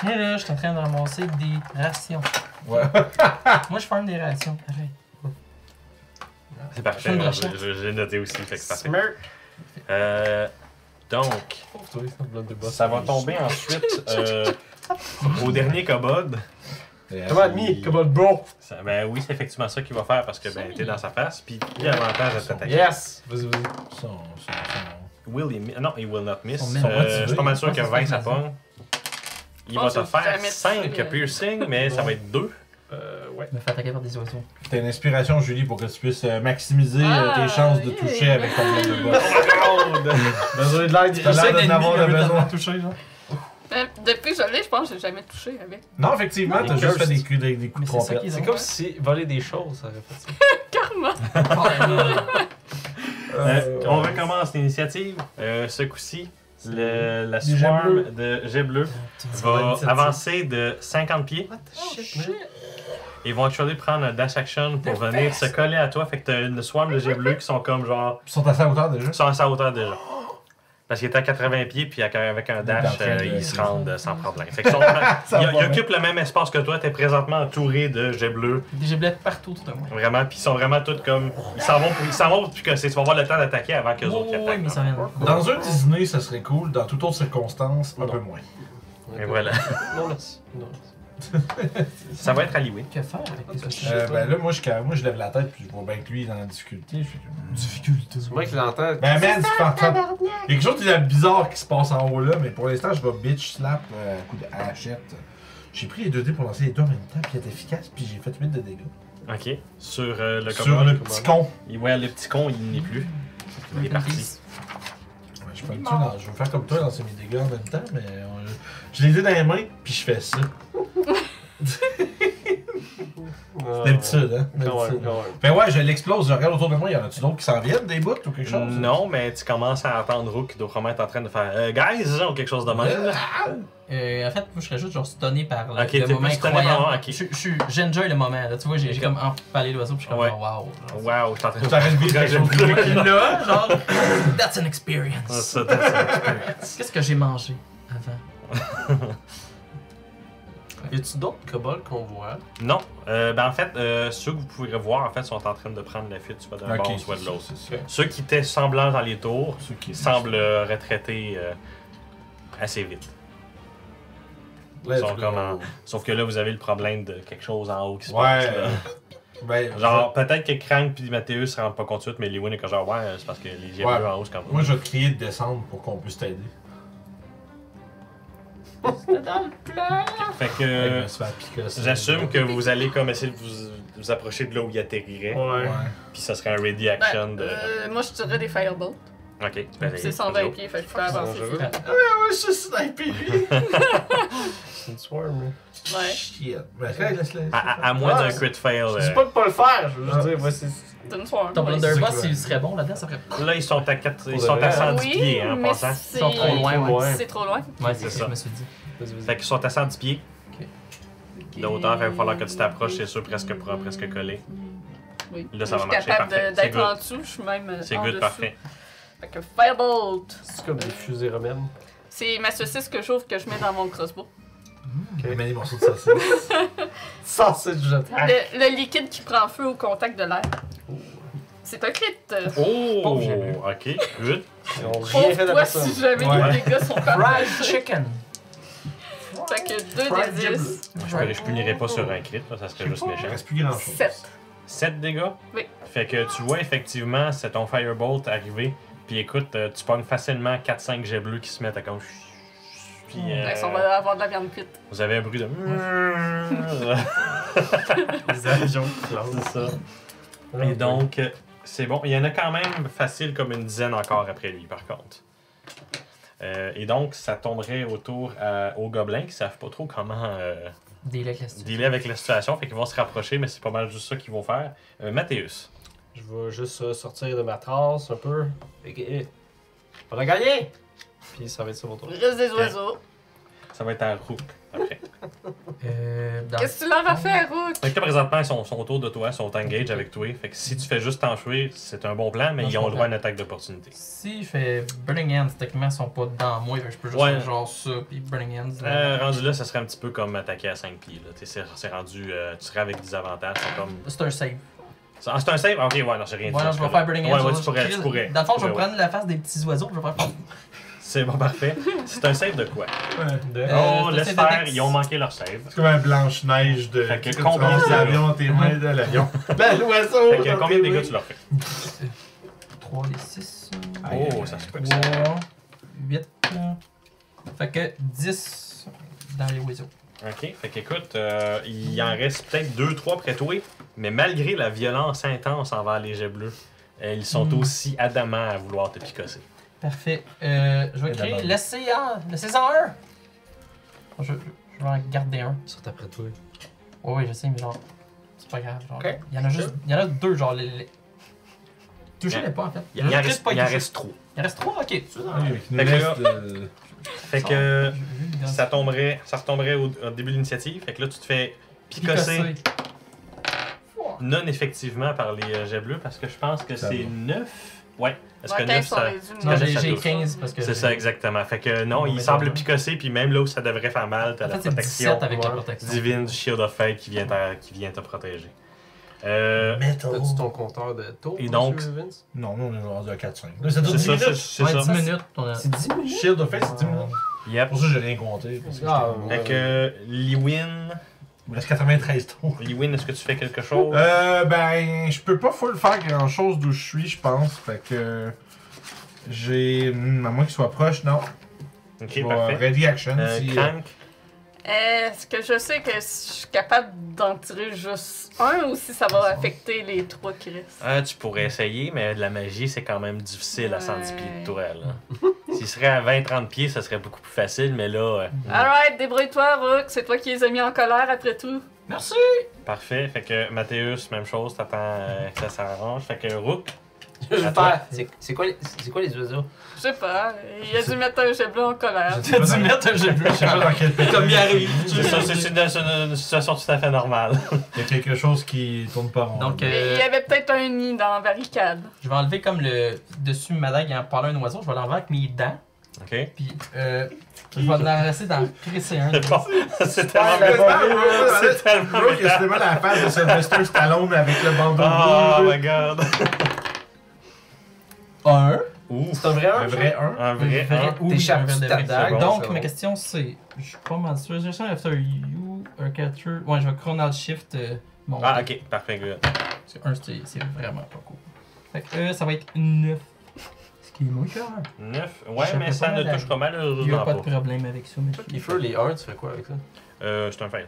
S5: Moi là, je suis en train de ramasser des rations.
S1: Ouais.
S5: Moi je forme des rations. Arrête.
S2: C'est
S5: Fais
S2: parfait.
S5: une
S2: ouais,
S5: recherche.
S2: je- je- J'ai noté aussi, fait que parfait. Euh, donc,
S6: Toi, c'est un bloc de boss.
S2: ça va tomber ensuite euh, au dernier kobold.
S6: Comment ami? Comment de bro?
S2: Ça- ben oui, c'est effectivement ça qu'il va faire parce que ben, t'es dans sa face, puis il a avantage à t'attaquer.
S6: Yes! Vas-y, vas-y.
S1: Son- son- son-
S2: Will he mi- Non, he will not miss.
S5: Son
S2: Euh,
S5: motivés.
S2: je suis pas mal sûr
S5: Je
S2: que
S5: pense
S2: 20
S5: que
S2: ça
S5: c'est
S2: pogne. Il
S4: Je
S2: va
S4: pense
S2: te
S4: que
S2: faire
S4: jamais Oh, tu
S2: 5
S4: sais, euh,
S2: piercing, mais ça va être 2.
S6: Euh, ouais.
S5: Je me fais attaquer par des oiseaux.
S1: T'as une inspiration, Julie, pour que tu puisses euh, maximiser euh,
S4: Ah,
S1: tes chances de
S4: yeah.
S1: toucher avec ton bloc de boss.
S6: Besoin de l'aide,
S1: T'as
S6: t'as
S1: l'air d'en
S6: l'air d'en
S1: avoir le besoin.
S6: toucher, genre.
S4: Euh, depuis que je l'ai, je pense que j'ai jamais touché avec.
S1: Non, effectivement,
S6: Les
S1: t'as juste fait
S6: cursed.
S1: des, coups- des, des
S5: Mais
S1: coups de
S5: c'est ça
S1: trompette.
S5: qu'ils
S6: C'est
S5: ont.
S6: comme si voler des choses, ça aurait fait ça.
S4: Karma!
S2: Euh, on recommence l'initiative. Euh, ce coup-ci, le- la
S6: Des
S2: swarm
S6: jets bleus.
S2: de jet bleu va
S6: bonne
S2: avancer de 50 pieds.
S6: What the
S4: Oh,
S6: shit, man?
S4: shit.
S2: Ils vont actually prendre un dash action pour
S4: De
S2: venir
S4: face.
S2: se coller à toi. Fait que t'as une swarm de jet bleu qui sont comme genre.
S1: Ils sont à sa hauteur déjà.
S2: sont à sa hauteur déjà. Parce qu'il est à 80 pieds, puis avec un- avec un dash,
S1: Dans le
S2: euh,
S1: train de-
S2: ils se rendent euh, sans problème. Fait qu'ils sont- ils,
S1: Sans
S2: ils
S1: problème.
S2: occupent le même espace que toi, t'es présentement entouré de jets bleus.
S5: Des gibelettes partout autour de moi.
S2: Vraiment, puis ils sont vraiment tous comme. Ils s'en vont, ils s'en vont, puis que c'est- tu vas avoir le temps d'attaquer avant que les autres
S5: Oui,
S2: qui
S5: oui,
S2: attaquent.
S5: mais ça vient.
S1: Dans un dîner, ça serait cool. Dans toute autre circonstance, un peu moins.
S2: Et voilà.
S6: Non, merci. Non, merci.
S2: Ça va être à Liwin.
S5: Que faire avec des oiseaux?
S1: Euh, ben là, moi je, moi, je lève la tête puis je vois bien que lui, il est dans la difficulté. Je fais comme,
S6: C'est moi qui l'entends.
S1: Ben, man, tu t'entends- Il y a quelque chose de bizarre qui se passe en haut là, mais pour l'instant, je vais bitch slap euh, à coup de hachette. J'ai pris les deux dés pour lancer les deux en même temps, puis il était efficace, puis j'ai fait 8 de dégâts.
S2: Ok. Sur euh, le
S1: Sur
S2: commande.
S1: le petit con.
S2: Il- Ouais, le petit con, il n'est plus. Il est parti.
S1: Ouais, je, peux le tuer dans- je vais faire comme toi, lancer mes dégâts en même temps, mais euh, je les ai dans les mains, puis je fais ça. D'habitude, hein.
S6: Non, Ah, ouais,
S1: d'habitude.
S6: non, ouais.
S1: Ben ouais, je l'explose, je regarde autour de moi, y en a-tu d'autres qui s'en viennent, des bouts ou quelque chose? hein?
S2: Non, mais tu commences à entendre Rook qui doit vraiment être en train de faire euh, Guys, ou quelque chose de même. là.
S5: Euh, en fait, moi, je serais juste genre stunné par le,
S2: Ok,
S5: le
S2: t'es
S5: moment
S2: plus stunné
S5: incroyable.
S2: par- ok.
S5: Je- je suis- J'enjoy le moment, là. Tu vois, j'ai j'ai comme empalé l'oiseau, puis je suis comme,
S2: Ouais.
S5: genre, wow.
S2: Wow, je suis en train de
S1: Tu arrêtes de vivre quelque chose de weird.
S5: Là, genre, that's an
S2: Ah,
S5: experience.
S2: ça, t'as ça.
S5: Qu'est-ce que j'ai mangé avant?
S6: Y a-tu d'autres kobolds qu'on voit
S2: Non, euh, ben en fait, euh, ceux que vous pouvez revoir en fait sont en train de prendre la fuite, soit d'un
S1: Ok,
S2: bord, soit de l'autre.
S1: c'est ça.
S2: Ceux qui étaient semblants dans les tours
S1: Ceux qui
S2: semblent euh, retraités euh, assez vite. Ils
S1: Let's
S2: sont
S1: go.
S2: comme en- Sauf que là, vous avez le problème de quelque chose en haut qui se passe.
S1: Ouais.
S2: là.
S1: Ben,
S2: Genre, peut-être que Crank puis Mathéus se rendent pas compte tout de suite, mais Lewin est comme genre, ouais, c'est parce que les yeux
S1: Ouais.
S2: bleus en haut, c'est comme.
S1: moi je vais te crier de descendre pour qu'on puisse t'aider.
S2: Fait que.
S1: Fait que
S2: euh,
S1: je me suis fait picosser.
S2: J'assume que vous allez comme essayer de vous, vous approcher de là où il atterrirait,
S1: Ouais.
S2: puis ça serait un ready action
S4: Ben,
S2: de.
S4: euh, moi, je tirerais des fireballs.
S2: Ok, ben,
S4: C'est
S2: let's
S4: 120
S2: go.
S4: pieds, fait que je peux avancer.
S6: dangereux.
S1: Ouais, je suis snipé lui.
S6: C'est une swarm. hein.
S4: Ouais.
S1: Shit. Ben, laisse- laisse- laisse-
S2: À, à- à moins d'un
S6: Ouais,
S2: crit fail.
S6: Je dis
S2: euh,
S6: pas de pas le faire, je veux
S1: Ah.
S6: juste dire, voici.
S4: C'est une soirée.
S2: Ben,
S5: Ton
S4: Oui.
S5: blunderbuss, il serait bon là-dedans, ça ferait.
S2: euh, Là, ils sont à, quatre- ils
S6: de
S2: sont à
S6: vrai,
S2: 110
S4: Oui,
S2: pieds hein, en
S4: mais
S2: passant.
S4: c'est-
S5: Ils sont trop loin, ouais.
S4: C'est trop loin.
S5: Ouais,
S2: c'est
S5: c'est ça,
S2: ça.
S5: je me suis dit.
S6: Vas-y, vas-y.
S2: Fait qu'ils sont à 110 pieds de hauteur, il va falloir que tu t'approches, c'est
S4: et
S2: sûr, presque, pro- presque collé.
S4: oui.
S2: Là, ça va
S4: Je suis
S2: marcher,
S4: capable
S2: parfait.
S4: de-
S2: C'est
S4: d'être
S2: good.
S4: en dessous, je suis même euh,
S2: C'est
S4: en
S2: good,
S4: dessous.
S2: parfait.
S4: Fait que Firebolt!
S6: C'est comme des fusées romaines.
S4: C'est ma saucisse que j'ouvre que je mets dans mon crossbow.
S2: ah.
S1: J'ai mis des morceaux de saucisse.
S6: Ça, c'est du jeton.
S2: Ah.
S4: Le, le liquide qui prend feu au contact de l'air. C'est un crit! euh,
S2: Oh,
S6: j'ai vu.
S2: ok, good.
S6: Ils ont rien fait de
S4: Pauvre-toi
S6: la ça.
S4: si jamais
S1: Ouais.
S4: les gars sont pas
S5: Fried chicken!
S4: Fait que 2 des 10.
S2: Je, peux- je punirais pas sur un crit, là, ça serait juste
S1: Il
S2: méchant.
S1: reste plus grand chose.
S4: 7.
S2: 7 dégâts.
S4: Oui.
S2: Fait que tu vois effectivement, c'est ton Firebolt arriver. Puis écoute, euh, tu pognes facilement 4-5 jets bleus qui se mettent à comme. Puis euh,
S4: on va avoir de la viande cuite.
S2: vous avez un bruit de.
S6: Les avions qui
S2: c'est ça.
S6: lancent.
S2: Et donc, euh, c'est bon. Il y en a quand même facile comme une dizaine encore après lui, par contre. Euh, et donc, ça tomberait autour à- aux gobelins qui savent pas trop comment euh,
S5: Dealer avec la situation.
S2: dealer avec la situation. Fait qu'ils vont se rapprocher, mais c'est pas mal juste ça qu'ils vont faire. Euh, Mathéus.
S6: Je vais juste euh, sortir de ma trace un peu. Fait que, eh, on a gagné! Puis ça va être ça mon tour.
S4: Juste
S2: Euh,
S4: des oiseaux.
S2: Ça va être en roue après.
S5: Euh, dans-
S4: Qu'est-ce que tu leur as fait, Rook?
S2: Fait que là, présentement, ils sont, sont autour de toi, sont engage avec toi. Fait que si tu fais juste t'enfuir, c'est un bon plan, mais
S5: Non,
S2: ils
S5: je
S2: ont le droit à
S5: comprends.
S2: une attaque d'opportunité.
S5: Si je fais Burning Hands, techniquement, ils sont pas dans moi. fait que Je peux juste
S2: Ouais.
S5: faire genre ça, puis Burning Hands. là.
S2: Euh, rendu là, ça serait un petit peu comme attaquer à 5 pieds. là. T'sais, C'est c'est rendu. euh, tu serais avec des avantages. C'est comme.
S5: C'est un save.
S2: Ah, c'est un save? Ok, ouais, non, j'ai rien dit.
S5: Voilà,
S2: dans ce
S5: je
S2: cas-là.
S5: vais faire Burning
S2: Ouais,
S5: Hands.
S2: ouais,
S5: je
S2: tu
S5: vais-
S2: pourrais, tu pourrais.
S5: Dans le fond,
S2: Tu
S5: je vais
S2: pourrais, ouais.
S5: prendre la face des petits oiseaux, puis je vais faire.
S2: C'est bon, parfait. C'est un save de quoi?
S6: De-
S5: Euh,
S2: oh,
S5: c'est un
S2: laisse
S5: save de
S2: faire,
S5: dex.
S2: ils ont manqué leur save.
S1: C'est comme un blanche-neige de.
S2: Fait que
S1: tu sais, quand tu
S2: combien
S1: lances
S2: de-
S1: l'avion dans tes mains de l'avion.
S6: Ben, l'oiseau!
S2: Fait que combien de dégâts tu leur fais?
S5: 3 des 6.
S2: Oh, ça se peut que ça.
S5: 3, 8. Fait que 10 dans les oiseaux.
S2: Ok, fait qu'écoute, euh, il en reste peut-être 2-3 près toi, mais malgré la violence intense envers les jets bleus, euh, ils sont
S5: Mm.
S2: aussi adamants à vouloir te picosser.
S5: Parfait. Euh, je vais
S1: Et
S5: créer
S1: d'abord.
S5: laissez en un. Je, je je vais en garder un.
S6: Ils sont après toi.
S5: Ouais, ouais, je sais, mais genre, c'est pas grave. Genre,
S6: Ok.
S5: Il y en a juste il y en a deux, genre. Les, les- Touchez-les pas, en fait.
S2: Il, il en
S5: Juste
S2: reste,
S5: pas
S2: il en
S5: toucher.
S2: reste trop.
S5: Il en reste trois, ok. Tu vois,
S1: Avec une
S2: Fait que
S1: liste de-
S2: Fait que euh, ça tomberait, ça retomberait au, au début de l'initiative, fait que là tu te fais picosser non effectivement par les euh, jets bleus parce que je pense que
S1: Ça
S2: c'est
S1: va.
S2: 9. Ouais, est-ce que
S4: Attends,
S2: 9
S4: ils sont
S2: ça.
S4: réduits,
S2: Non,
S4: non,
S2: j'ai-
S4: ça
S5: j'ai
S4: touche.
S5: 15 parce que-
S2: C'est ça exactement. Fait que non,
S5: On
S2: il
S5: met
S2: semble
S5: dedans.
S2: picosser, puis même là où ça devrait faire mal, t'as
S5: En
S2: la
S5: fait, c'est 17
S2: protection
S5: avec la
S6: ouais.
S5: protection.
S2: divine du Shield of Fate qui vient, t'a- qui vient te protéger. Euh,
S1: Oh.
S6: T'as-tu ton compteur de tour?
S2: Et donc-
S6: monsieur Vince?
S1: Non, nous, on est rendu à 4-5. Là, ça dure
S2: C'est
S1: 10
S2: ça,
S1: minutes.
S2: c'est c'est
S5: Ouais,
S2: ça.
S5: 10 minutes. on a-
S6: C'est 10 minutes?
S1: Shield of Fate, c'est 10 minutes.
S2: Yep.
S1: Pour ça, j'ai rien compté. parce que
S6: Ah,
S1: j'étais-
S2: Fait
S6: ouais.
S2: que Liwin,
S1: Il me reste 93 tours.
S2: Liwin, est-ce que tu fais quelque chose?
S1: Euh, ben, je peux pas full faire grand chose d'où je suis, je pense. Fait que. euh, J'ai. hmm, À moins qu'il soit proche, non.
S2: ok,
S1: Je vais
S2: parfait.
S1: ready action.
S2: Euh,
S1: si,
S2: Crank,
S4: Est-ce que je sais que je suis capable d'en tirer juste un ou si ça va affecter les trois qui restent?
S2: ah, tu pourrais essayer, mais de la magie, c'est quand même difficile à 110
S4: Ouais.
S2: pieds de toi. là. S'il serait à 20-30 pieds, ça serait beaucoup plus facile, mais là, euh,
S4: Alright, débrouille-toi, Rook. C'est toi qui les as mis en colère après tout.
S5: Merci!
S2: parfait. Fait que Mathéus, même chose, t'attends euh, que ça s'arrange. Fait que Rook,
S7: Je vais
S2: À toi.
S7: faire. C'est- C'est quoi, les- c'est quoi les oiseaux?
S4: Je sais pas. Il a dû mettre un jet bleu en colère.
S1: T'as dû mettre
S5: un jeu bleu.
S1: Je sais pas dans quel pays.
S5: Comme il arrive.
S2: c'est ça, c'est une, c'est une- une situation tout à fait normale.
S1: Il y a quelque chose qui tourne pas rond.
S5: Donc,
S4: Et
S5: euh,
S4: il y avait peut-être un nid dans la barricade.
S5: je vais enlever comme le dessus de ma dague en parlant à un oiseau. Je vais l'enlever avec mes dents.
S2: Ok?
S5: Puis, euh, je vais l'en rester dans crisser un.
S2: C'est bon. C'est tellement
S1: Ah, le
S2: bien.
S1: bandeau, là,
S2: C'est tellement
S1: Brooke, il
S2: bien.
S1: a mal à la face de Sylvester Stallone avec le bandeau
S2: Oh
S1: bleu.
S2: my god.
S5: Un.
S2: Ouf.
S6: C'est un vrai
S1: Un
S6: 1?
S1: vrai 1.
S2: Un vrai. hein?
S5: ou
S6: T'échappes
S5: un
S6: du
S5: vrai
S6: tas
S5: de
S6: de dagues.
S5: vrai. Donc,
S6: C'est bon.
S5: ma question c'est. Je suis pas mal sûr. J'ai un after you, un catcher. Ouais, je vais chronal shift. euh, mon
S2: Ah, ok, parfait, good.
S5: Parce que un, c'est c'est vraiment pas cool. Fait que euh, ça va être 9. Ce qui est moins cher.
S2: 9. Ouais,
S5: Je
S2: mais
S5: sais
S2: ça
S5: pas,
S2: ne
S5: la-
S2: touche pas mal,
S5: Il n'y a
S2: heureusement
S5: pas
S2: pas.
S5: de problème avec ça. Mais
S6: Qui fait les 1, tu fais quoi avec ça?
S2: Euh, c'est un fail.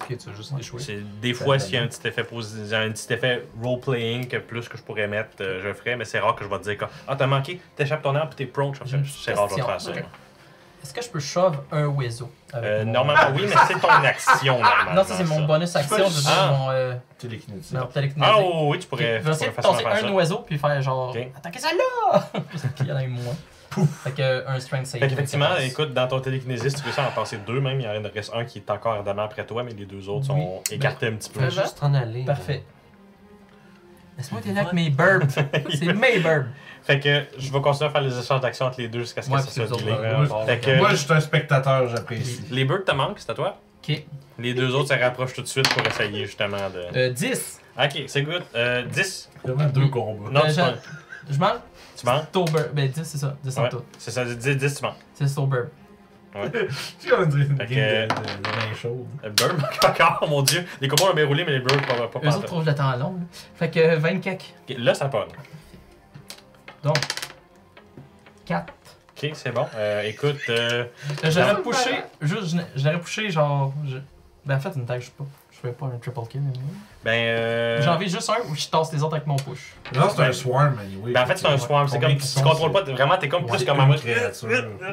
S6: Ok, tu as juste échoué.
S2: C'est Des fois, s'il y a un petit effet positif, un petit effet role-playing que plus que je pourrais mettre, euh, je le ferais, mais c'est rare que je vais te dire comme Ah, t'as manqué, t'échappes ton arbre, puis t'es prone. Je vais faire-
S5: Une
S2: C'est rare que je vais faire ça.
S5: question,
S2: moi.
S5: Est-ce que je peux shove un oiseau avec
S2: Euh,
S5: mon-
S2: normalement, oui, mais c'est ton action, normalement.
S5: Non, ça c'est mon bonus action.
S1: pas
S5: Je
S1: le-
S5: veux
S2: Ah.
S5: dire, mon. euh,
S1: Télékinésie.
S5: ma
S2: Ah,
S5: télékinésie.
S2: oui, oui, tu
S5: Ok,
S2: pourrais,
S5: je vais
S2: tu pourrais
S5: essayer de
S2: facilement
S5: tasser
S2: faire ça.
S5: un oiseau puis faire genre
S2: Ok.
S5: attaquez ça là Puis il y en a eu moins. Fait que euh, un strength save.
S2: Fait qu'effectivement, écoute, dans ton télékinésie, si tu veux ça en passer deux même, il y en reste un qui est encore ardemment après toi, mais les deux autres sont écartés un petit peu.
S4: Ben,
S6: Fais juste t'en aller.
S5: Parfait. Laisse-moi t'aider avec mes burbs. C'est mes burbs.
S2: Fait que je vais continuer à faire les échanges d'actions entre les deux jusqu'à ce que
S5: Ouais,
S2: ça
S5: puis
S2: soit
S5: les autres, ben,
S2: dealé.
S5: ouais.
S2: Fait que
S1: Moi, je suis un spectateur, j'apprécie.
S2: les birds te manquent, c'est à toi.
S5: Ok.
S2: Les deux autres se rapprochent tout de suite pour essayer justement de.
S5: Euh, 10.
S2: Ok, c'est good. Euh, 10.
S1: Il y a vraiment deux combats.
S2: Non,
S5: Euh,
S2: tu, manques.
S5: je- Je manque
S2: tu manques.
S5: ton burb. Ben 10 c'est ça. 10 en
S2: Ouais,
S5: tout.
S2: c'est ça, 10, 10 tu manques.
S5: C'est son burb.
S1: Tu vas me dire une
S2: Fait
S1: game de- de de main chaude.
S2: Le bird manque Euh, encore, mon dieu. Les combats ont bien roulé, mais les birds pas, pas,
S5: Eux
S2: pas en
S5: autres trouvent le temps long. là. Fait que euh, 24.
S2: fait. Ok, Là, ça parle.
S5: Donc. 4.
S2: Ok, c'est bon. Euh, écoute, euh,
S5: J'aurais poussé. Juste, je n'ai- j'aurais poussé genre. je- Ben en fait, une tag, je sais pas. Je fais pas un triple kill. mais-
S2: ben. Euh...
S5: J'en ai juste un où je tasse les autres avec mon push.
S1: Non, c'est
S2: Ouais.
S1: un swarm, anyway.
S2: Ben en fait, c'est un swarm. C'est
S1: Combien
S2: comme
S1: qu'ils
S2: si
S1: sont,
S2: tu contrôles
S1: c'est-
S2: pas, t'es- vraiment, t'es comme
S1: Ouais,
S2: plus
S1: c'est
S2: comme
S1: une
S2: un mode.
S1: créature.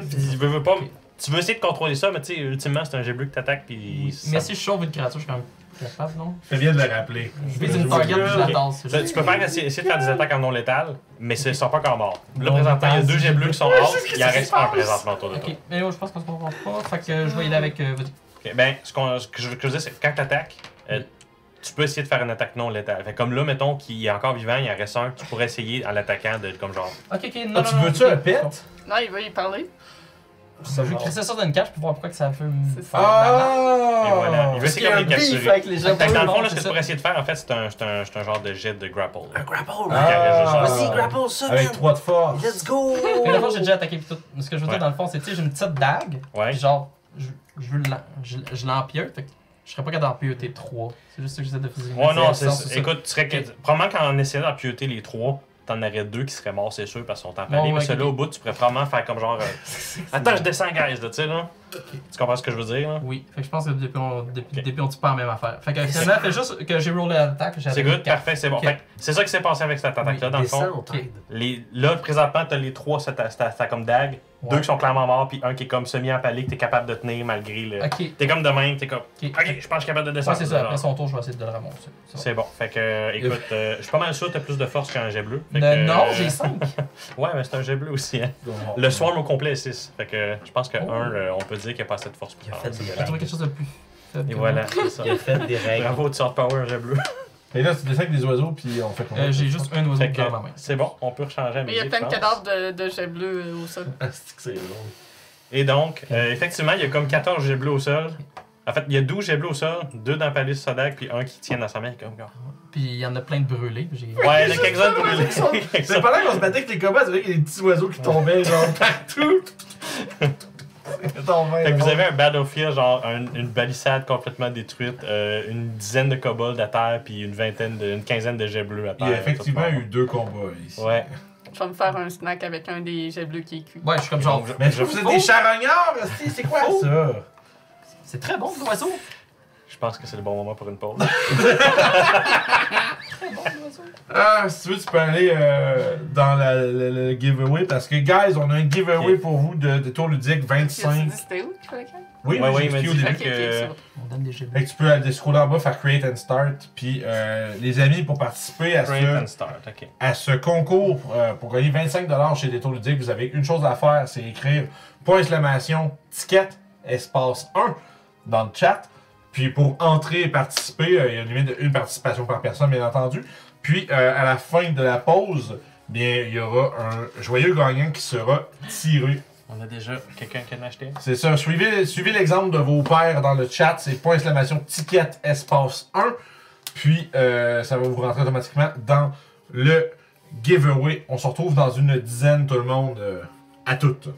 S2: Puis il veut, veut pas. Tu veux essayer de contrôler ça, mais tu sais, ultimement, c'est un jet bleu que t'attaques, puis.
S5: Oui,
S2: ça-
S5: Mais si je sauve une créature, je suis quand même capable, non?
S1: Je viens de le rappeler.
S5: Je vise une target puis je la tasse.
S2: Ça, tu peux faire essayer, essayer de faire des attaques en non létales, mais c'est- ils sont pas encore morts. Là,
S5: Non,
S2: présentement, il y a
S5: mais
S2: deux jets bleus qui sont morts. Il en
S4: qui se
S2: reste un
S4: passe?
S2: présentement autour de toi.
S5: Ok, mais là, je pense qu'on se comprend pas. Fait que je vais y aller avec. euh, vas-y.
S2: Ok, Ben, ce, qu'on- ce que je ce que je veux dire, c'est que quand t'attaques, euh, tu peux essayer de faire une attaque non létale. Fait comme là, mettons qu'il est encore vivant, il en reste un, tu pourrais essayer en l'attaquant de comme genre.
S5: Ok, ok, non.
S1: Ah,
S5: non,
S1: tu
S5: non,
S1: veux-tu
S5: ok.
S1: un pet?
S4: Non, il va y parler.
S5: Je vais crisser ça dans une cage pour voir pourquoi que ça fait.
S4: C'est ça.
S1: Ah!
S2: Et voilà. Il veut
S1: Parce
S2: essayer
S1: qu'il y a
S2: de
S1: un
S2: les capturer.
S1: beef.
S5: Fait que les gens.
S2: Fait que dans le
S5: Ah non,
S2: fond, là, ce
S5: c'est
S2: que tu
S5: ça.
S2: pourrais essayer de faire, en fait, c'est un, c'est un, c'est un genre de jet de grapple.
S7: Un grapple, man.
S1: Ah.
S7: Vas-y, grapple ça, man.
S1: Avec trois de force.
S7: Let's go.
S5: Fait que dans le fond, j'ai déjà attaqué pis tout. Ce que je veux
S2: Ouais.
S5: dire, dans le fond, c'est, tu sais, j'ai une petite dague.
S2: Ouais.
S5: Puis genre, je, je veux l'en- je, je l'empieux, fait que je serais pas capable d'empieuter 3. C'est juste ça que j'essaie de faire.
S2: Ouais, non, c'est
S5: ça, c'est ça.
S2: Écoute, tu serais que- probablement qu'en essayant d'empieuter les trois, t'en aurais deux qui seraient morts, c'est sûr, parce qu'ils sont empalés.
S5: Ouais, ouais,
S2: mais ceux-là,
S5: ok.
S2: au bout, tu pourrais probablement faire comme genre. euh, Attends, je descends, guys, là, tu sais, là. Tu comprends ce que je veux dire, là?
S5: Oui, fait que je pense que depuis on, depuis,
S2: Ok.
S5: depuis on dit pas la même affaire. Fait que finalement, fait juste que j'ai roulé à l'attaque. j'ai
S2: C'est
S5: attaqué
S2: good,
S5: quatre.
S2: parfait, c'est bon.
S5: Ok.
S2: Fait que c'est ça qui s'est passé avec cette attaque-là, dans le fond.
S7: Descends, t'aide.
S2: Les, là, présentement, t'as les trois, c'est ta- c'est ta- c'est ta comme dague.
S5: Ouais.
S2: Deux qui sont clairement morts, puis un qui est comme semi-empalé, que t'es capable de tenir malgré le.
S5: Ok,
S2: T'es comme de même, t'es comme. Ok, je
S5: ok.
S2: pense que je suis capable de
S5: Ouais,
S2: descendre.
S5: c'est ça, après son tour, je vais essayer de le ramasser. C'est bon.
S2: C'est bon. Fait que, euh, écoute, euh, je suis pas mal sûr que t'as plus de force qu'un jet bleu. Fait que,
S5: Euh, Non,
S2: euh,
S5: j'ai 5.
S2: Ouais, mais c'est un jet bleu aussi, hein. Le swarm au complet est 6. Fait que euh, je pense que 1,
S5: Oh.
S2: on peut dire qu'il n'y a pas assez de force pour
S7: Il a
S2: faire.
S7: fait
S2: C'est
S7: des
S5: J'ai
S2: grave.
S5: trouvé quelque chose de plus faible.
S2: Et
S5: que
S2: voilà,
S5: moi.
S2: c'est ça.
S7: Il a fait des règles.
S2: Bravo, tu sors de power, un jet bleu.
S1: Et là, tu descends avec des oiseaux, puis on fait quoi?
S5: Euh, j'ai juste un oiseau
S2: Fait que
S7: Ah,
S5: dans ma main.
S2: c'est bon, on peut rechanger à
S4: Mais il y a
S2: musique,
S4: plein
S2: je
S4: de
S2: pense.
S4: cadavres de, de jets bleus euh, au sol.
S1: C'est long.
S2: Et donc, euh, effectivement, il y a comme 14 jets bleus au sol. En fait, il y a 12 jets bleus au sol, 2 dans Palus Sodac, puis un qui tient dans sa main. comme gars.
S5: Puis il y en a plein de brûlés. puis j'ai-
S2: Ouais, il y en a quelques-uns pour
S1: C'est
S2: les
S1: pendant qu'on se battait avec les combats, c'est vrai qu'il y a des petits oiseaux qui tombaient, genre, partout. C'est tombé,
S2: Fait que vous
S1: là.
S2: avez un battlefield, genre un- une balissade complètement détruite, euh, une dizaine de kobolds à terre, puis une vingtaine, de, une quinzaine de jets bleus à
S1: Il
S2: terre.
S1: y a effectivement
S2: tout
S1: eu deux combats ici.
S2: le monde. Ouais.
S4: Je vais me faire un snack avec un des jets bleus qui est cuit.
S5: Ouais, je suis comme genre.
S1: Mais je vous Oh! êtes des charognards, hostie, c'est quoi ça?
S5: C'est très bon, l'oiseau.
S2: Je pense que c'est le bon moment pour une pause.
S1: Ah, si tu veux, tu peux aller euh, dans la, le, le giveaway parce que, guys, on a un giveaway
S2: Ok.
S1: pour vous de, de tour ludique
S4: Tu as
S1: 25.
S4: dit c'était où qu'il fallait qu'il y ait?
S1: Oui,
S2: Ouais,
S1: oui,
S2: ouais,
S1: j'ai expliqué
S2: il
S1: au
S2: m'a dit.
S1: début.
S4: Ok, ok, c'est bon.
S5: On donne des jeux.
S1: Fait que tu peux aller scroller en bas, faire Create and Start. Puis, euh, les amis, pour participer à
S2: Print
S1: ce,
S2: and start, ok.
S1: à ce concours, euh, pour gagner 25$ chez Détour Ludique, vous avez une chose à faire c'est écrire point exclamation ticket espace 1 dans le chat. Puis, pour entrer et participer, euh, il y a une limite d'une participation par personne, bien entendu. Puis, euh, à la fin de la pause, bien, il y aura un joyeux gagnant qui sera tiré
S2: On a déjà quelqu'un qui en a acheté.
S1: c'est ça. Suivez, suivez l'exemple de vos pères dans le chat. C'est point exclamation ticket espace 1. Puis, euh, ça va vous rentrer automatiquement dans le giveaway. On se retrouve dans une dizaine, tout le monde. euh, à toutes.